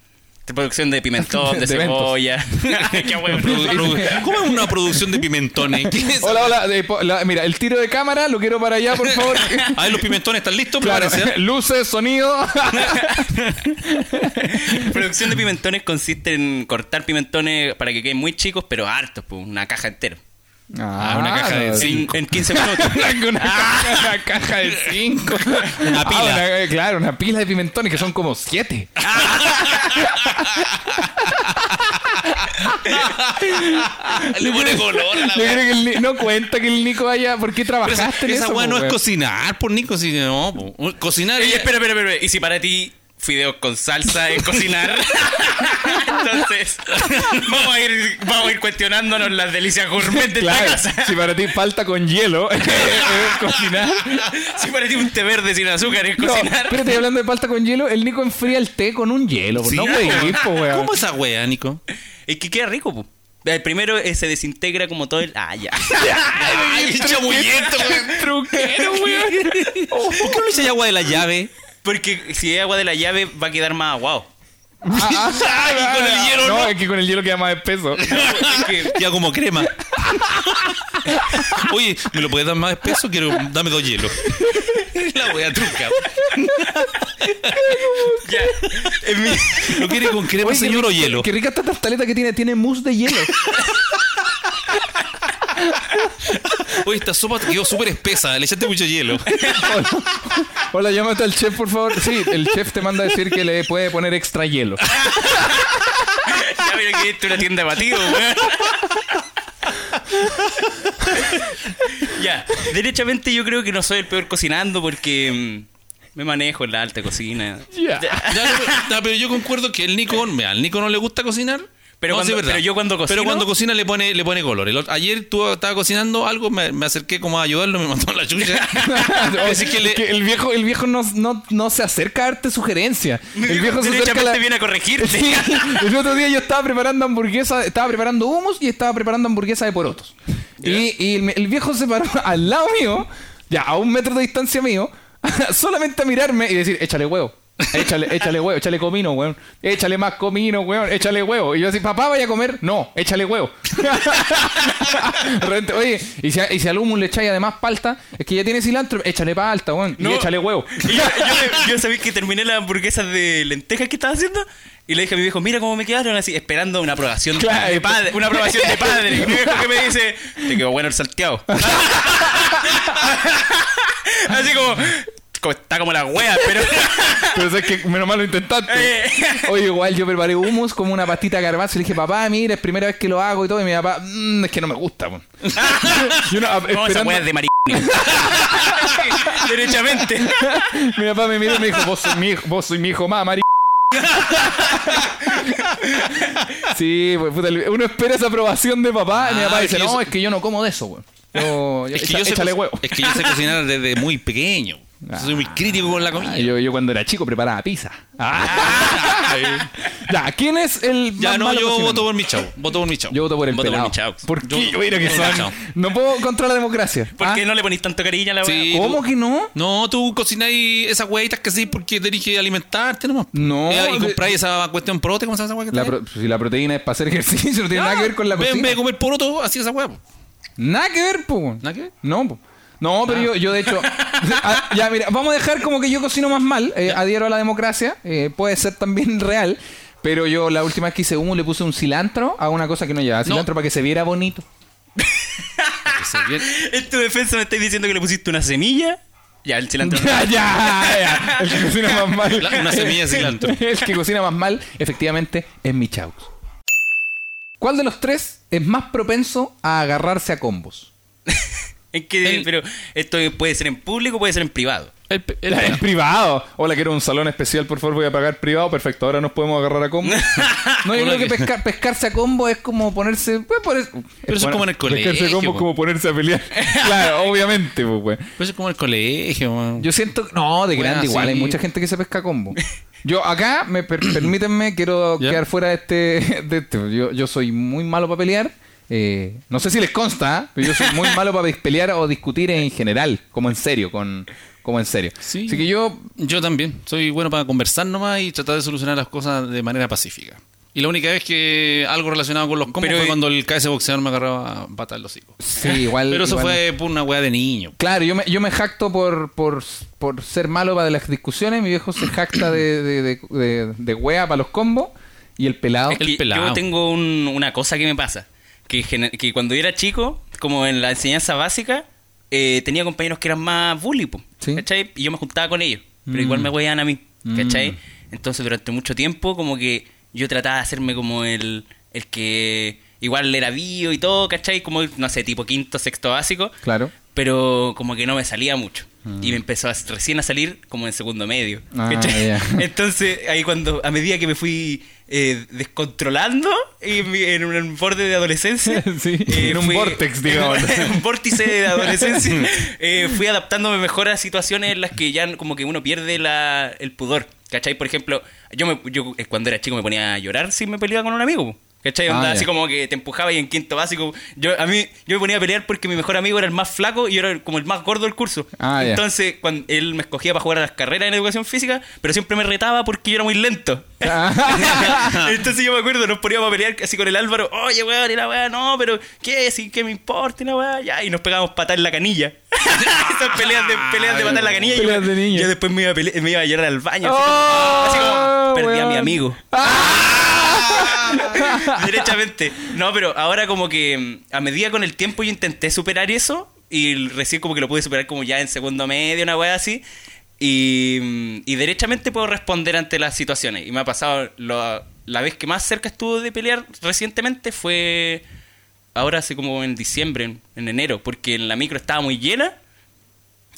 S6: De producción de pimentón, de,
S3: (laughs) De eventos.
S6: cebolla. Qué
S3: pues,
S6: weón.
S2: Produ- produ- ¿Cómo es una producción de pimentones? ¿Qué
S3: (laughs)
S2: es?
S3: Hola, hola. de po- la- mira, el tiro de cámara lo quiero para allá, por
S2: (laughs)
S3: favor.
S2: A ver, los pimentones están listos,
S3: Claro,
S2: Prepárense, ¿eh?
S3: (laughs) luces, sonido. (laughs)
S6: producción de pimentones consiste en cortar pimentones para que queden muy chicos, pero hartos, pues, una caja entera.
S2: Ah, una caja de
S3: sí.
S6: En, en 15 minutos.
S3: (laughs) Una, una caja, una caja de 5.
S2: Ah. Una pila.
S3: claro, una pila de pimentones que son como 7.
S2: (laughs) Le pone color a la
S3: Yo
S2: weá.
S3: creo que el Ni- no cuenta que el Nico vaya. ¿Por qué
S2: Pero Esa,
S3: trabajaste en
S2: esa
S3: eso?
S2: weá
S3: po,
S2: no es
S3: weón?
S2: cocinar, por ni cocinar. No, po. cocinar
S6: Oye,
S2: es.
S6: espera, espera, espera. Y si para ti fideos con
S2: (laughs)
S6: salsa es cocinar, entonces vamos a ir, vamos a ir cuestionándonos las delicias gourmet de
S3: Claro,
S6: esta casa.
S3: si para ti falta con hielo, (laughs) es cocinar.
S6: Si para ti un té verde sin azúcar es
S3: No,
S6: cocinar.
S3: espérate, hablando de palta con hielo, el Nico enfría el té con un hielo. po.
S2: Sí,
S3: no,
S2: po.
S3: güey, po, weón.
S2: ¿Cómo esa weá,
S3: (laughs)
S2: Nico?
S6: Es que queda rico, pu. Eh, Primero eh, se desintegra como todo el. Ah, ya. (laughs)
S2: ¡Ay, chamullento, weón!
S3: Truquero, weón.
S2: Oh, ¿Por qué no le hice agua de la llave?
S6: Porque si es agua de la llave, va a quedar más aguado.
S3: Ah, ah,
S2: Y con el hielo,
S3: no,
S2: ¿no?
S3: es que con el hielo queda más espeso.
S6: Es que-
S2: Ya como crema. (laughs) Oye, ¿me lo puedes dar más espeso? Quiero, dame dos hielos. (laughs) La wea
S3: (laughs)
S2: truca.
S6: ya. En mi-
S2: ¿Lo quiere con crema,
S3: Oye, qué
S2: señor, o
S3: rica-
S2: hielo?
S3: Qué rica esta tartaleta que tiene. Tiene mousse de hielo.
S2: Oye, esta sopa quedó súper espesa. Le echaste mucho
S3: (laughs)
S2: hielo.
S3: (laughs) Hola, llámate al chef, por favor. Sí, el chef te manda a decir que le puede poner extra (laughs) hielo.
S6: Ya mira que esto es una tienda de batido, weón. ya, derechamente yo creo que no soy el peor cocinando porque mm, me manejo en la alta cocina.
S3: Ya.
S2: Ya, ya, pero- ya, pero yo concuerdo que el Nico, mira, al Nico no le gusta cocinar.
S6: Pero
S2: No,
S6: cuando-
S2: es verdad.
S6: pero yo cuando cocino-
S2: Pero cuando cocina le pone, le pone color. El otro- ayer tú estabas cocinando algo, me, me acerqué como a ayudarlo, me mandó a la
S6: (laughs)
S2: chucha. Así que le-
S3: Ah, Que el viejo, el viejo no, no, no se acerca a darte sugerencia. El viejo se acerca a
S6: derechamente
S3: la...
S6: viene a corregirte.
S3: Sí, (laughs) el otro día yo estaba preparando hamburguesa, estaba preparando hummus y estaba preparando hamburguesa de porotos. Y, y el, el viejo se paró (laughs) al lado mío, ya a un metro de distancia mío, (laughs) solamente a mirarme y decir, échale huevo. Échale, échale huevo, échale comino, weón. Échale más comino, weón. Échale huevo. Y yo así, papá, vaya a comer. No, échale huevo. (laughs) De repente, Oye, y si, a- y si al hummus le echáis además palta, es que ya tiene cilantro, échale palta, weón.
S6: No.
S3: Y échale huevo.
S6: Y yo, yo, yo sabía que terminé las hamburguesas de lentejas que estaba haciendo y le dije a mi viejo, mira cómo me quedaron así, esperando una aprobación
S3: Claro,
S6: de padre. Una aprobación de padre. Y mi viejo que me dice, te quedó bueno el salteado. así como, como- está como la wea, pero...
S3: Pero sabes que menos mal lo intentaste.
S6: Eh.
S3: Oye, igual yo preparé hummus como una pastita de garbanzo y le dije, papá, mira, es primera vez que lo hago y todo. Y mi papá, "Mm, es que no me gusta, po".
S2: (laughs)
S3: Y uno, a-
S6: No, esa
S3: esperando-
S6: wea es de maricón. Derechamente.
S3: (laughs) Mi papá me miró y me dijo, vos soy mi hijo, vos soy mi hijo más,
S2: (laughs)
S3: mari. sí, pues puta, uno espera esa aprobación de papá y mi
S2: Ah,
S3: papá
S2: es
S3: dice,
S2: que yo
S3: no,
S2: so-
S3: es que yo no como de eso, weón. Yo, yo-
S2: Es que,
S3: echa-
S2: yo sé
S3: échale
S2: co-
S3: huevo.
S2: es que yo sé cocinar
S3: (laughs)
S2: desde muy pequeño. Soy muy crítico con la
S3: Ah,
S2: comida.
S3: yo, yo cuando era chico preparaba pizza. Ah. (laughs) Ya, ¿quién es el más
S2: Ya, no,
S3: malo
S2: yo
S3: cocinando?
S2: voto por mi chavo. Voto por mi chavo.
S3: Yo voto por el
S6: Voto por
S3: pelado.
S6: mi chavo.
S3: ¿Por
S2: Yo
S3: qué?
S2: voto
S3: Mira que
S2: por mi
S3: son-
S2: chavo.
S3: No puedo contra la democracia.
S6: ¿Por
S3: Ah,
S6: qué no le pones tanto cariño a la
S2: Sí.
S6: weá?
S3: ¿Cómo que no?
S2: No, tú cocináis esas huevitas que sí porque tenés que alimentarte nomás.
S3: No,
S2: Eh,
S3: de-
S2: y compráis esa cuestión prote, ¿cómo se llama esa hueá que
S3: La
S2: tenés?
S3: pro- si la proteína es para hacer ejercicio, no tiene
S2: Ah,
S3: nada que ver con la
S2: en vez-
S3: cocina.
S2: En vez de comer poroto, así esa hueá. po.
S3: Nada que ver, po. weón.
S2: ¿Nada que ver?
S3: No, po. No, pero yo, yo de hecho. Ah, ya, mira, vamos a dejar como que yo cocino más mal. eh, adhiero a la democracia. eh, puede ser también (laughs) real. Pero yo la última vez que hice humo le puse un cilantro a una cosa que no llevaba. Cilantro para que se viera bonito.
S2: Que se viene-
S6: En tu defensa me estás diciendo que le pusiste una semilla.
S3: (laughs)
S6: Ya, el cilantro.
S3: ya, ya, ya. El que cocina más mal.
S2: La- una semilla de cilantro.
S3: El que cocina más mal, efectivamente, es mi Chaus. ¿Cuál de los tres es más propenso a agarrarse a combos?
S6: Es que, pero esto puede ser en público, puede ser en privado.
S2: el pe- el
S3: La-
S2: pelado.
S3: en privado. Hola, quiero un salón especial, por favor, voy a pagar privado. Perfecto, ahora nos podemos agarrar
S2: (laughs)
S3: a combo. No, yo
S2: Hola,
S3: creo que
S2: que-
S3: pescar- pescarse a combo es como ponerse. pues, por eso-
S2: es como en el
S3: Pescarse a
S2: colegio,
S3: combo es
S2: po.
S3: como ponerse
S2: (laughs)
S3: a pelear. claro, obviamente, pues, güey.
S2: Pero eso es como el colegio, man.
S3: Yo siento. No, de
S2: Bueno,
S3: grande igual.
S2: sí.
S3: Hay mucha gente que se pesca
S2: (laughs)
S3: a combo. Yo acá, me per- permítanme, quiero
S2: ¿Ya?
S3: quedar fuera de este. De este. Yo, yo soy muy malo para pelear. Eh, no sé si les consta, ¿ah? pero yo soy muy malo para pelear o discutir en general, como en serio, con, como en serio.
S2: Sí.
S3: Así que yo
S2: Yo también. Soy bueno para conversar nomás y tratar de solucionar las cosas de manera pacífica. Y la única vez que algo relacionado con los combos
S6: Pero,
S2: fue
S6: eh,
S2: cuando el KS boxeador me agarraba a patar los hocico.
S3: Sí, igual.
S2: Pero eso
S3: igual-
S2: fue por una weá de niño.
S3: Claro, yo me, yo me jacto por, por, por ser malo para las discusiones. Mi viejo se jacta de, de, de, de- de wea para los combos. Y el pelado.
S6: Es que
S2: El pelado.
S6: Yo tengo un- una cosa que me pasa. Que, gener- que cuando yo era chico, como en la enseñanza básica, eh, tenía compañeros que eran más bully, po,
S3: Sí.
S6: ¿cachai? Y yo me juntaba con ellos. Pero igual me hueían a mí, ¿cachai? Entonces durante mucho tiempo como que yo trataba de hacerme como el, el que igual era bio y todo, ¿cachai? Como, no sé, tipo quinto, sexto básico.
S2: (laughs)
S3: Claro.
S6: Pero como que no me salía mucho. Y me empezó a- recién a salir como en segundo medio.
S3: Mm. Ah,
S6: ¿cachai?
S3: ya.
S6: (laughs) Entonces, ahí cuando, a medida que me fui eh, descontrolando y en, mi- en un borde de adolescencia,
S3: (laughs) Sí, en un
S6: (laughs)
S3: vortex, digamos.
S6: en un vórtice
S3: (laughs)
S6: de adolescencia, eh, fui adaptándome mejor a situaciones en las que ya como que uno pierde la, el pudor. ¿Cachai? Por ejemplo, yo, me, yo eh, cuando era chico me ponía a llorar si me peleaba con un amigo. po. ¿Cachai?
S3: Ah,
S6: Onda,
S3: ya.
S6: así como que te empujaba y en quinto básico. Yo, a mí, yo me ponía a pelear porque mi mejor amigo era el más flaco y yo era como el más gordo del curso.
S3: Ah, ya.
S6: Entonces, cuando él me escogía para jugar a las carreras en educación física, pero siempre me retaba porque yo era
S3: (laughs)
S6: muy lento. (laughs)
S3: Ah.
S6: Entonces yo me acuerdo, nos poníamos a pelear así con el Álvaro, oye weón, y la weá, no, pero ¿qué? Si, ¿Qué me importa? Y la weá, ya, y nos pegábamos patar en la canilla. (laughs) Esas peleas de, peleas de patar en la canilla. y
S3: Ah, Peleas
S6: yo,
S3: de niños.
S6: yo después me iba, a pele- me iba a llorar al baño. así
S3: ¡Oh,
S6: como- ah, así como, perdí a mi
S3: weón! Ah.
S6: amigo. (laughs) Derechamente. No, pero ahora como que mm, a medida con el tiempo yo intenté superar eso y recién como que lo pude superar como ya en segundo medio, una weá así. Y, mm, y derechamente
S3: (laughs)
S6: puedo responder ante las situaciones. Y me ha pasado, lo- la vez que más cerca estuve de pelear recientemente fue ahora hace como en diciembre, en, en enero, porque en la micro estaba muy llena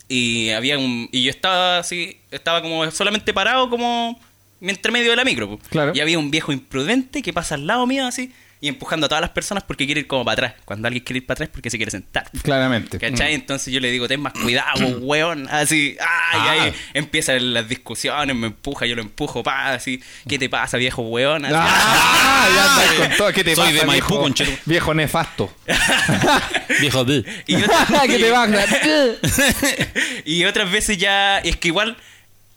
S6: y había un y yo estaba así estaba como solamente parado como entre medio de la micro po.
S3: Claro.
S6: y había un viejo imprudente que pasa al lado mío así y empujando a todas las personas porque quiere ir como para atrás cuando alguien quiere ir para atrás es porque se quiere sentar
S3: Claramente.
S6: ¿Cachai? Entonces yo le digo, ten
S3: (clears throat)
S6: más cuidado, weón. Así, ay,
S2: Ah.
S6: ahí empiezan las discusiones, me empuja, yo lo empujo, pa, así, ¿qué te pasa, viejo weón? Así,
S3: Mm. Ah, ya estás con todo. ¿Qué te
S2: Soy
S3: pasa,
S2: de Maipú,
S3: viejo?
S2: conchetum-
S3: Viejo
S6: (laughs)
S3: nefasto.
S2: Viejo de.
S3: (laughs)
S6: Y yo-
S3: ¿Qué te pasa?
S6: (laughs) y otras veces ya. Es que igual.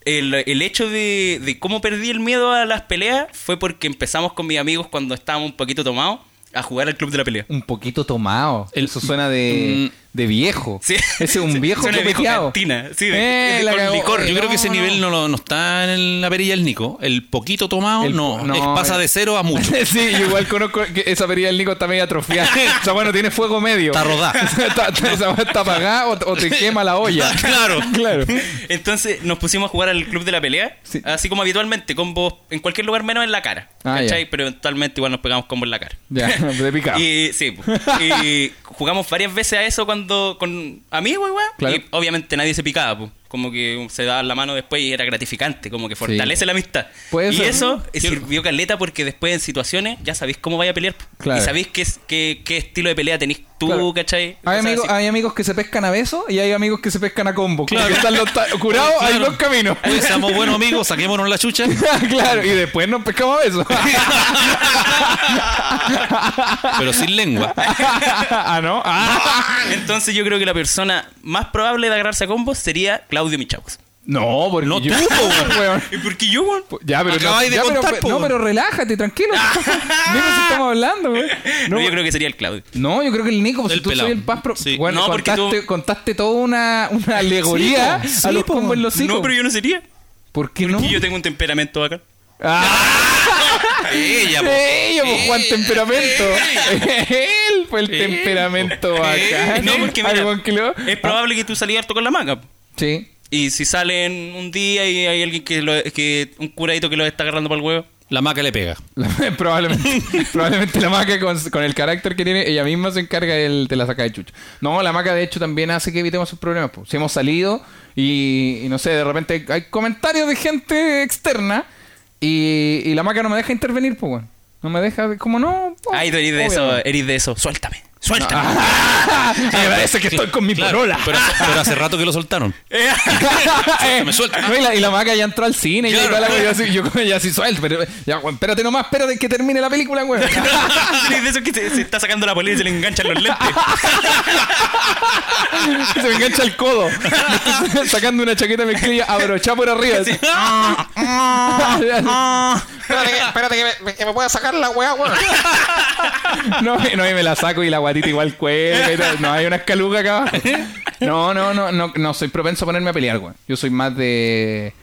S6: El, el hecho de, de cómo perdí el miedo a las peleas fue porque empezamos con mis amigos cuando estábamos un poquito tomados a jugar al club de la pelea.
S3: Un poquito tomado.
S2: El-
S3: Eso suena de, de viejo.
S6: Mm. Sí.
S3: Ese es un
S6: Sí,
S3: viejo
S6: suena de viejo
S3: copeteado.
S6: cantina. Sí, de-
S3: Eh,
S6: de-
S3: la
S6: con
S3: cagó.
S6: licor.
S2: Yo
S3: Eh,
S2: creo que ese
S3: no,
S2: nivel no, lo- no está en la perilla del Nico. El poquito tomado
S3: El
S2: no.
S3: po- no,
S2: Es- pasa
S3: eh.
S2: de cero a
S3: (laughs)
S2: mucho.
S3: (laughs) sí, yo igual conozco que esa perilla del Nico está medio
S6: (laughs)
S3: atrofiada. O sea, bueno, tiene fuego medio.
S2: Está rodada.
S3: (laughs) Está- está- esa weá está apagada o, o te quema la olla.
S6: (laughs)
S2: Claro.
S3: Claro.
S6: Entonces nos pusimos a jugar al club de la pelea,
S3: Sí.
S6: así como habitualmente, combos en cualquier lugar menos en la cara.
S3: Ah,
S6: ¿cachai?
S3: ya. Ah.
S6: Pero eventualmente igual nos pegamos combos en la cara.
S3: Ya, de picado.
S6: Y
S3: (laughs)
S6: sí, po. y jugamos varias veces a eso cuando con amigos igual.
S3: Claro.
S6: Y obviamente nadie se picaba, po. como que se daban la mano después y era gratificante, como que fortalece
S3: Sí.
S6: la amistad.
S3: Puede
S6: y
S3: ser.
S6: eso sirvió caleta porque después en situaciones ya sabéis cómo vaya a pelear. po.
S3: Claro.
S6: Y sabéis qué, es- qué, qué estilo de pelea tenéis tú,
S3: Claro.
S6: ¿cachai?
S3: Hay,
S6: O sea,
S3: amigos,
S6: si-
S3: hay amigos que se pescan a besos y hay amigos que se pescan a combo. Claro. Están los ta- curados, hay
S2: Claro.
S3: dos caminos.
S2: Oye, seamos buenos amigos, saquémonos la chucha.
S3: (laughs) claro, y después nos pescamos a besos.
S2: Pero sin lengua.
S3: (laughs) ah, ¿no? (laughs) Ah.
S6: Entonces yo creo que la persona más probable de agarrarse a combos sería Claudio Michaux.
S3: No, porque
S2: No,
S3: yo-
S2: tú,
S3: (laughs)
S2: po,
S3: weón.
S6: ¿Y por qué yo, weón? Ah,
S3: Po- Ya, pero
S2: Acabáis de
S3: ya, pero-
S2: contar,
S3: pero-
S2: po,
S3: no,
S2: weón.
S3: pero relájate,
S6: (laughs)
S3: tranquilo. Mira si estamos hablando, weón.
S6: No, yo creo que sería el Claudio.
S3: No, yo creo que el Nico, pues,
S2: El
S3: si tú
S2: pelado.
S3: soy el más pro...
S2: Sí.
S3: Bueno,
S6: No, porque
S3: contaste,
S6: tú-
S3: contaste toda una, una alegoría
S2: po,
S3: a
S2: sí,
S3: los
S2: po.
S3: combos en los hijos.
S6: No, pero yo no sería.
S3: ¿Por qué no?
S6: Y yo tengo un temperamento acá.
S3: ¡Ah!
S6: (laughs)
S2: Ella, po.
S3: ¡Ella, pues, Juan Temperamento! (laughs) Él fue el
S2: Sí,
S3: temperamento
S2: Ah,
S3: bacán.
S6: (laughs) No, porque
S3: Al
S6: mira,
S3: weón que lo- Ah,
S6: es probable que tú salías harto con la maca.
S3: Sí.
S6: Y si salen un día y hay alguien que, lo- que un curadito que lo está agarrando para el huevo.
S2: La maca le pega.
S3: La-
S2: (laughs)
S3: (laughs) probablemente, probablemente la maca con, con el carácter que tiene, ella misma se encarga del- de la saca de chucho. No, la maca de hecho también hace que evitemos sus problemas. po. Si hemos salido y, y no sé, de repente hay comentarios de gente externa y, y la maca no me deja intervenir, pues bueno. No me deja, como no. po,
S6: Ay, tú eres de eso,
S3: obviamente.
S6: eres de eso. Suéltame,
S2: (laughs)
S6: suéltame.
S3: Ay, me Ah, parece que estoy con mi porola.
S2: eh, Pero, hace- pero hace rato que lo
S3: (laughs)
S2: soltaron.
S3: Eh,
S2: me suelta.
S3: no, y, la, y la maca ya entró al cine y ya
S2: Claro.
S3: toda la wea, yo así- yo como ya así suelto, pero ya, weón, espérate nomás, espérate que termine la
S2: (laughs)
S3: película, weón.
S6: eres de eso que se, se está sacando la polilla y se le enganchan los lentes.
S2: (laughs)
S3: (laughs) Se me engancha el codo. Me estoy Sacando una chaqueta de mezclilla, abrochá por arriba. (laughs) así.
S8: Espérate que, espérate que me, que me pueda sacar la weá, weón.
S3: No, y- no, y me la saco y la guatita igual cuelga y todo. No, hay una escaluga acá abajo. No, no, no, no, no, soy propenso a ponerme a pelear, weón. Yo soy más de...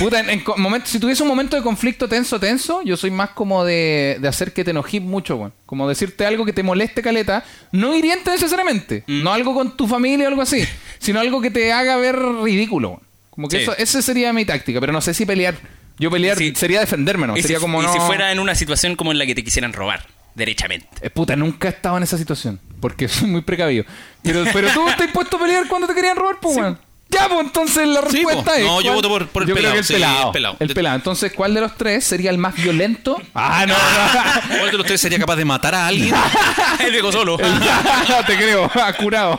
S3: Puta, en, en co- momento- si tuviese un momento de conflicto tenso, tenso, yo soy más como de, de hacer que te enojís mucho, weón. Como decirte algo que te moleste, caleta. No hiriente necesariamente.
S6: Mm.
S3: No algo con tu familia o algo así. Sino algo que te haga ver ridículo, weón. Como que
S6: Sí.
S3: eso, esa sería mi táctica, pero no sé si pelear. Yo pelear
S6: Sí.
S3: sería defenderme, ¿no?
S6: y,
S3: Sería
S6: si,
S3: como
S6: y
S3: no...
S6: si fuera en una situación como en la que te quisieran robar, derechamente.
S3: Eh, puta, nunca he estado en esa situación. Porque (laughs) soy muy precavido. Pero, pero tú te has puesto a pelear cuando te querían robar, pues, weón. Ya, pues, entonces la
S2: Sí,
S3: respuesta
S2: po.
S3: es...
S2: No, yo
S3: ¿cuál?
S2: voto por- por el
S3: Yo creo
S2: pelado,
S3: que
S2: sí,
S3: el pelado.
S2: el pelado.
S3: El pelado. Entonces, ¿cuál de los tres sería el más violento? ah, no.
S2: ¿Cuál de los tres sería capaz de matar a alguien?
S6: El viejo solo.
S3: (laughs) te creo. (laughs) ah,
S2: (laughs)
S3: Curado.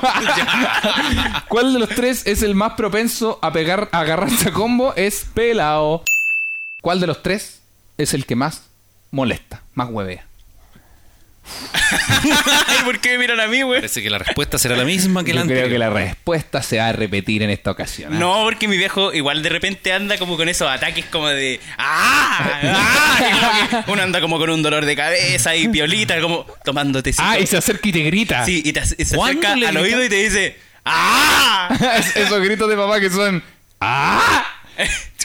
S3: ¿Cuál de los tres es el más propenso a pegar, a agarrarse a combo? Es pelado. ¿Cuál de los tres es el que más molesta? Más huevea.
S6: Ay, ¿por qué me miran a mí, güey?
S2: Parece que la respuesta será la misma que
S3: Yo
S2: la anterior.
S3: creo que la respuesta se va a repetir en esta ocasión. ¿ah?
S6: No, porque mi viejo igual de repente anda como con esos ataques como de ¡Ah! ¡Ah! Y como que uno anda como con un dolor de cabeza y piolita, como tomándote
S3: Ah, y se acerca y te grita.
S6: Sí, y te, ac- se
S2: ¿Cuándo
S6: acerca al
S2: le grita?
S6: oído y te dice ¡Ah!
S3: (laughs) Es- Esos gritos de papá que son. ¡Ah!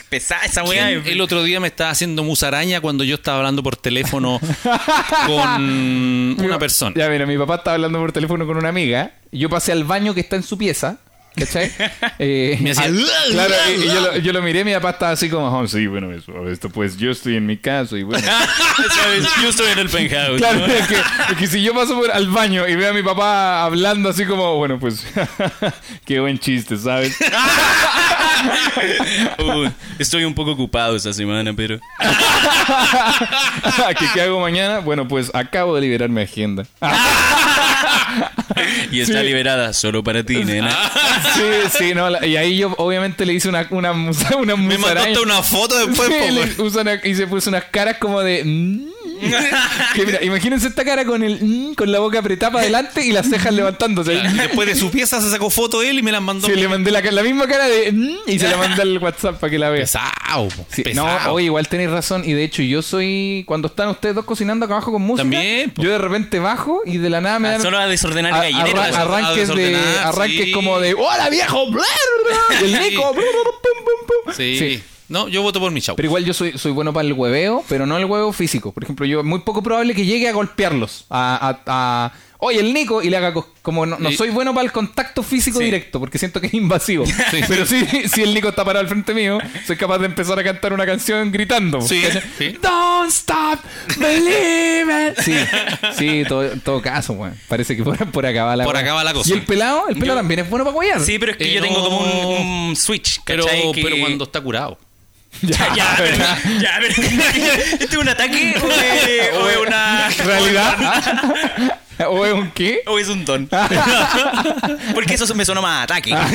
S6: Pesada esa weá.
S2: ¿Quién El otro día me estaba haciendo musaraña cuando yo estaba hablando por teléfono
S3: (laughs)
S2: con
S3: Mi
S2: una
S3: pa-
S2: persona.
S3: Ya, mira, mi papá estaba hablando por teléfono con una amiga. y Yo pasé al baño que está en su pieza.
S6: (laughs)
S3: ¿Cachai? Eh,
S2: Me hacía-
S3: Claro, y, y yo,
S5: (laughs)
S3: lo, yo lo miré, mi papá estaba así como, "Oh, sí, bueno, eso, esto pues yo estoy en mi casa y bueno.
S6: (laughs) ¿Sabes? Yo estoy en el penthouse.
S3: Claro,
S6: ¿no?
S3: es que, es que si yo paso por- al baño y veo a mi papá hablando así como, bueno, pues, (laughs) qué buen chiste, ¿sabes? (laughs)
S6: Uh, estoy un poco ocupado esta semana, pero.
S3: ¿Qué, ¿Qué hago mañana? Bueno, pues acabo de liberar mi agenda.
S6: Y está
S3: Sí. Ah.
S6: liberada solo para
S3: (laughs)
S6: ti, nena.
S3: Sí, sí, no. la- y ahí yo obviamente le hice una, una, musa- una
S2: Me mandó
S3: musaraña.
S2: hasta una foto después.
S3: Sí,
S2: po,
S3: le
S2: weón.
S3: hizo una- y se puso unas caras como de. "Mm".
S2: (laughs)
S3: Que mira, imagínense esta cara con el "Mm", con la boca apretada para adelante y las cejas levantándose.
S2: Y Después de su pieza se sacó foto él y me la mandó.
S3: Sí, le mandé la, ca- la misma cara de "Mm", y se la mandé al WhatsApp para que la vea.
S2: Pesado. po,
S3: Sí, no,
S2: pesado.
S3: oye, igual tenéis razón. Y de hecho, yo soy. Cuando están ustedes dos cocinando acá abajo con música,
S2: También, po. Ah,
S3: yo de repente bajo y de la nada me dan.
S6: Solo a desordenar
S3: a-
S6: el gallinero.
S3: arra-
S6: pues.
S3: arranques
S2: a
S3: de
S2: desordenar,
S3: arranques
S2: sí.
S3: como de hola viejo (laughs) bla, bla, bla", y el Nico bla, bla, (laughs) pum, pum, pum.
S2: Sí. No, yo voto por mi chau.
S3: Pero igual yo soy, soy bueno para el hueveo, pero no el hueveo físico. Por ejemplo, yo es muy poco probable que llegue a golpearlos. A, a, a- oye, el Nico y le haga cos- como no, no
S2: Sí.
S3: soy bueno para el contacto físico directo, porque siento que
S2: (laughs)
S3: es invasivo. Pero sí, si el Nico está parado al frente mío, soy capaz de empezar a cantar una canción gritando.
S2: Sí,
S3: ¿Cachai?
S2: sí.
S3: Don't stop believing. Sí, sí, todo, en todo caso, weón. Parece que por, por acá va la
S2: Por
S3: cosa.
S2: acá va la cosa.
S3: Y el pelado, el pelado
S6: Yo-
S3: también es bueno para huear.
S6: Sí, pero es que
S2: Eh,
S6: yo tengo
S2: no.
S6: como un, un switch,
S2: Pero,
S6: ¿cachai? Que-
S2: pero cuando está curado.
S3: (laughs)
S6: Ya, ya, pero, ya, pero- ¿Este es un ataque o es, o es una.
S3: realidad. (laughs) ¿O es un qué?
S6: O es un don. (laughs) Porque eso me sonó más a ataque.
S3: Ah.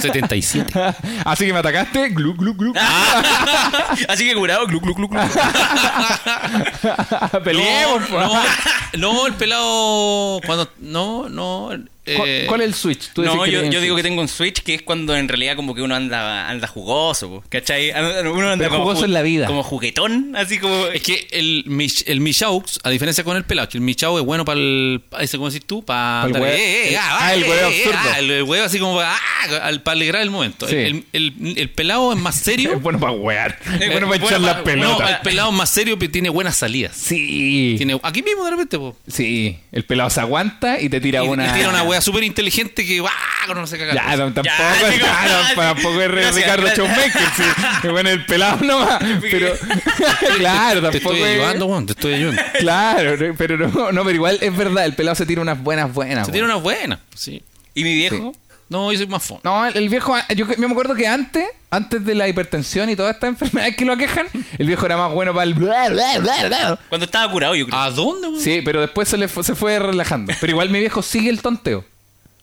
S2: 77.
S3: (laughs) Así que me atacaste. Glu, glu, glu.
S6: Así que curado, glu, glu, glu, glu.
S3: (laughs)
S2: No,
S3: Peleemos. po.
S2: no, no, el pelado. Cuando. No, no. eh,
S3: ¿Cuál, cuál es el switch? Tú
S6: No,
S3: decís
S6: yo,
S3: tenés
S6: yo
S3: el
S6: digo que
S3: switch.
S6: tengo un switch que es cuando en realidad como que uno anda anda jugoso, po, ¿cachai? Uno anda
S3: Pero
S6: como
S3: jugoso
S6: ju-
S3: en la vida.
S6: Como juguetón, así como...
S2: Es que el, mich, el Michaux, a diferencia con el pelado, que el Michaux es bueno para el. Ese, ¿Cómo decís tú? Para.
S3: Pa'l
S2: andar-
S3: huevo.
S2: ah,
S3: Ah,
S2: va,
S3: el
S2: eh,
S3: huevo
S2: eh,
S3: absurdo.
S2: ah, el, el huevo así como. para- Ah, al, para alegrar el momento.
S3: Sí.
S2: El, el- el pelado es más
S3: (laughs)
S2: serio.
S5: Es bueno para wear.
S2: Eh,
S5: Es bueno para
S6: bueno
S5: echar la
S6: pa-
S2: No,
S5: pelota.
S2: el pelado es más serio, pero tiene buenas salidas.
S3: Sí.
S2: Tiene, aquí mismo de repente, po.
S3: Sí. El pelado se aguanta y te tira
S2: Y-
S3: una.
S2: y tiene una wea súper inteligente que. ¡Ah! No sé cagar.
S3: Ya, no, tampoco,
S6: Ya, digo,
S3: ya, no,
S6: ah,
S3: tampoco es
S6: gracias,
S3: Ricardo
S6: gracias.
S3: Chaumaker, sí. Es Bueno, el pelado nomás. Pero, (laughs) claro,
S2: te
S3: tampoco. eh.
S2: estoy
S3: es-
S2: ayudando, weón. Te estoy ayudando.
S3: Claro, re- pero no, no, pero igual es verdad, el pelado se tira unas buenas, buenas.
S2: Se tiene
S3: weón.
S2: unas buenas. Sí.
S6: ¿Y mi viejo?
S2: No, yo soy más fondo.
S3: No, el, el viejo, yo, yo me acuerdo que antes, antes de la hipertensión y todas estas (laughs) enfermedades que lo aquejan, el viejo era más bueno para el. bla, bla, bla, bla.
S6: Cuando estaba curado,
S3: Ah.
S6: yo creo.
S2: ¿A dónde, weón?
S3: Sí, pero después se, le fu- se fue relajando. Pero igual mi viejo sigue el tonteo.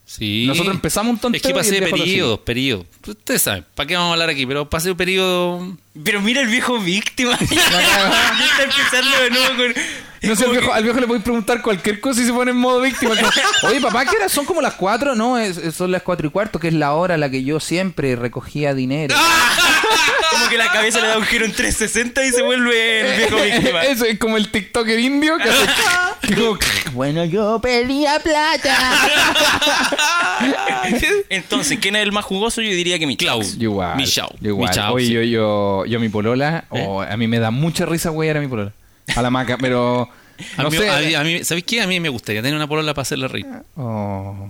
S2: Sí.
S3: Nosotros empezamos un tonteo
S2: Es que pasé
S3: y el viejo lo
S2: periodos, periodos. Pues, Ustedes saben, ¿para qué vamos a hablar aquí? Pero pasé periodo.
S6: Pero mira el viejo víctima. (laughs) Ya está empezando de nuevo con...
S3: No
S6: es
S3: sé, al
S6: como
S3: viejo,
S6: que-
S3: al viejo le podéis preguntar cualquier cosa y se pone en modo víctima. Como, Oye, papá, ¿qué hora? ¿Son como las 4? No, es- es- son las 4 y cuarto, que es la hora a la que yo siempre recogía dinero.
S6: como que la cabeza le da un giro en 360 y se vuelve el viejo víctima.
S3: Eso es como el TikToker indio que hace- que como- Bueno, yo pedía plata.
S6: Entonces, ¿quién es el más jugoso? Yo diría que mi
S2: Clau.
S6: Claus.
S3: Yo igual.
S2: Mi chao.
S3: Yo igual.
S2: Mi chao,
S3: Oye,
S2: sí.
S3: yo, yo, yo, mi polola, oh, a mí me da mucha risa, güey, era mi polola. A la maca, pero.
S2: A
S3: No
S2: mí,
S3: sé. eh.
S2: a mí- a mí- ¿Sabéis qué? A mí me gustaría tener una polola para hacerle reír.
S3: oh.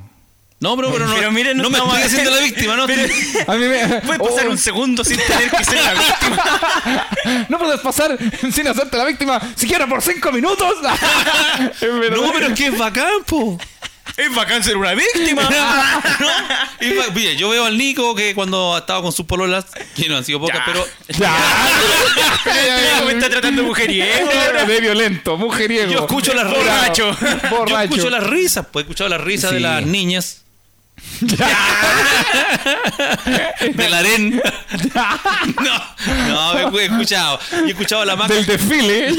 S2: No, bro, pero no.
S6: Pero miren,
S2: no me
S6: estamos-
S2: estoy haciendo la víctima, ¿no?
S6: Pero-
S3: A mí me.
S6: Puede pasar
S3: oh.
S6: un segundo sin tener
S3: (laughs)
S6: que ser la víctima.
S3: No puedes pasar sin hacerte la víctima, siquiera por cinco minutos. Es verdad.
S2: No, pero es que es bacán, po.
S6: Es bacán ser una
S2: (laughs)
S6: víctima.
S2: Es ba- Mira, yo veo al Nico que cuando estaba con sus pololas, que no han sido pocas,
S6: Ya.
S2: pero.
S3: Ya.
S6: Mira cómo está tratando eh. de mujeriego.
S3: De violento, mujeriego.
S2: Yo escucho las risas.
S6: Borracho.
S2: Yo
S3: Borracho.
S2: escucho las risas, pues he escuchado las risas de
S3: Sí.
S2: las
S3: (laughs)
S2: niñas. Del
S3: (laughs)
S2: harén. No, no, he escuchado. Yo he escuchado a la maca.
S3: Del desfile.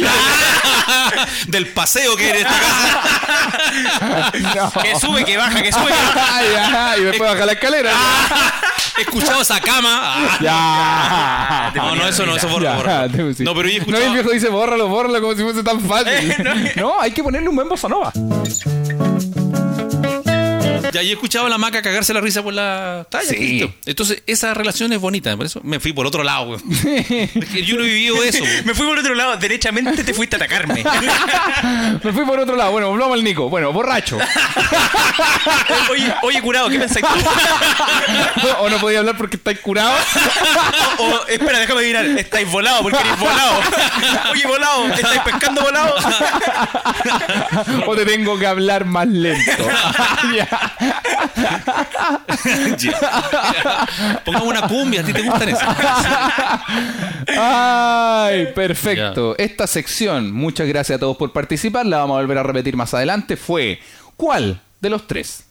S2: (laughs) Del paseo que hay en esta casa.
S6: Que sube, que baja, que sube. que baja.
S3: Ay, ajá, y después baja la escalera.
S2: Ah. He escuchado esa cama. Ah,
S3: Ya.
S2: No, no, eso no, eso borra,
S3: Ya,
S2: borra.
S3: te- sí.
S2: No, pero yo he
S3: No, el
S2: escuchado.
S3: viejo dice, bórralo, bórralo, como si fuese tan fácil.
S2: (laughs)
S6: Eh, no.
S3: no, hay que ponerle un buen bossa nova.
S2: Ya, yo he escuchado a la maca cagarse la risa por la talla.
S3: Sí.
S2: ¿listo? Entonces, esa relación es bonita. Por eso me fui por otro lado,
S3: (laughs)
S2: güey. Es que yo no he vivido eso, güey.
S6: Me fui por otro lado. Derechamente te fuiste a atacarme.
S3: Me fui por otro lado. Bueno, volvamos al Nico. Bueno, borracho.
S6: (laughs) Oye, oye curado, ¿qué pensáis tú?
S3: (laughs) o no podía hablar porque estáis curado.
S6: O, o, espera, déjame adivinar. Estáis volado porque eres volado. Oye, volado. ¿Estáis pescando volado?
S3: o te tengo que hablar más
S6: (laughs)
S3: lento. Ya.
S2: Pongamos una cumbia, ¿a ti te gustan esas?
S3: Ay, perfecto. Esta sección, muchas gracias a todos por participar. La vamos a volver a repetir más adelante. Fue ¿Cuál de los tres?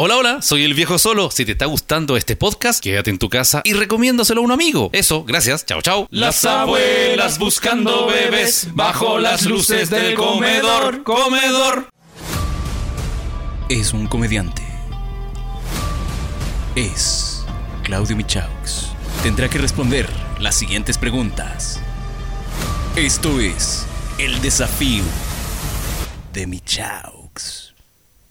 S2: Hola, hola, soy el viejo solo. Si te está gustando este podcast, quédate en tu casa y recomiéndaselo a un amigo. Eso, gracias, chao, chao.
S3: Las abuelas
S2: buscando
S3: bebés bajo las luces del comedor,
S2: comedor.
S1: Es un comediante. Es Claudio Michaux. Tendrá que responder las siguientes preguntas. Esto es el desafío de Michaux.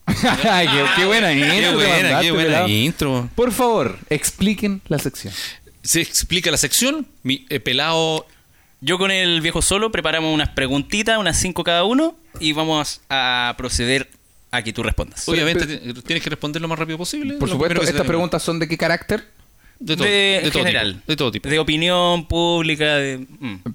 S3: (laughs) Ay, qué, qué buena intro.
S2: Qué
S3: te
S2: buena,
S3: mandaste,
S2: qué buena
S3: pelado.
S2: intro.
S3: Por favor, expliquen la sección.
S2: Se explica la sección, mi eh, pelado.
S6: Yo con el viejo solo preparamos unas preguntitas, unas cinco cada uno, y vamos a proceder a que tú respondas.
S2: Obviamente te- tienes que responder lo más rápido posible.
S3: Por
S2: Lo
S3: supuesto,
S2: primero que se
S3: estas
S2: te-
S3: preguntas son de qué carácter.
S2: De todo,
S6: de,
S2: de todo
S6: general.
S2: tipo, de todo tipo.
S6: De opinión pública, de mm,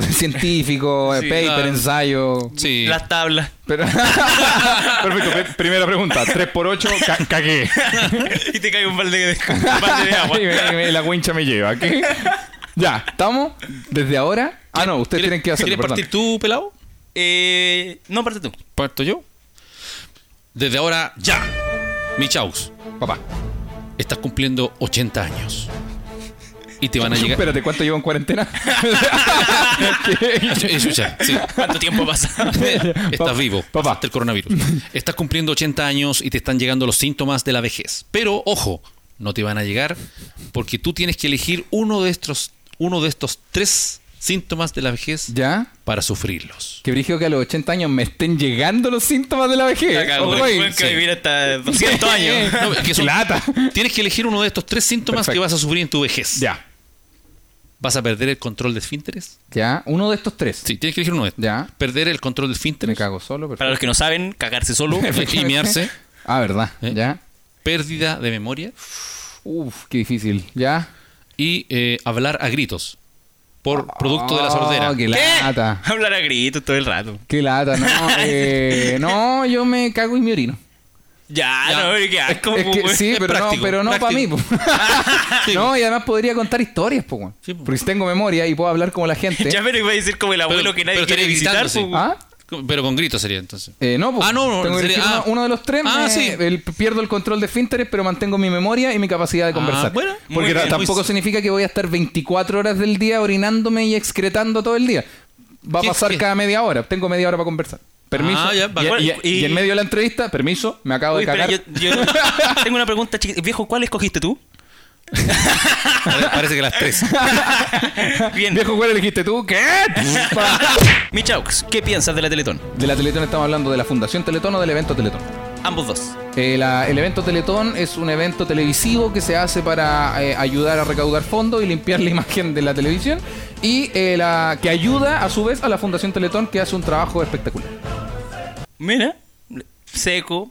S2: (laughs)
S3: Científico, eh,
S6: Sí,
S3: paper,
S2: claro.
S3: ensayo.
S2: Sí.
S6: las tablas.
S2: (laughs)
S3: Pero,
S5: Perfecto, pe- primera pregunta. 3x8, ca- cagué.
S6: y te cae un balde de, un balde de
S3: (laughs)
S6: agua.
S5: Y me- me- la wincha me lleva. ¿Qué?
S3: ya, ¿estamos? Desde ahora. Ah, no, ustedes tienen que hacerlo,
S2: ¿Quieres
S3: perdón.
S2: partir tú, pelado?
S6: (laughs) Eh, no, parte tú.
S2: ¿Parto yo? Desde ahora, ya. Michaus,
S3: Papá.
S2: estás cumpliendo 80 años. Y te van a llegar.
S3: Espérate, ¿cuánto llevo
S2: (laughs)
S3: en cuarentena? (laughs)
S2: Eso ya, sí.
S6: ¿Cuánto
S3: (laughs)
S6: tiempo pasa?
S2: Estás vivo.
S3: papá.
S2: pasaste el coronavirus. Estás cumpliendo 80 años y te están llegando los síntomas de la vejez. Pero ojo, no te van a llegar porque tú tienes que elegir uno de estos, uno de estos tres síntomas de la vejez
S3: ¿Ya?
S2: para sufrirlos.
S3: Que brígido que a los 80 años me estén llegando los síntomas de la vejez.
S6: La cagó,
S3: Ojo ahí.
S6: el buen que vivir hasta 200
S3: Eh. (laughs)
S6: años.
S2: No, es que son-
S3: Lata.
S2: Tienes que elegir uno de estos tres síntomas que vas a sufrir en tu vejez.
S3: Ya.
S2: ¿Vas a perder el control de esfínteres?
S3: Ya, uno de estos tres.
S2: Sí, tienes que elegir uno de estos.
S3: Ya.
S2: Perder el control de esfínteres.
S3: Me cago solo, perfecto.
S6: Para los que no saben,
S3: (laughs)
S6: cagarse solo.
S2: Y mearse.
S3: Ah, ¿verdad?
S2: ¿Eh?
S3: Ya.
S2: Pérdida de memoria.
S3: Uf, qué difícil. Ya.
S2: y eh, hablar a gritos por producto de la sordera.
S3: Oh, qué lata.
S6: Hablar a gritos todo el rato.
S3: Qué lata. No, eh, no, yo me cago y me orino.
S6: Ya,
S2: Ya.
S6: no, qué asco. pues,
S3: Es que
S6: güey.
S3: sí,
S2: Ah, es
S3: pero no,
S2: práctico,
S3: pero no para mí.
S2: práctico.
S3: po.
S2: (laughs)
S3: no, y además podría contar historias, po, weón.
S2: Sí, po.
S3: Porque si tengo memoria y puedo hablar
S2: (laughs)
S3: como la gente.
S6: (laughs) Ya me lo iba a decir como el abuelo
S2: Pero-
S6: que nadie
S2: pero
S6: quiere
S2: estaría
S6: visitar.
S2: gritando,
S6: pues,
S3: ¿Ah?
S2: Pero con gritos sería entonces.
S3: Eh, no, po.
S2: Ah, no, no,
S3: Tengo que
S2: sería-
S3: elegir
S2: ah.
S3: uno, uno de los tres.
S2: Ah,
S3: me-
S2: sí.
S3: el- pierdo el control de finteres, pero mantengo mi memoria y mi capacidad de conversar.
S2: Ah, bueno, muy
S3: Porque
S2: bien, pues.
S3: tampoco
S2: muy-
S3: significa que voy a estar 24 horas del día orinándome y excretando todo el día. Va a
S2: ¿Qué-
S3: pasar
S2: qué?
S3: cada media hora. Tengo media hora para conversar. Permiso.
S2: Ah, ya,
S3: y,
S2: bacán.
S3: y- y en medio de la entrevista, permiso, me acabo
S6: Uy,
S3: de cagar.
S6: pero yo,
S3: (laughs)
S6: yo tengo una pregunta chiquita. Viejo, ¿cuál escogiste tú?
S2: Pare- Parece que las tres.
S6: Bien.
S3: Viejo, ¿cuál elegiste
S2: (laughs)
S3: tú? ¿Qué?
S6: Michaux, ¿qué piensas de la Teletón?
S3: de la Teletón estamos hablando, de la Fundación Teletón o del evento Teletón.
S6: Ambos dos.
S3: Eh, la- el evento Teletón es un evento televisivo que se hace para eh, ayudar a recaudar fondos y limpiar (laughs) la imagen de la televisión y eh, la que ayuda a su vez a la Fundación Teletón que hace un trabajo espectacular.
S6: Mira, seco.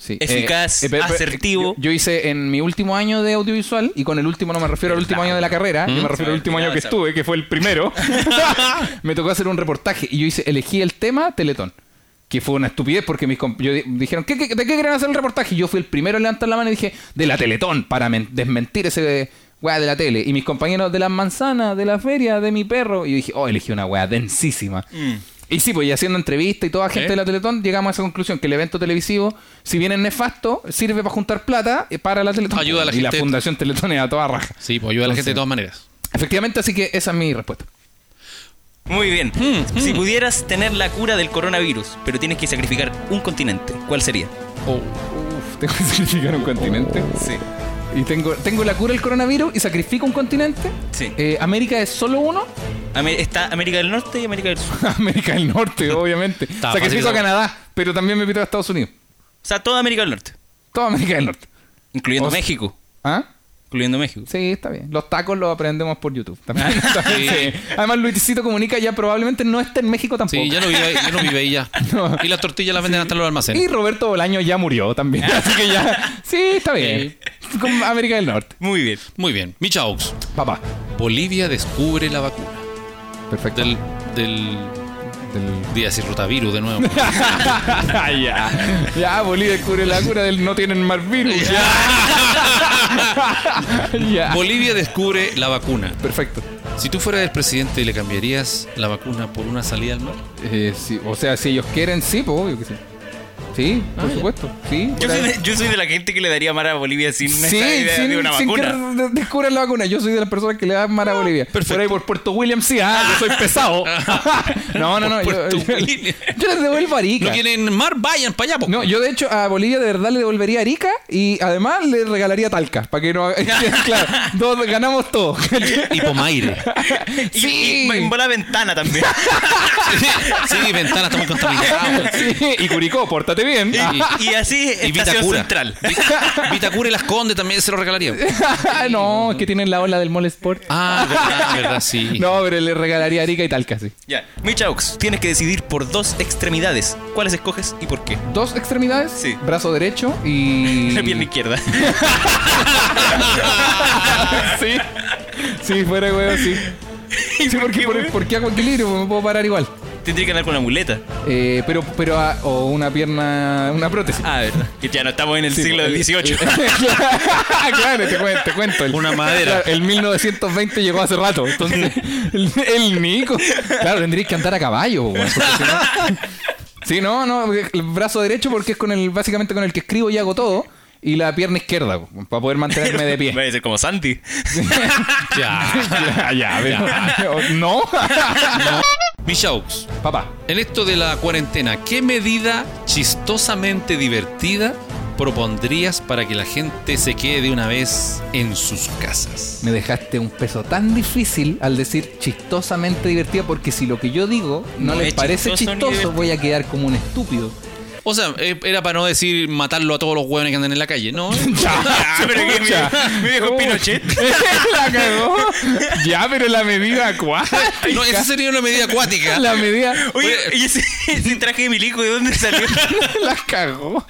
S3: Sí, eh,
S6: Eficaz,
S3: pero- pero-
S6: asertivo.
S3: Yo, yo hice en mi último año de audiovisual, y con el último no me refiero al último año de la carrera,
S6: Mm.
S3: yo me refiero al último año que
S6: Esa-
S3: estuve, que fue el
S6: (laughs)
S3: primero. (laughs) me tocó hacer un reportaje y yo hice, elegí el tema Teletón. Que fue una estupidez porque mis comp- yo di- dijeron, ¿Qué, qué, de qué querían hacer el reportaje? Y yo fui el primero en levantar la mano y dije, de la Teletón, para men- desmentir ese weá de la tele. Y mis compañeros, de las manzanas, de la feria, de mi perro. Y yo dije, oh, elegí una weá densísima.
S2: Mm.
S3: Y sí, pues y haciendo entrevistas y toda gente
S2: ¿Eh?
S3: de la Teletón, llegamos a esa conclusión, que el evento televisivo, si bien es nefasto, sirve para juntar plata eh, para la Teletón.
S2: Ayuda a la
S3: y la
S2: gente.
S3: Fundación Teletón es a toda raja.
S2: Sí, pues ayuda a la gente de todas maneras.
S3: Efectivamente, así que esa es mi respuesta.
S6: Muy bien. Si pudieras tener la cura del coronavirus, pero tienes que sacrificar un continente, ¿cuál sería?
S3: Oh, Uf, tengo que (laughs) sacrificar un continente. Sí. Y tengo, tengo la cura del coronavirus y sacrifico un continente.
S6: Sí.
S3: Eh, América es solo uno. (laughs)
S6: Ame- está América del Norte y América del Sur. O
S3: América del Norte, obviamente.
S2: Está
S3: sacrifico
S2: fácil
S3: a
S2: esa-
S3: Canadá, pero también me pito a Estados Unidos.
S6: sea, toda América del Norte.
S3: Toda América del Norte.
S6: Incluyendo
S3: O sea-
S6: México.
S3: ¿Ah?
S6: Incluyendo México.
S3: Sí, está bien. Los tacos los aprendemos por YouTube. También, también, sí. Además, Luisito Comunica ya probablemente no está en México tampoco.
S2: Sí, ya no vive ahí, ya. No vive ahí
S3: (laughs)
S2: ya. Y las tortillas las venden hasta los
S3: Y
S2: almacenes.
S3: Roberto Bolaño ya murió también. Así que ya. Sí, está bien. Con América del Norte.
S6: Muy bien.
S2: Muy bien. Michaux,
S3: Papá.
S2: Bolivia descubre la vacuna
S3: Perfecto.
S2: del. del
S3: Del-
S2: día decir rotavirus de
S3: (laughs)
S2: nuevo.
S6: Ah,
S3: ya. Ya, Bolivia descubre la cura del no tienen más virus. Ya. (laughs) Ya.
S2: Bolivia descubre la vacuna.
S3: Perfecto.
S2: Si tú fueras el presidente, ¿le cambiarías la vacuna por una salida al mar?
S3: Eh, sí, o sea, si ellos quieren, sí, pues obvio que sí. Sí, por supuesto. Sí.
S6: Yo
S3: por
S6: soy,
S3: ahí.
S6: de, yo soy de la gente que le daría mar a Bolivia sin esa
S3: Sí,
S6: idea
S3: sin,
S6: de una
S3: sin que
S6: vacuna. Ah,
S3: re- descubran la vacuna. Yo soy de las personas que le dan mar a Bolivia. Por ahí por Puerto William sí, ah, yo soy
S6: (laughs)
S3: pesado. (laughs) no, no, no. Yo,
S2: Puerto
S3: (laughs) yo-
S2: William.
S3: yo les devuelvo a Arica.
S2: ¿No quieren mar? Vayan para allá. po.
S3: No, yo de hecho a Bolivia de verdad le devolvería Arica y además le regalaría Talca. Para que no haga- (laughs) Claro, dos- ganamos todo.
S6: (laughs)
S2: Y
S3: (laughs)
S2: Pomaire.
S6: Y-
S3: sí.
S6: Y, en la ventana también.
S2: Sí, ventanas estamos contaminados.
S3: Sí, Ah, Y Curicó, pórtate bien. (laughs)
S6: Y así,
S2: Y
S6: Estación
S2: Vitacura.
S6: Central.
S2: Vitacura y Las Condes también se lo regalaría.
S3: Ah, no, es que tienen la ola del Mall Sport.
S2: Ah, verdad, verdad, sí.
S3: No, pero le regalaría Arica y Talca, sí.
S6: Ya. Michaux, tienes que decidir por dos extremidades. ¿Cuáles escoges y por qué? (laughs)
S3: Dos extremidades,
S6: Sí.
S3: brazo derecho
S6: (laughs)
S3: y...
S6: La pierna izquierda.
S3: (laughs) sí. Sí, fuera de huevo, sí. Sí, porque, por, porque hago equilibrio, me puedo parar igual.
S6: Tendría que andar con una muleta.
S3: Eh, pero, pero, ah, o una pierna, una prótesis.
S6: Ah, verdad. Que ya no estamos en el
S3: Sí,
S6: siglo
S3: el-
S6: XVIII.
S3: (laughs) claro, te cuento, te cuento. El,
S2: Una madera.
S3: claro, El 1920 llegó hace rato.
S6: (laughs)
S3: Entonces, el, el Nico. Claro, tendrías que andar a caballo. po, weón, porque si no- (laughs) Sí, no, no. El brazo derecho porque es con el básicamente con el que escribo y hago todo. Y la pierna izquierda, po, para poder mantenerme de pie. (laughs)
S6: Va a ser como Santi.
S3: ya, ya, pero- No.
S2: Michaux,
S3: Papá.
S2: en esto de la cuarentena, ¿qué medida chistosamente divertida propondrías para que la gente se quede de una vez en sus casas?
S3: Me dejaste un peso tan difícil al decir chistosamente divertida porque si lo que yo digo no,
S6: No
S3: les
S6: es
S3: parece
S6: chistoso ni
S3: chistoso
S6: divertido.
S3: voy a quedar como un estúpido.
S2: O sea, eh, era para no decir matarlo a todos los hueones que andan en la calle, ¿no?
S6: (laughs) Ah, pero que
S3: Chucha.
S6: me, me dejó Pinochet.
S3: (laughs) la cagó.
S6: (laughs)
S3: Ya, pero la medida cuál.
S2: No, esa sería una medida acuática.
S3: La medida
S6: Oye, ¿y (laughs) ese, ese traje de milico de dónde salió?
S3: (laughs) la cagó.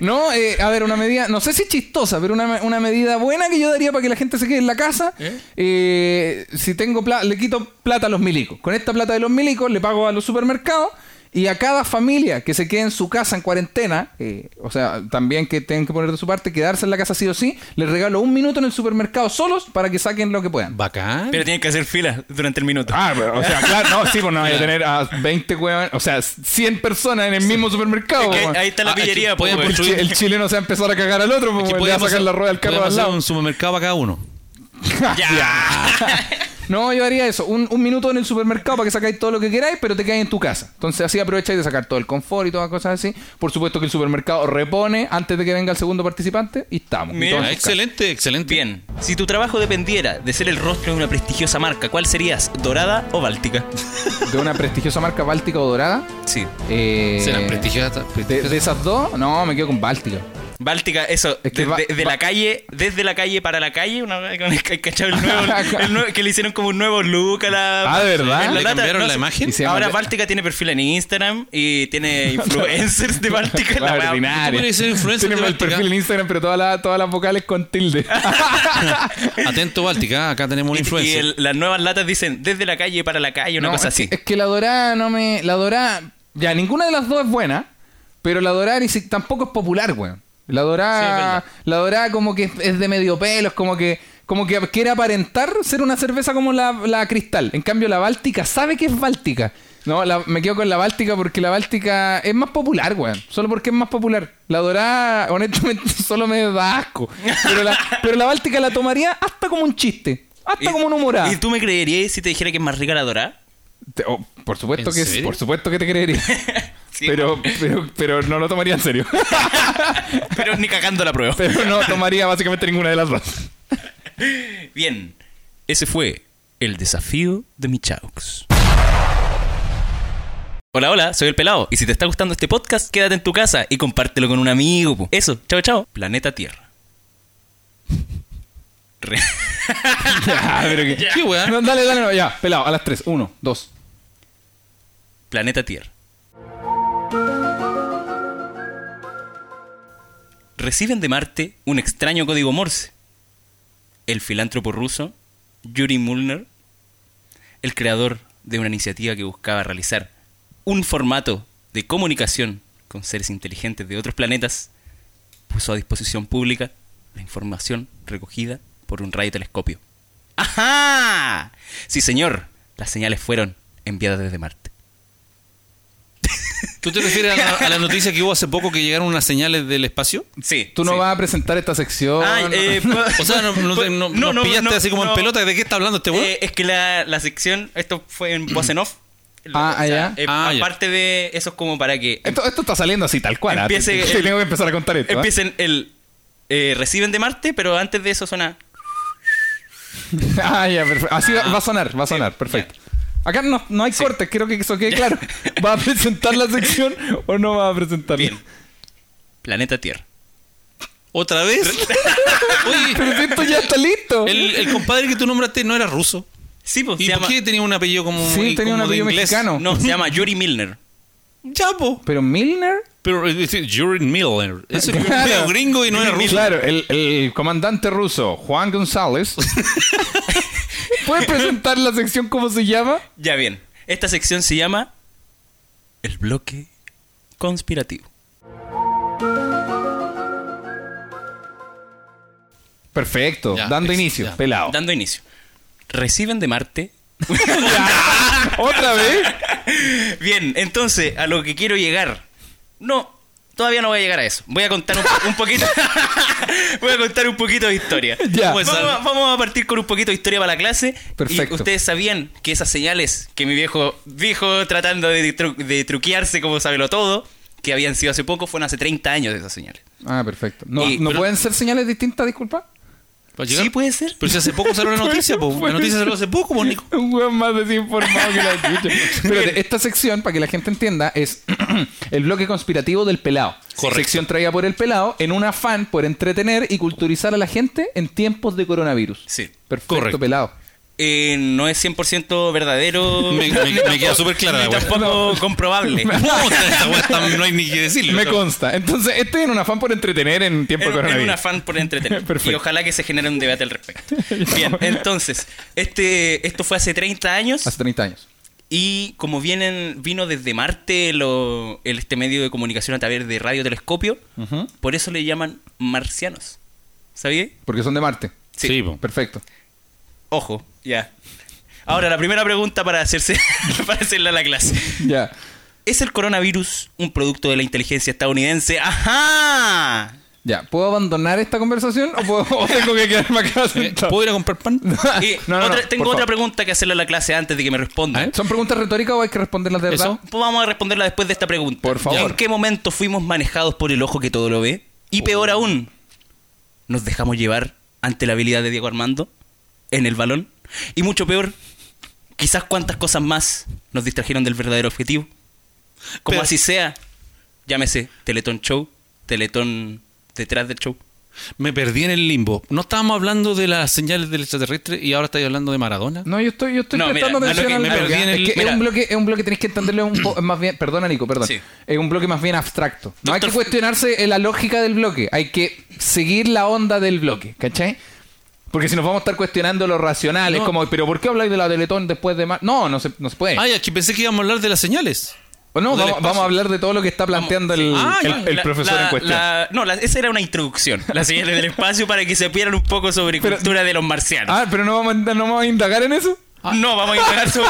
S3: No, eh, a ver, una medida, no sé si chistosa, pero una, una medida buena que yo daría para que la gente se quede en la casa. eh, si tengo plata, le quito plata a los milicos. Con esta plata de los milicos le pago a los supermercados. Y a cada familia que se quede en su casa en cuarentena, eh, o sea, también que tengan que poner de su parte, quedarse en la casa sí o sí, les regalo un minuto en el supermercado solos para que saquen lo que puedan.
S2: Bacán.
S6: Pero tienen que hacer fila durante el minuto.
S5: Ah, pero, o sea, claro, no, sí, pues no vaya
S2: Claro.
S5: a tener a 20 huevones, o sea, 100 personas en el mismo supermercado.
S6: Que
S5: weón.
S6: (laughs) ahí está
S2: Ah,
S6: la
S2: es que
S6: pillería. pues. po,
S2: pueden
S3: pues,
S6: weón.
S2: por
S5: Chi- El chileno se va a empezar a cagar al otro, pues,
S2: Que
S5: weón, le va a sacar
S2: hacer-
S5: la rueda del carro
S2: podemos
S5: al
S2: hacer
S5: lado.
S2: un supermercado para cada uno.
S3: (laughs) No, yo haría eso. Un, un minuto en el supermercado para que sacáis todo lo que queráis, pero te quedáis en tu casa. Entonces así aprovecháis de sacar todo el confort y todas cosas así. Por supuesto que el supermercado repone antes de que venga el segundo participante y estamos. Y
S6: Mira,
S3: todos en
S2: Ah,
S3: sus
S2: excelente, excelente.
S6: Bien, si tu trabajo dependiera de ser el rostro de una prestigiosa marca, ¿cuál serías? ¿Dorada o báltica? (laughs)
S3: casas. De una prestigiosa marca báltica o dorada.
S6: Sí.
S3: Eh,
S2: Serán prestigiosas.
S3: de, de esas dos, no, me quedo con báltica.
S6: Báltica, eso,
S3: Es que
S6: de,
S3: va-
S6: de- de
S3: va-
S6: la calle, desde la calle para la calle, una vez con el ca- cachado el nuevo, (laughs)
S3: (laughs)
S6: el nuevo- que le hicieron como un nuevo look a (laughs) la...
S3: Ah, ¿de verdad?
S6: en
S2: ¿Le
S6: lata,
S2: cambiaron la
S6: sé.
S2: imagen?
S3: Y se llama-
S6: Ahora Báltica tiene perfil en Instagram y (laughs) tiene influencers de Báltica. la wea.
S2: ¿Tú
S3: Ordinaria.
S2: quieres ser influencer
S3: (laughs) Tiene
S2: de
S3: el
S2: Báltica?
S3: perfil en Instagram, pero todas las- todas las vocales con tilde.
S2: (laughs) Atento, Báltica, ah, acá tenemos un
S6: Y- Y,
S2: influencer.
S6: el- las nuevas latas dicen desde la calle para la calle, una
S3: No,
S6: cosa
S3: es que-
S6: así.
S3: Es que la dorada no me. La dorada. Ya, ninguna de las dos es buena. Pero la dorada ni si- tampoco es popular, weón. La dorada. la dorada como que es, es de medio pelo, es como que. Como que quiere aparentar ser una cerveza como la, la cristal. En cambio, la báltica sabe que es báltica. No, la- me quedo con la báltica porque la báltica es más popular, weón. Solo porque es más popular. La dorada, honestamente, (laughs) solo me da asco. Pero la, pero la báltica la tomaría hasta como un chiste. Hasta
S6: Y-
S3: como un humorada.
S6: ¿Y tú me creerías si te dijera que es más rica la dorada?
S5: Te- oh, por supuesto
S2: ¿En
S5: que
S2: serio?
S5: por supuesto que te
S6: (laughs)
S5: creería. pero, pero, pero no lo tomaría en serio. (laughs)
S6: Pero ni cagando la prueba.
S5: Pero no tomaría básicamente ninguna de las dos.
S6: Bien, ese fue el desafío de Michaux. Hola, hola, soy el pelado. Y si te está gustando este podcast, quédate en tu casa y compártelo con un amigo. po. Eso, chao, chao. Planeta Tierra. (laughs) Re-
S5: Ya, pero que-
S2: ¿Qué
S6: Ah.
S2: weá?
S5: No, dale, dale, no, ya.
S3: Pelado, a las 3. 1, 2.
S6: Planeta Tierra. Reciben de Marte un extraño código Morse. El filántropo ruso Yuri Milner, el creador de una iniciativa que buscaba realizar un formato de comunicación con seres inteligentes de otros planetas, puso a disposición pública la información recogida por un radiotelescopio. ¡Ajá! Sí, señor, las señales fueron enviadas desde Marte.
S2: ¿Tú te refieres a la, a la noticia que hubo hace poco que llegaron unas señales del espacio?
S6: Sí.
S3: Tú no
S6: sí.
S3: vas a presentar esta sección.
S6: Ay,
S3: (laughs)
S5: (laughs)
S6: eh, pa-
S2: O sea, no, no, Pues, no- nos pillaste así como
S6: no.
S2: en pelota. ¿De qué está hablando este weón?
S6: Eh, es que la, la sección, esto
S3: (clears throat)
S6: fue en voz en off.
S3: Ah, ah, ya.
S6: eh,
S2: Ah, ya.
S6: aparte de eso es como para que em-
S5: Esto, esto está saliendo así, tal cual. ¿ah? Te-
S6: Empiece
S5: te-
S6: el-
S5: tengo que empezar a contar esto. ¿ah? (laughs)
S6: empiecen el... eh, reciben de Marte, pero antes de eso suena...
S3: Ah, ya, perfecto. Así va, va a sonar, va a sonar, perfecto. Acá no,
S6: (laughs)
S5: (laughs)
S3: no hay cortes, creo que eso quede claro. ¿Va a presentar la sección o no va a presentarla?
S6: Bien.
S1: Planeta Tierra.
S2: ¿Otra vez? (laughs) Oye,
S3: Pero si esto ya está listo.
S2: el, el compadre que tú nombraste no era ruso.
S1: Sí, pues.
S2: ¿Y
S1: Se
S2: por
S1: llama,
S2: qué tenía un apellido como
S3: Sí, tenía
S2: como
S3: un
S2: de
S3: apellido
S2: inglés?
S3: mexicano.
S1: No, se llama Yuri Milner.
S2: Ya, po.
S3: Pero Milner.
S2: Pero es decir, Yuri Miller. Ese es
S3: Claro.
S2: medio gringo y no era ruso.
S9: Claro, el, el comandante ruso Juan González
S3: ¿Puedes presentar la sección cómo se llama?
S1: Ya bien. Esta sección se llama El bloque conspirativo.
S9: Perfecto,
S2: Ya,
S9: dando
S2: ex-
S9: inicio,
S2: ya.
S3: Oh.
S9: pelado.
S1: Dando inicio. Reciben de Marte.
S9: ¿Otra vez?
S1: Bien, entonces, a lo que quiero llegar. No, todavía no voy a llegar a eso. Voy a contar un, un poquito. (laughs) voy a contar un poquito de historia.
S3: Ya.
S1: Vamos, a, vamos a partir con un poquito de historia para la clase.
S3: Perfecto.
S1: Y ustedes sabían que esas señales que mi viejo dijo tratando de, tru- de truquearse como sabelo todo, que habían sido hace poco, fueron hace 30 años de esas señales.
S3: Ah, perfecto. ¿No,
S1: Y-
S3: ¿no
S1: pero-
S3: pueden ser señales distintas, disculpa?
S2: ¿Para llegar?
S1: Sí, puede ser.
S2: Pero si hace poco
S3: (laughs)
S2: salió la noticia, po. La noticia salió hace poco, po, Nico.
S3: Un weón más
S2: (laughs)
S3: desinformado que la chucha. Espérate, esta sección, para que la gente entienda, es (clears throat) el bloque conspirativo del pelado.
S2: Correcto.
S3: Sección traída por el pelado en un afán por entretener y culturizar a la gente en tiempos de coronavirus.
S1: Sí.
S3: Perfecto,
S2: correcto.
S3: pelado.
S1: Eh, no es 100% verdadero.
S2: Me, me- me (laughs) queda súper clara la
S1: ni
S2: weá.
S1: tampoco
S3: (laughs)
S1: comprobable.
S2: Puta, esta weá está- No hay ni que decirle.
S3: Me
S2: Claro.
S3: consta. Entonces, este en un afán por entretener en
S1: Era,
S3: tiempo de
S1: era un
S3: coronavirus.
S1: afán por entretener.
S3: (laughs) Perfecto.
S1: Y ojalá que se genere un debate al
S3: (laughs)
S1: respecto. Bien, entonces, este, esto fue hace 30 años
S3: Hace 30 años.
S1: y como vienen, vino desde Marte lo- el- este medio de comunicación a través de radiotelescopio,
S3: Ujú.
S1: por eso le llaman marcianos. ¿Sabía?
S3: Porque son de Marte.
S2: Sí, po.
S3: Perfecto.
S1: Ojo, ya. Ahora, la primera pregunta para hacerse (laughs) para hacerla a la clase.
S3: Ya.
S1: ¿Es el coronavirus un producto de la inteligencia estadounidense? ¡Ajá!
S3: Ya. ¿Puedo abandonar esta conversación o, puedo- (laughs) o tengo que quedarme acá
S2: Eh,
S3: sentado?
S2: ¿Puedo eh, ir a comprar pan?
S3: (laughs)
S1: Y
S3: No, no, no,
S1: Eh, otra-
S3: por
S1: tengo otra
S3: favor.
S1: pregunta que hacerle a la clase antes de que me responda.
S2: A ver.
S3: ¿Eh? ¿Son preguntas retóricas o hay que responderlas de verdad?
S2: Eso.
S1: Pues vamos a responderla después de esta pregunta.
S3: Por favor. Oh.
S1: ¿En qué momento fuimos manejados por el ojo que todo lo ve? Y peor aún, ¿nos dejamos llevar ante la habilidad de Diego Armando en el balón? Y mucho peor, quizás cuántas cosas más nos distrajeron del verdadero objetivo. Como
S2: Pero-
S1: así sea, llámese Teletón Show, Teletón detrás del show.
S2: Me perdí en el limbo. No estábamos hablando de las señales del extraterrestre y ahora estáis hablando de Maradona.
S3: No, yo estoy, yo estoy
S1: No,
S3: prestando
S1: mira, a lo
S3: atención
S1: que
S3: al
S1: me
S3: bloque.
S2: perdí en el-
S3: es que es
S1: mira.
S3: un bloque, es un bloque tenéis que entenderlo un poco más bien. Perdona, Nico, perdón.
S1: Sí.
S3: Es un bloque más bien abstracto. No hay que
S1: Doctor-
S3: cuestionarse eh, la lógica del bloque. Hay que seguir la onda del bloque, ¿cachai? Porque si nos vamos a estar cuestionando lo racional, es
S2: No.
S3: como, pero ¿por qué habláis de la Teletón después de más? No, no se, no se puede.
S2: Ay, aquí pensé Ah, que íbamos a hablar de las señales.
S3: O no,
S2: del
S3: vamos,
S2: espacio.
S3: vamos a hablar de todo lo que está planteando el,
S2: Ah,
S3: el-
S2: ya.
S3: el
S1: La-
S3: profesor
S1: la-
S3: en cuestión.
S1: la- no, la- esa era una introducción. La señales del espacio para que se pierdan un poco sobre
S3: Pero-
S1: cultura de los marcianos.
S3: Ah, pero no vamos, a, no vamos a indagar en eso.
S1: No, vamos a indagar
S3: (laughs)
S1: sobre,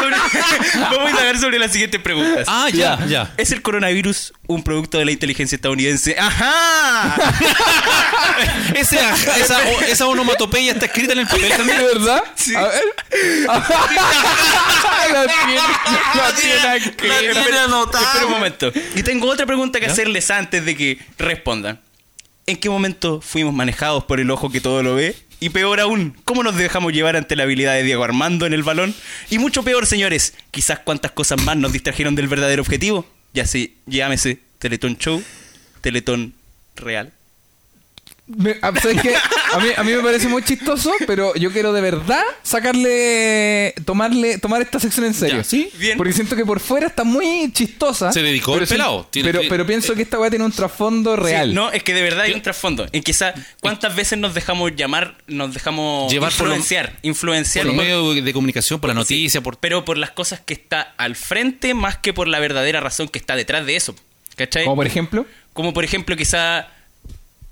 S1: sobre- vamos a indagar sobre las siguientes preguntas.
S2: Ah, ya, ya.
S1: ¿Es el coronavirus un producto de la inteligencia estadounidense? ¡Ajá!
S2: (laughs) Ese- esa, o- esa onomatopeya está escrita en el
S1: (laughs)
S2: papel
S3: ¿De
S2: también.
S3: verdad? A ver. (laughs) La tiene- la tiene aquí.
S1: Espera- Espera un momento. Y tengo otra pregunta que hacerles antes de que respondan. ¿En qué momento fuimos manejados por el ojo que todo lo ve? Y peor aún, ¿cómo nos dejamos llevar ante la habilidad de Diego Armando en el balón? Y mucho peor, señores, quizás cuántas cosas más nos distrajeron del verdadero objetivo. Ya se llámese Teletón Show, Teletón Real.
S3: Me- ah, ¿sabes qué? A mí, a mí me parece muy chistoso, pero yo quiero de verdad sacarle. tomarle tomar esta sección en serio.
S2: Ya, ¿sí?
S1: Bien.
S3: Porque siento que por fuera está muy chistosa.
S2: Se dedicó
S3: pero
S2: al
S3: sí-
S2: pelado. Tiene-
S3: pero, pero pienso que esta weá tiene un trasfondo real.
S1: Sí, no, es que de verdad hay un trasfondo. En quizás cuántas veces nos dejamos llamar, nos dejamos
S2: Llevar por lo-
S1: influenciar, influenciar,
S2: Por los
S1: por-
S2: medios de comunicación, por la noticia, por...
S1: pero por las cosas que está al frente más que por la verdadera razón que está detrás de eso.
S6: eh.
S1: ¿Cachai?
S3: Como por ejemplo.
S1: Como por ejemplo quizá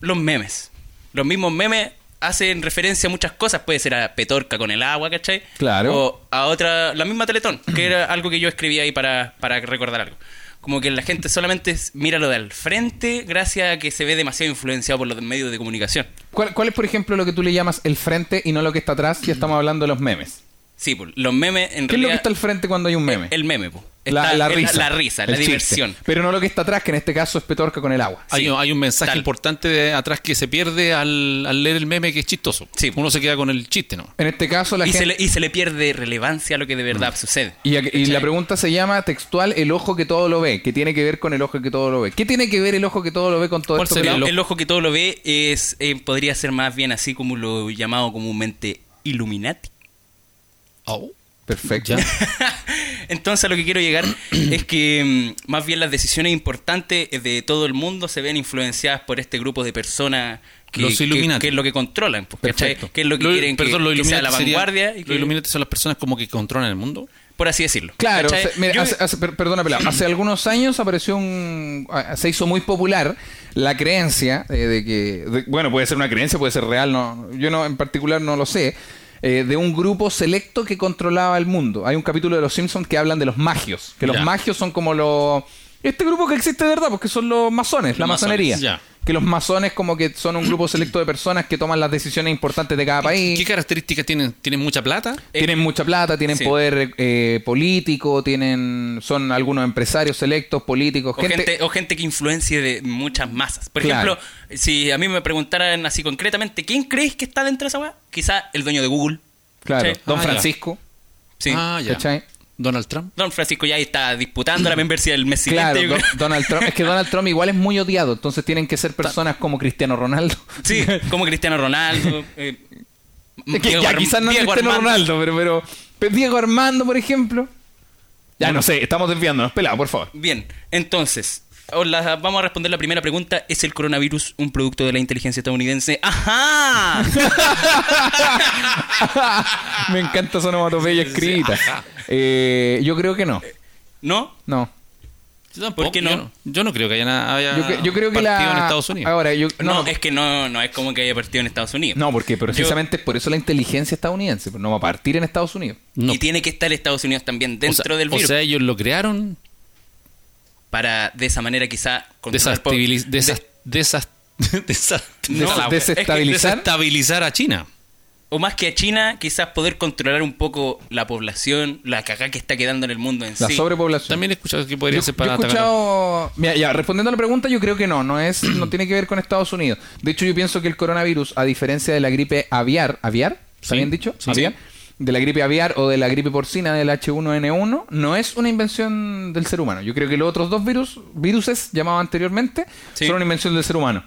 S1: los memes. Los mismos memes hacen referencia a muchas cosas. Puede ser a Petorca con el agua, ¿cachai?
S3: Claro.
S1: O a otra, la misma Teletón, que era
S3: (clears throat)
S1: algo que yo escribí ahí para, para recordar algo. Como que la gente solamente es- mira lo de al frente gracias a que se ve demasiado influenciado por los medios de comunicación.
S3: ¿Cuál, cuál es, por ejemplo, lo que tú le llamas el frente y no lo que está atrás? Ya estamos hablando de los memes.
S6: Sí, pues, los memes en
S3: ¿Qué es lo que
S6: realidad.
S3: está al frente cuando hay un meme?
S6: El meme, pues.
S3: la,
S6: Está
S3: la
S6: el-
S3: risa.
S6: La, risa,
S3: el
S6: la
S3: chiste.
S6: diversión.
S3: Pero no lo que está atrás, que en este caso es Petorca con el agua.
S2: Hay, un- hay un mensaje
S6: tal.
S2: importante de atrás que se pierde al, al leer el meme que es chistoso.
S6: Sí.
S2: Uno se queda con el chiste, ¿no?
S3: En este caso, la
S6: Y
S3: gente. Mm.
S6: se, le, y se le pierde relevancia a lo que de verdad sucede.
S3: Y, a- y la pregunta se llama textual el ojo que todo lo ve, que tiene que ver con el ojo que todo lo ve. ¿Qué tiene que ver el ojo que todo lo ve con todo
S2: ¿Cuál
S3: esto? que
S2: sería
S3: lo-
S6: el, el ojo que todo lo ve es eh, podría ser más bien así como lo llamado comúnmente Illuminati.
S2: Oh,
S3: Perfecto.
S2: ya.
S6: Entonces a lo que
S3: (clears throat)
S6: quiero llegar es que mm, más bien las decisiones importantes eh, de todo el mundo se ven influenciadas por este grupo de personas que,
S2: Los
S6: que-
S2: Illuminati.
S6: que es lo que controlan, pues, ¿cachai?
S3: Perfecto.
S6: que es lo que
S2: Lo-
S6: quieren que-
S2: perdón, lo
S6: que, sea la
S2: Illuminati sería-
S6: vanguardia, y
S2: lo
S6: que-
S2: Illuminati son las personas como que controlan el mundo.
S6: por así decirlo.
S3: Claro,
S6: ¿cachai?
S3: se- mira,
S6: Yo-
S3: hace- hace- per- perdona, Pelao, hace algunos años apareció un, ah, se hizo muy popular la creencia eh, de que, de- bueno, puede ser una creencia, puede ser real, no, yo no, en particular no lo sé, eh, de un grupo selecto que controlaba el mundo. Hay un capítulo de Los Simpsons que hablan de los magios, que los
S2: Ya.
S3: magios son como los, este grupo que existe de verdad, porque son los masones, la
S6: masones,
S3: masonería.
S2: ya.
S3: Que los masones como que son un grupo selecto de personas que toman las decisiones importantes de cada país.
S2: ¿Qué características tienen? ¿Tienen mucha plata?
S3: Tienen mucha plata, tienen
S6: sí.
S3: poder eh, político, tienen son algunos empresarios selectos, políticos,
S6: O
S3: gente,
S6: gente, o gente que influencie de muchas masas. Por
S3: Claro.
S6: ejemplo, si a mí me preguntaran así concretamente, ¿quién crees que está dentro de esa weá? Quizá el dueño de Google.
S3: claro,
S6: Sí.
S3: Don
S2: Ah, ya.
S3: Francisco,
S6: Sí.
S2: Ah, ya.
S3: ¿cachai?
S2: Donald Trump.
S6: Don Francisco ya está disputando
S2: (clears throat)
S6: la membresía del mes
S3: Claro,
S6: siguiente. yo
S3: Don-
S6: creo.
S3: Donald Trump, es que Donald Trump igual es muy odiado, entonces tienen que ser personas como Cristiano Ronaldo. (laughs)
S6: Sí, como Cristiano Ronaldo. eh,
S3: Es que
S6: Diego
S3: ya
S6: Arm-
S3: quizás no es
S6: Diego
S3: Cristiano
S6: Armando.
S3: Ronaldo, pero, pero pero Diego Armando, por ejemplo.
S5: Ya no sé, estamos desviándonos. Pelado, por
S3: Este
S5: favor.
S6: Bien, entonces, hola, vamos a responder la primera pregunta. ¿Es el coronavirus un producto de la inteligencia estadounidense? ¡Ajá!
S2: (laughs)
S6: Ah.
S3: Me encanta esa onomatopeya escrita. Eh, yo creo que no.
S6: ¿No?
S3: No.
S2: Yo tampoco,
S6: ¿Por qué no?
S2: Oh, Yo, yo no creo que haya, na- haya
S3: Yo, cre- yo creo que
S2: partido
S3: la
S2: en Estados Unidos.
S3: Ahora, yo
S6: No, es que no, no es como que haya partido en Estados Unidos.
S3: No, porque precisamente es por eso la inteligencia estadounidense, pues no va a partir en Estados Unidos.
S2: No.
S6: Y tiene que estar Estados Unidos también
S2: O
S6: dentro
S2: sea-
S6: del
S2: o
S6: virus.
S2: sea, ellos lo crearon
S6: para de esa manera quizá controlar po-
S2: desestabiliz- desas- desas- (laughs) desas-
S6: No,
S2: desas-
S6: es
S3: (laughs)
S6: que
S3: desestabilizar.
S2: desestabilizar a China.
S6: o más que a China, quizás poder controlar un poco la población, la cagá que está quedando en el mundo en
S3: La
S6: sí.
S3: sobrepoblación.
S2: También he escuchado que
S3: yo,
S2: podría
S3: yo
S2: ser
S3: he
S2: para atacar.
S3: escuchado. Mira, ya, respondiendo a la pregunta, yo creo que no, no es, no tiene que ver con Estados Unidos. De hecho, yo pienso que el coronavirus, a diferencia de la gripe aviar, ¿aviar? ¿Está bien dicho?
S2: sí,
S3: ¿Aviar?
S2: sí.
S3: De la gripe aviar o de la gripe porcina del H1N1, no es una invención del ser humano. Yo creo que los otros dos virus, viruses llamados anteriormente,
S6: Sí.
S3: son una invención del ser humano.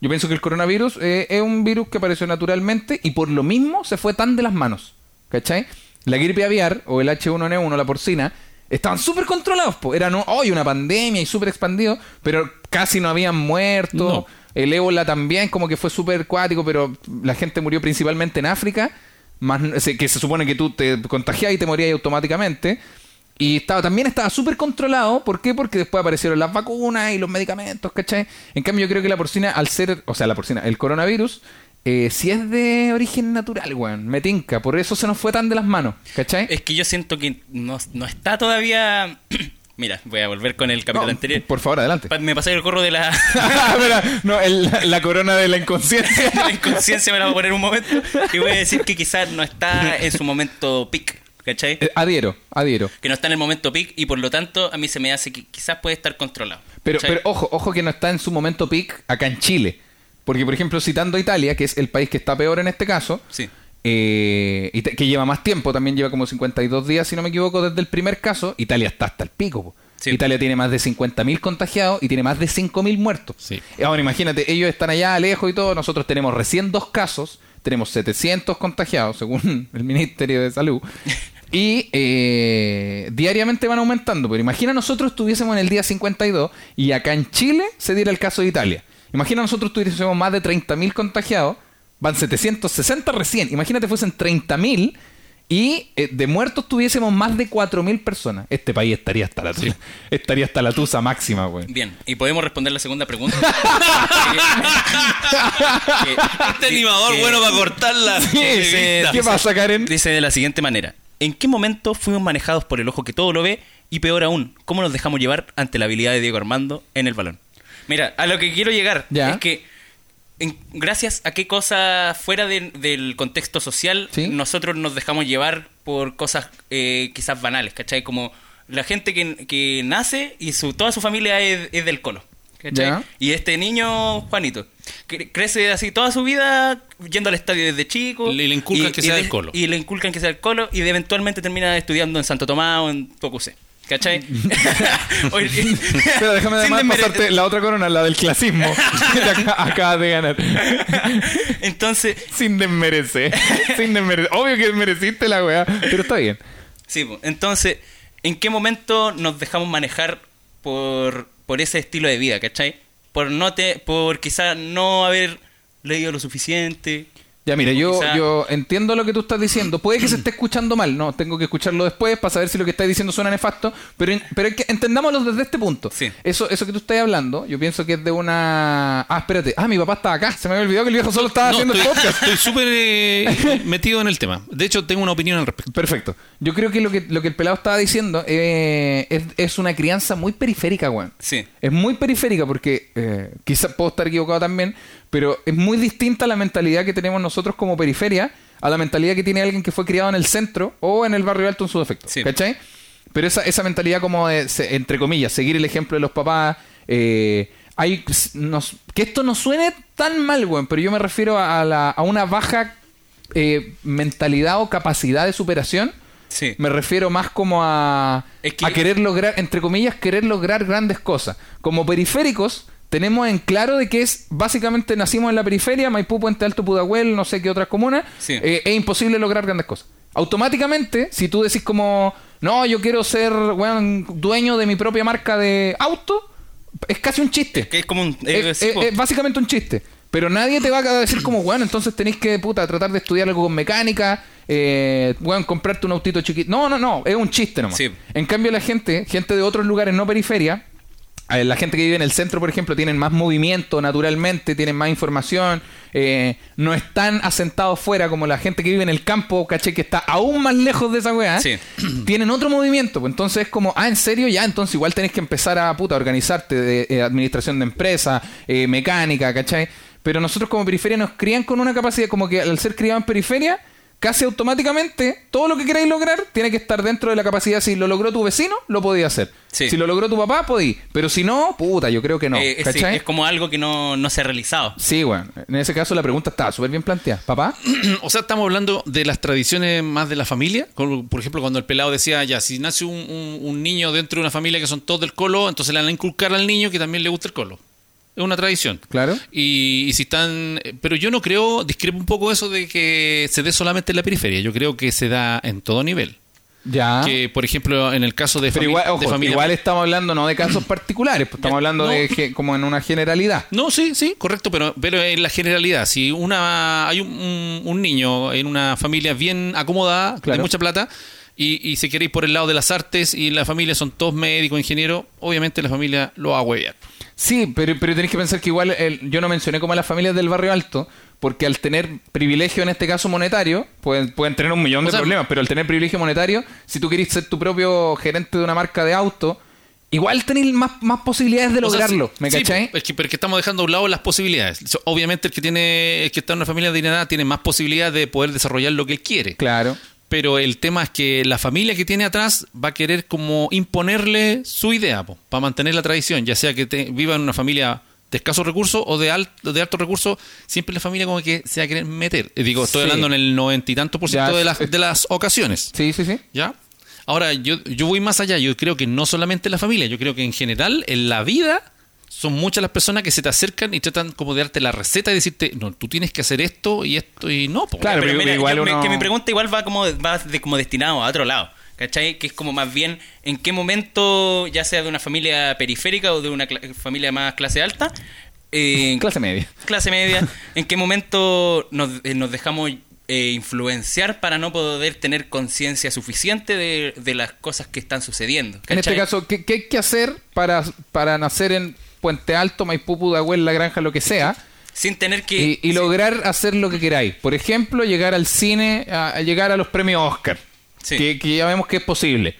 S3: Yo pienso que el coronavirus eh, es un virus que apareció naturalmente y por lo mismo se fue tan de las manos. ¿Cachai? La gripe aviar o el H1N1, la porcina, estaban súper controlados. Po. Eran hoy una pandemia y súper expandido, pero casi no habían muerto.
S2: No.
S3: El ébola también, como que fue súper acuático, pero la gente murió principalmente en África, más, no- se- que se supone que tú te contagias y te morías automáticamente. Y estaba, también estaba súper controlado. ¿Por qué? Porque después aparecieron las vacunas y los medicamentos, ¿cachai? En cambio, yo creo que la porcina, al ser, o sea, la porcina, el coronavirus, eh, si es de origen natural, weón, me tinca. Por eso se nos fue tan de las manos, ¿cachai?
S6: Es que yo siento que no, no está todavía... (clears throat) Mira, voy a volver con el capítulo
S3: No,
S6: anterior.
S3: Por favor, adelante.
S6: Pa- Me pasé el corro de la,
S3: (laughs) Espera, no, el- la corona de la inconsciencia.
S6: (laughs) de la inconsciencia, me la voy a poner un momento. Y voy a decir que quizás no está en su momento peak, ¿cachai?
S3: Eh, adhiero, adhiero.
S6: Que no está en el momento peak y por lo tanto a mí se me hace que quizás puede estar controlado.
S3: Pero,
S6: ¿cachai?
S3: pero ojo, ojo que no está en su momento peak acá en Chile. Porque, por ejemplo, citando a Italia, que es el país que está peor en este caso,
S6: Sí.
S3: eh, y te- que lleva más tiempo, también lleva como 52 días, si no me equivoco, desde el primer caso, Italia está hasta el pico. po.
S6: Sí.
S3: Italia tiene más de 50.000 contagiados y tiene más de 5.000 muertos.
S2: Sí.
S3: Ahora imagínate, ellos están allá lejos y todo, nosotros tenemos recién dos casos, tenemos 700 contagiados, según (laughs) el Ministerio de Salud, y eh, diariamente van aumentando, pero imagina nosotros estuviésemos en el día 52 y acá en Chile se diera el caso de Italia. Imagina nosotros tuviésemos más de 30.000 contagiados, van 760 recién, imagínate fuesen 30.000. Y eh, de muertos tuviésemos más de 4.000 personas. Este
S5: (laughs)
S3: país estaría hasta la tusa. Estaría hasta la tusa máxima,
S6: (laughs)
S3: güey.
S6: Bien, y podemos responder la segunda (laughs) pregunta.
S2: Este animador bueno para
S6: (laughs)
S2: cortarla.
S3: ¿Qué pasa, Karen?
S6: Dice de la siguiente manera: ¿En qué momento fuimos manejados por el ojo que todo lo ve? Y peor aún, ¿cómo nos dejamos llevar ante la habilidad de Diego Armando en el balón? Mira, a lo que quiero llegar
S3: Ya.
S6: es que. en- gracias a qué cosa fuera de- del contexto social
S3: Sí.
S6: nosotros nos dejamos llevar por cosas eh, quizás banales, ¿cachai? Como la gente que, que nace y su, toda su familia es, es del colo. ¿cachai?
S3: Ya.
S6: Y este niño, Juanito, cre- crece así toda su vida yendo al estadio desde chico.
S2: Le- le inculcan
S6: y-
S2: que
S6: y
S2: sea
S6: de-
S2: del Colo.
S6: Y le inculcan que sea del colo y de- eventualmente termina estudiando en Santo Tomás o en Tocuse. ¿Cachai? Oye, (laughs)
S5: Pero déjame
S6: sin
S5: además
S6: desmere-
S5: pasarte la otra corona, la del clasismo. (laughs) que te aca- acabas de ganar.
S6: Entonces,
S5: (laughs) Sin desmerecer.
S6: (laughs)
S5: Sin desmerecer. Obvio que desmereciste la weá. Pero está bien.
S6: Sí, po. entonces, ¿en qué momento nos dejamos manejar por, por ese estilo de vida, ¿cachai? Por no te, por quizá no haber leído lo suficiente.
S3: Ya, mira, yo,
S6: Quizá-
S3: yo entiendo lo que tú estás diciendo. Puede que se esté escuchando mal, no, tengo que escucharlo después para saber si lo que estás diciendo suena nefasto, pero, en- pero es que entendámoslo desde este punto.
S6: Sí.
S3: Eso, eso que tú estás hablando, yo pienso que es de una... Ah, espérate, ah, mi papá estaba acá, se me había olvidado que el viejo solo estaba
S2: No,
S3: haciendo el
S2: estoy-
S3: podcast.
S2: estoy súper
S3: (laughs)
S2: eh, metido en el tema. De hecho, tengo una opinión al respecto.
S3: Perfecto. Yo creo que lo que, lo que el pelado estaba diciendo eh, es, es una crianza muy periférica, weón.
S6: Sí.
S3: Es muy periférica porque eh, quizás puedo estar equivocado también, pero es muy distinta la mentalidad que tenemos nosotros como periferia a la mentalidad que tiene alguien que fue criado en el centro o en el barrio alto en su defecto.
S6: Sí.
S3: ¿Cachai? Pero esa, esa mentalidad como de, se- entre comillas, seguir el ejemplo de los papás. eh, hay, nos- que esto no suene tan mal, weón, pero yo me refiero a, a la- a una baja eh, mentalidad o capacidad de superación.
S6: Sí.
S3: Me refiero más como a,
S6: Es que-
S3: a querer lograr, entre comillas, querer lograr grandes cosas. Como periféricos, tenemos en claro de que es básicamente nacimos en la periferia, Maipú, Puente Alto, Pudahuel, no sé qué otras comunas.
S6: Sí.
S3: eh, es imposible lograr grandes cosas. Automáticamente, si tú decís como, no, yo quiero ser weón, dueño de mi propia marca de auto, es casi un chiste.
S6: Que es como un. eh,
S3: Es,
S6: sí,
S3: es-
S6: po.
S3: es básicamente un chiste. Pero nadie te va a decir como, weón, entonces tenéis que, puta, tratar de estudiar algo con mecánica, eh, weón, comprarte un autito chiquito. No, no, no, es un chiste nomás.
S6: Sí.
S3: En cambio la gente, gente de otros lugares no periferia, a ver, Eh, la gente que vive en el centro, por ejemplo, tienen más movimiento naturalmente, tienen más información, eh, no están asentados fuera como la gente que vive en el campo, caché, que está aún más lejos de esa weá.
S6: Sí.
S3: (clears throat) Tienen otro movimiento, pues entonces es como, ah, en serio, ya, entonces igual tenés que empezar a puta, organizarte de eh, administración de empresa, eh, mecánica, ¿cachai? Pero nosotros como periferia nos crían con una capacidad como que al ser criados en periferia, casi automáticamente todo lo que queráis lograr tiene que estar dentro de la capacidad. Si lo logró tu vecino, lo podías hacer.
S6: Sí.
S3: Si lo logró tu papá, podí. Pero si no, puta, yo creo que no.
S6: Eh, sí,
S3: ¿Cachai?
S6: es como algo que no, no se ha realizado.
S3: Sí, bueno. En ese caso la pregunta estaba súper bien planteada. ¿Papá?
S2: (clears throat) O sea, estamos hablando de las tradiciones más de la familia. Como, por ejemplo, cuando el pelado decía, ya, si nace un, un- un niño dentro de una familia que son todos del colo, entonces le van a inculcar al niño que también le gusta el colo. Es una tradición.
S3: Claro.
S2: Y, y si están... Pero yo no creo, discrepo un poco eso de que se dé solamente en la periferia. Yo creo que se da en todo nivel.
S3: Ya.
S2: Que, por ejemplo, en el caso de,
S3: Ah. Pero
S2: fami-
S3: igual,
S2: de
S3: ojo,
S2: familia...
S3: igual estamos hablando no de casos particulares, pues estamos hablando
S2: no.
S3: de ge- como en una generalidad.
S2: No, sí, sí, correcto, pero, pero en la generalidad, si una hay un, un- un niño en una familia bien acomodada, de
S3: Claro.
S2: mucha plata, y, y se quiere ir por el lado de las artes, y la familia son todos médicos, ingenieros, obviamente la familia lo va a huevear.
S3: Sí, pero, pero tenés que pensar que igual el- yo no mencioné como a las familias del barrio alto, porque al tener privilegio en este caso monetario, pueden, pueden tener un millón
S2: O
S3: de
S2: sea,
S3: problemas, pero al tener privilegio monetario, si tú querés ser tu propio gerente de una marca de auto, igual tenés más, más posibilidades de
S2: O sea,
S3: lograrlo,
S2: sí- pues,
S3: ¿me
S2: sí,
S3: cachai?
S2: po, Es que, pero es que estamos dejando a un lado las posibilidades. So, Obviamente el que tiene, el que está en una familia de dinero tiene más posibilidad de poder desarrollar lo que él quiere.
S3: Claro.
S2: Pero el tema es que la familia que tiene atrás va a querer como imponerle su idea para mantener la tradición, ya sea que te- viva en una familia de escasos recursos o de, alto, de altos recursos, siempre la familia como que se va a querer meter. Eh, Digo, estoy
S3: Sí.
S2: hablando en el noventa y tanto por ciento
S3: Ya,
S2: de las,
S3: es-
S2: de las ocasiones.
S3: Sí, sí, sí.
S2: ¿Ya? Ahora, yo, yo voy más allá. Yo creo que no solamente en la familia, yo creo que en general, en la vida, son muchas las personas que se te acercan y tratan como de darte la receta y decirte, no, tú tienes que hacer esto y esto y no. po.
S3: Claro, pero
S6: mira,
S3: igual
S6: yo- me-
S3: uno-
S6: que mi pregunta igual va como va de, como destinado a otro lado, ¿cachai? Que es como más bien en qué momento, ya sea de una familia periférica o de una cla- familia más clase alta, eh,
S3: Clase media.
S6: clase media, ¿en qué momento nos, eh, nos dejamos eh, influenciar para no poder tener conciencia suficiente de, de las cosas que están sucediendo?
S3: En este
S6: ¿cachai?
S3: caso, ¿qué, qué hay que hacer para, para nacer en Puente Alto, Maipú, Pudahuel, La Granja, lo que sea?
S6: Sin tener que...
S3: Y, y lograr hacer lo que queráis. Por ejemplo, llegar al cine, a, a llegar a los premios Oscar.
S6: Sí.
S3: Que, que ya vemos que es posible.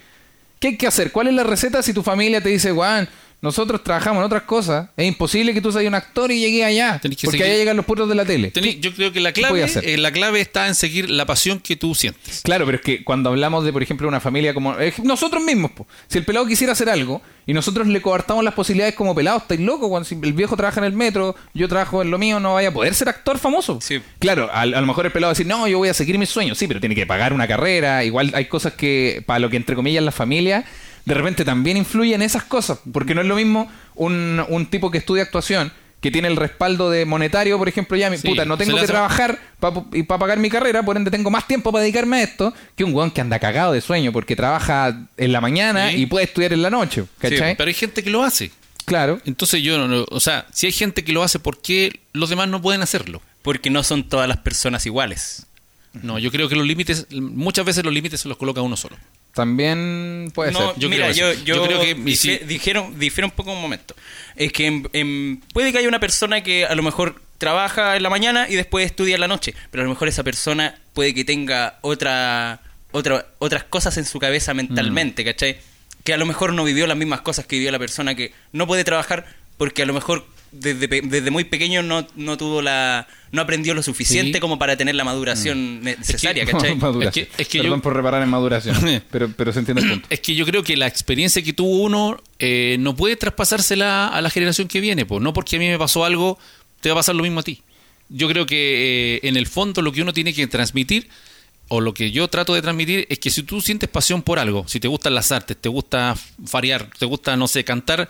S3: ¿Qué hay que hacer? ¿Cuál es la receta si tu familia te dice, Juan, Nosotros trabajamos en otras cosas. Es imposible que tú seas un actor y llegues allá.
S2: Tenés que
S3: porque
S2: seguir-
S3: allá llegan los putos de la tele.
S2: Tení- yo creo que la
S3: voy
S2: clave,
S3: a hacer?
S2: eh, la clave está en seguir la pasión que tú sientes.
S3: Claro, pero es que cuando hablamos de, por ejemplo, una familia como. eh, nosotros mismos, po. si el pelado quisiera hacer algo y nosotros le coartamos las posibilidades como pelado, estáis loco. Cuando si el viejo trabaja en el metro, yo trabajo en lo mío, no vaya a poder ser actor famoso.
S1: Sí.
S3: Claro, al- a, lo mejor el pelado va a decir, no, yo voy a seguir mis sueños. Sí, pero tiene que pagar una carrera. Igual hay cosas que, para lo que entre comillas la familia, de repente también influyen esas cosas. Porque no es lo mismo un, un tipo que estudia actuación. Que tiene el respaldo de monetario, por ejemplo, ya mi
S2: Sí,
S3: puta, no
S2: se
S3: tengo
S2: le
S3: que
S2: hace-
S3: trabajar trabajar pa- y para pagar mi carrera, por ende tengo más tiempo para dedicarme a esto que un weón que anda cagado de sueño porque trabaja en la mañana
S2: Sí.
S3: y puede estudiar en la noche. ¿Cachai?
S2: Pero hay gente que lo hace.
S3: Claro.
S2: Entonces yo no, no- o sea, si hay gente que lo hace, ¿por qué los demás no pueden hacerlo?
S1: Porque no son todas las personas iguales.
S2: No, yo creo que los límites, muchas veces los límites se los coloca uno solo.
S3: También puede
S1: No,
S3: ser.
S2: Yo
S1: mira,
S2: creo
S1: yo,
S2: eso.
S1: yo,
S2: Yo creo que- y
S1: difi-
S2: sí.
S1: dijeron, difiero un poco un momento. Es que em, em, puede que haya una persona que a lo mejor trabaja en la mañana y después estudia en la noche, pero a lo mejor esa persona puede que tenga otra, otra otras cosas en su cabeza mentalmente,
S2: Mm.
S1: ¿cachai? Que a lo mejor no vivió las mismas cosas que vivió la persona que no puede trabajar porque a lo mejor desde, pe- desde muy pequeño no, no tuvo la no aprendió lo suficiente
S2: Sí. Mm.
S1: como para tener la maduración necesaria,
S2: (laughs)
S1: ¿cachai?
S3: Maduración.
S2: Es que- es que
S3: Perdón
S2: yo-
S3: por reparar en maduración, pero, pero se entiende el punto.
S2: Es que yo creo que la experiencia que tuvo uno eh, no puede traspasársela a la generación que viene, pues no porque a mí me pasó algo, te va a pasar lo mismo a ti. Yo creo que eh, en el fondo lo que uno tiene que transmitir, o lo que yo trato de transmitir, es que si tú sientes pasión por algo, si te gustan las artes, te gusta variar, te gusta, no sé, cantar,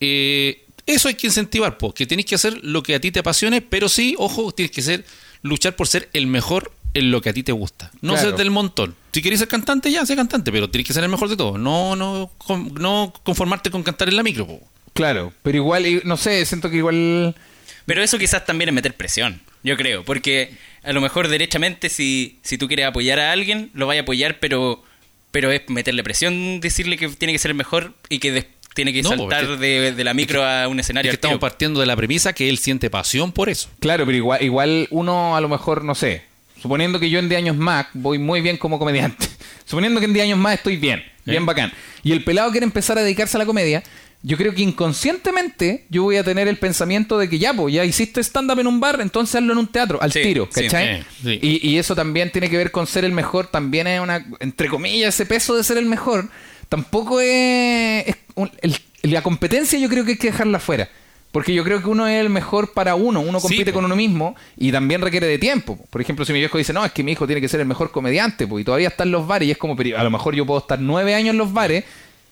S2: eh, eso hay que incentivar, pues, que tienes que hacer lo que a ti te apasione, pero sí, ojo, tienes que ser, luchar por ser el mejor en lo que a ti te gusta. No
S3: Claro.
S2: ser del montón. Si quieres ser cantante, ya, sé cantante, pero tienes que ser el mejor de todos. No, no, con- no conformarte con cantar en la micro. po.
S3: Claro, pero igual, y- no sé, siento que igual.
S1: Pero eso quizás también es meter presión, yo creo, porque a lo mejor derechamente si, si tú quieres apoyar a alguien, lo vaya a apoyar, pero, pero es meterle presión, decirle que tiene que ser el mejor y que des- tiene que
S2: No,
S1: saltar
S2: porque-
S1: de, de la micro a un
S2: Es
S1: escenario.
S2: que
S1: al tiro.
S2: estamos partiendo de la premisa que él siente pasión por eso.
S3: Claro, pero igual, igual uno a lo mejor, no sé, suponiendo que yo en 10 años más voy muy bien como comediante, (laughs) suponiendo que en 10 años más estoy bien, bien bacán, y el pelado quiere empezar a dedicarse a la comedia, yo creo que inconscientemente yo voy a tener el pensamiento de que ya, pues ya hiciste stand-up en un bar, entonces hazlo en un teatro, al
S1: Sí,
S3: tiro,
S1: sí,
S3: ¿cachai?
S2: eh, sí.
S3: Y, y eso también tiene que ver con ser el mejor, también es una, entre comillas, ese peso de ser el mejor, tampoco es... es un- el- la competencia yo creo que hay que dejarla fuera. Porque yo creo que uno es el mejor para uno, uno
S2: Sí,
S3: compite
S2: po.
S3: con uno mismo y también requiere de tiempo. Por ejemplo, si mi viejo dice, no, es que mi hijo tiene que ser el mejor comediante, pues, y todavía está en los bares, y es como, pero a lo mejor yo puedo estar nueve años en los bares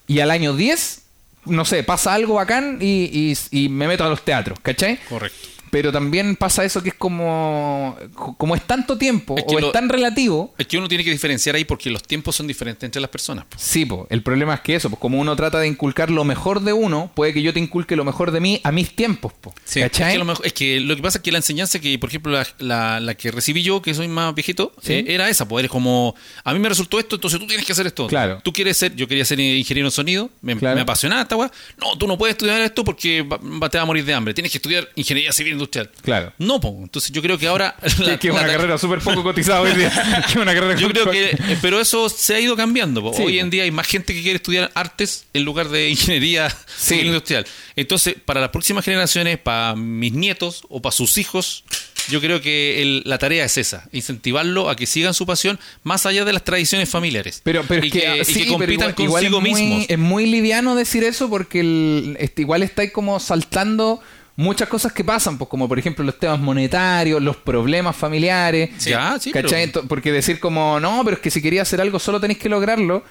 S3: y al año diez, no sé, pasa algo bacán y, y- y me meto a los teatros, ¿cachai?
S2: Correcto.
S3: Pero también pasa eso que es como, como es tanto tiempo
S2: Es que
S3: o es
S2: lo-
S3: tan relativo.
S2: Es que uno tiene que diferenciar ahí porque los tiempos son diferentes entre las personas. po.
S3: Sí, po. el problema es que eso, pues como uno trata de inculcar lo mejor de uno, puede que yo te inculque lo mejor de mí a mis tiempos, po.
S1: Sí,
S2: Es
S3: ¿cachai?
S2: que, lo mejor- (laughs) es que lo que pasa es que la enseñanza que, por ejemplo, la, la- la que recibí yo, que soy más viejito,
S3: Sí.
S2: eh, era esa, poder como, a mí me resultó esto, entonces tú tienes que hacer esto.
S3: Claro.
S2: Tú quieres ser, yo quería ser ingeniero en sonido, me,
S3: Claro.
S2: me apasionaba esta weá. No, tú no puedes estudiar esto porque va- va- te va a morir de hambre, tienes que estudiar ingeniería civil industrial.
S3: Claro.
S2: No, po. entonces yo creo que
S3: (laughs)
S2: ahora... la-
S3: Que, que es una
S2: la-
S3: carrera súper poco cotizada hoy
S1: (laughs)
S3: día. Que es una carrera
S2: Yo
S3: súper
S2: creo
S3: (laughs)
S2: que,
S3: poco-
S2: eh, pero eso se ha ido cambiando. po.
S3: Sí.
S2: Hoy en día hay más gente que quiere estudiar artes en lugar de ingeniería (laughs) civil industrial. Entonces, para las próximas generaciones, para mis nietos o para sus hijos, yo creo que el- la tarea es esa, incentivarlo a que sigan su pasión más allá de las tradiciones familiares.
S3: Pero, pero
S2: y
S3: es que,
S2: y
S3: sí, pero
S2: compitan
S3: igual- igual
S2: consigo
S3: es muy,
S2: mismos.
S3: Es muy liviano decir eso porque el- este, igual estáis como saltando muchas cosas que pasan, pues como por ejemplo los temas monetarios, los problemas familiares.
S2: Sí. Ya, sí,
S3: ¿cachai?
S2: pero-
S3: Ento- Porque decir como, no, pero es que si quería hacer algo solo tenéis que lograrlo.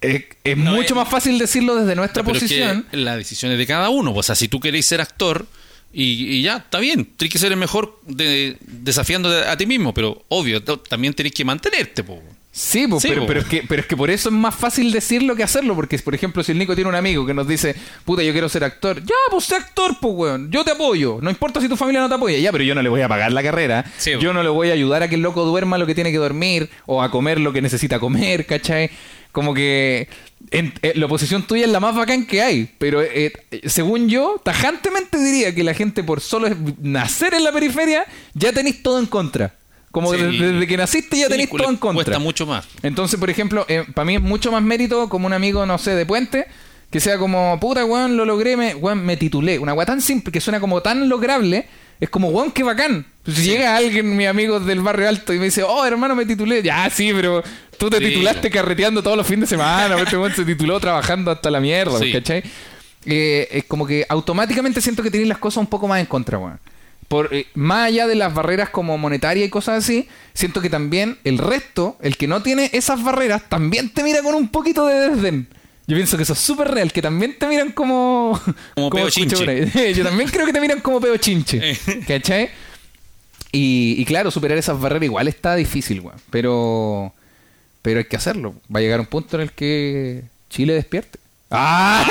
S3: Es, es
S1: No,
S3: mucho
S1: eh,
S3: más fácil decirlo desde nuestra
S2: Pero es que
S3: posición.
S2: la decisión es de cada uno. pues, O sea, si tú querés ser actor y, y ya, está bien. Tienes que ser el mejor de- desafiando a ti mismo, pero obvio, t- también tenés que mantenerte. Po.
S3: Sí, pues,
S2: Sí,
S3: pero,
S2: po.
S3: pero es que, pero es que por eso es más fácil decirlo que hacerlo. Porque, por ejemplo, si el Nico tiene un amigo que nos dice, puta, yo quiero ser actor. Ya, pues sé actor, pues, weón. Yo te apoyo. No importa si tu familia no te apoya. Ya, pero yo no le voy a pagar la carrera.
S1: Sí,
S2: pues.
S1: po.
S3: yo no le voy a ayudar a que el loco duerma lo que tiene que dormir o a comer lo que necesita comer, ¿cachai? Como que en- eh, la oposición tuya es la más bacán que hay. Pero eh, eh, según yo, tajantemente diría que la gente por solo es- nacer en la periferia ya tenéis todo en contra. Como
S2: Sí.
S3: que desde, desde que naciste ya
S2: Sí,
S3: tenéis
S2: cu-
S3: todo
S2: le
S3: en contra.
S2: Cuesta mucho más.
S3: eh, Entonces, por ejemplo, para mí es mucho más mérito como un amigo, no sé, de Puente, que Que sea como, puta, weón, lo logré, me, weón, me titulé. Una weá tan simple que suena como tan lograble. Es como, weón, qué bacán. Si llega alguien, mis amigos del barrio alto, y me dice, oh, hermano, me titulé. Ya, sí, pero tú te
S2: Sí.
S3: titulaste carreteando todos los fines de semana. este weón se tituló trabajando hasta la mierda,
S2: Sí.
S3: ¿cachai? Eh, es como que automáticamente siento que tenéis las cosas un poco más en contra, weón. Por, eh, más allá de las barreras como monetaria y cosas así, siento que también el resto, el que no tiene esas barreras, también te mira con un poquito de desdén. Yo pienso que eso es súper real, que también te miran como...
S1: Como peo
S3: escuché por
S1: chinche. Eh.
S3: ahí. (laughs) Yo también creo que te miran como peo chinche. ¿Cachai? Y, y claro, superar esas barreras igual está difícil, weón. Pero, pero hay que hacerlo. Va a llegar un punto en el que Chile despierte. ¡Ah!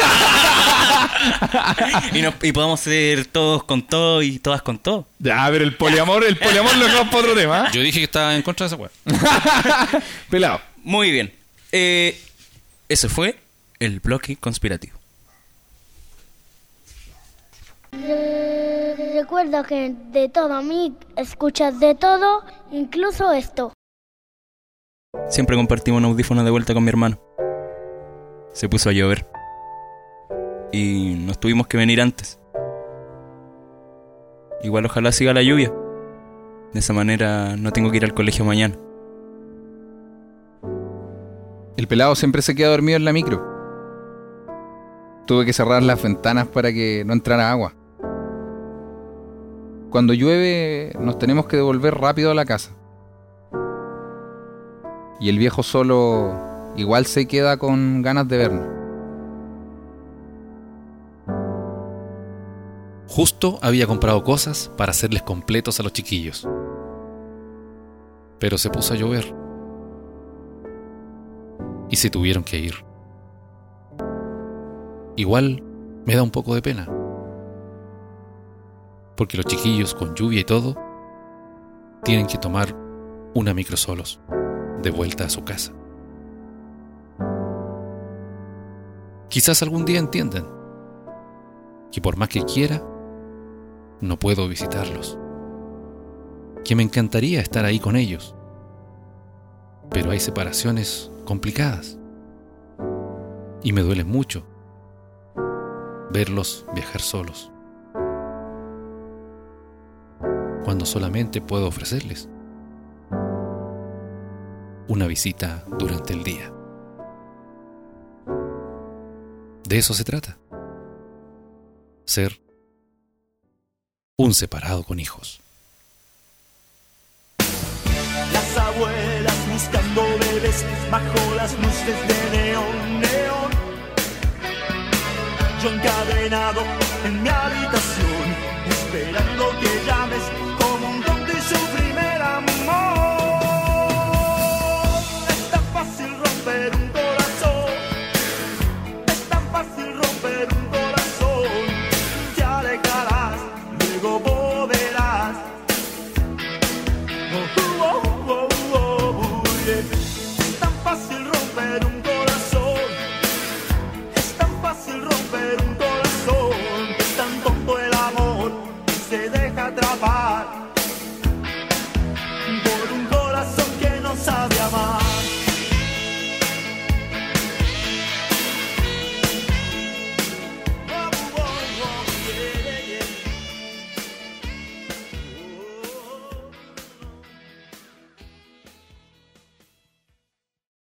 S3: (laughs)
S6: y, nos- y podamos ser todos con todo y todas con todo.
S5: Ya, pero el poliamor, el poliamor lo dejamos para otro tema.
S2: Yo dije que estaba en contra de esa weá.
S5: Pelado.
S6: Muy bien.
S1: Eh, ese fue el bloque conspirativo.
S10: Re- Recuerda que de todo, Mick, escuchas de todo, incluso esto.
S1: Siempre compartimos un audífono de vuelta con mi hermano. Se puso a llover. Y nos tuvimos que venir antes. Igual ojalá siga la lluvia. De esa manera no tengo que ir al colegio mañana.
S3: El pelado siempre se queda dormido en la micro. Tuve que cerrar las ventanas para que no entrara agua. Cuando llueve nos tenemos que devolver rápido a la casa. Y el viejo solo igual se queda con ganas de vernos.
S2: Justo había comprado cosas para hacerles completos a los chiquillos. Pero se puso a llover. Y se tuvieron que ir. Igual me da un poco de pena. Porque los chiquillos con lluvia y todo tienen que tomar una micro solos de vuelta a su casa. Quizás algún día entiendan que por más que quiera, no puedo visitarlos. Que me encantaría estar ahí con ellos. Pero hay separaciones complicadas. Y me duele mucho verlos viajar solos. Cuando solamente puedo ofrecerles una visita durante el día. De eso se trata. Ser un separado con hijos.
S4: Las abuelas buscando bebés bajo las luces de neón, neón. Yo encadenado en mi habitación, esperando que llames como un don de su primer amor. Es tan fácil romper un corazón, es tan fácil romper un corazón. Te alejarás, luego volverás. Oh, oh, oh, oh, yeah. Es tan fácil romper un corazón, es tan fácil romper un corazón, es tan tonto el amor que se deja atrapar.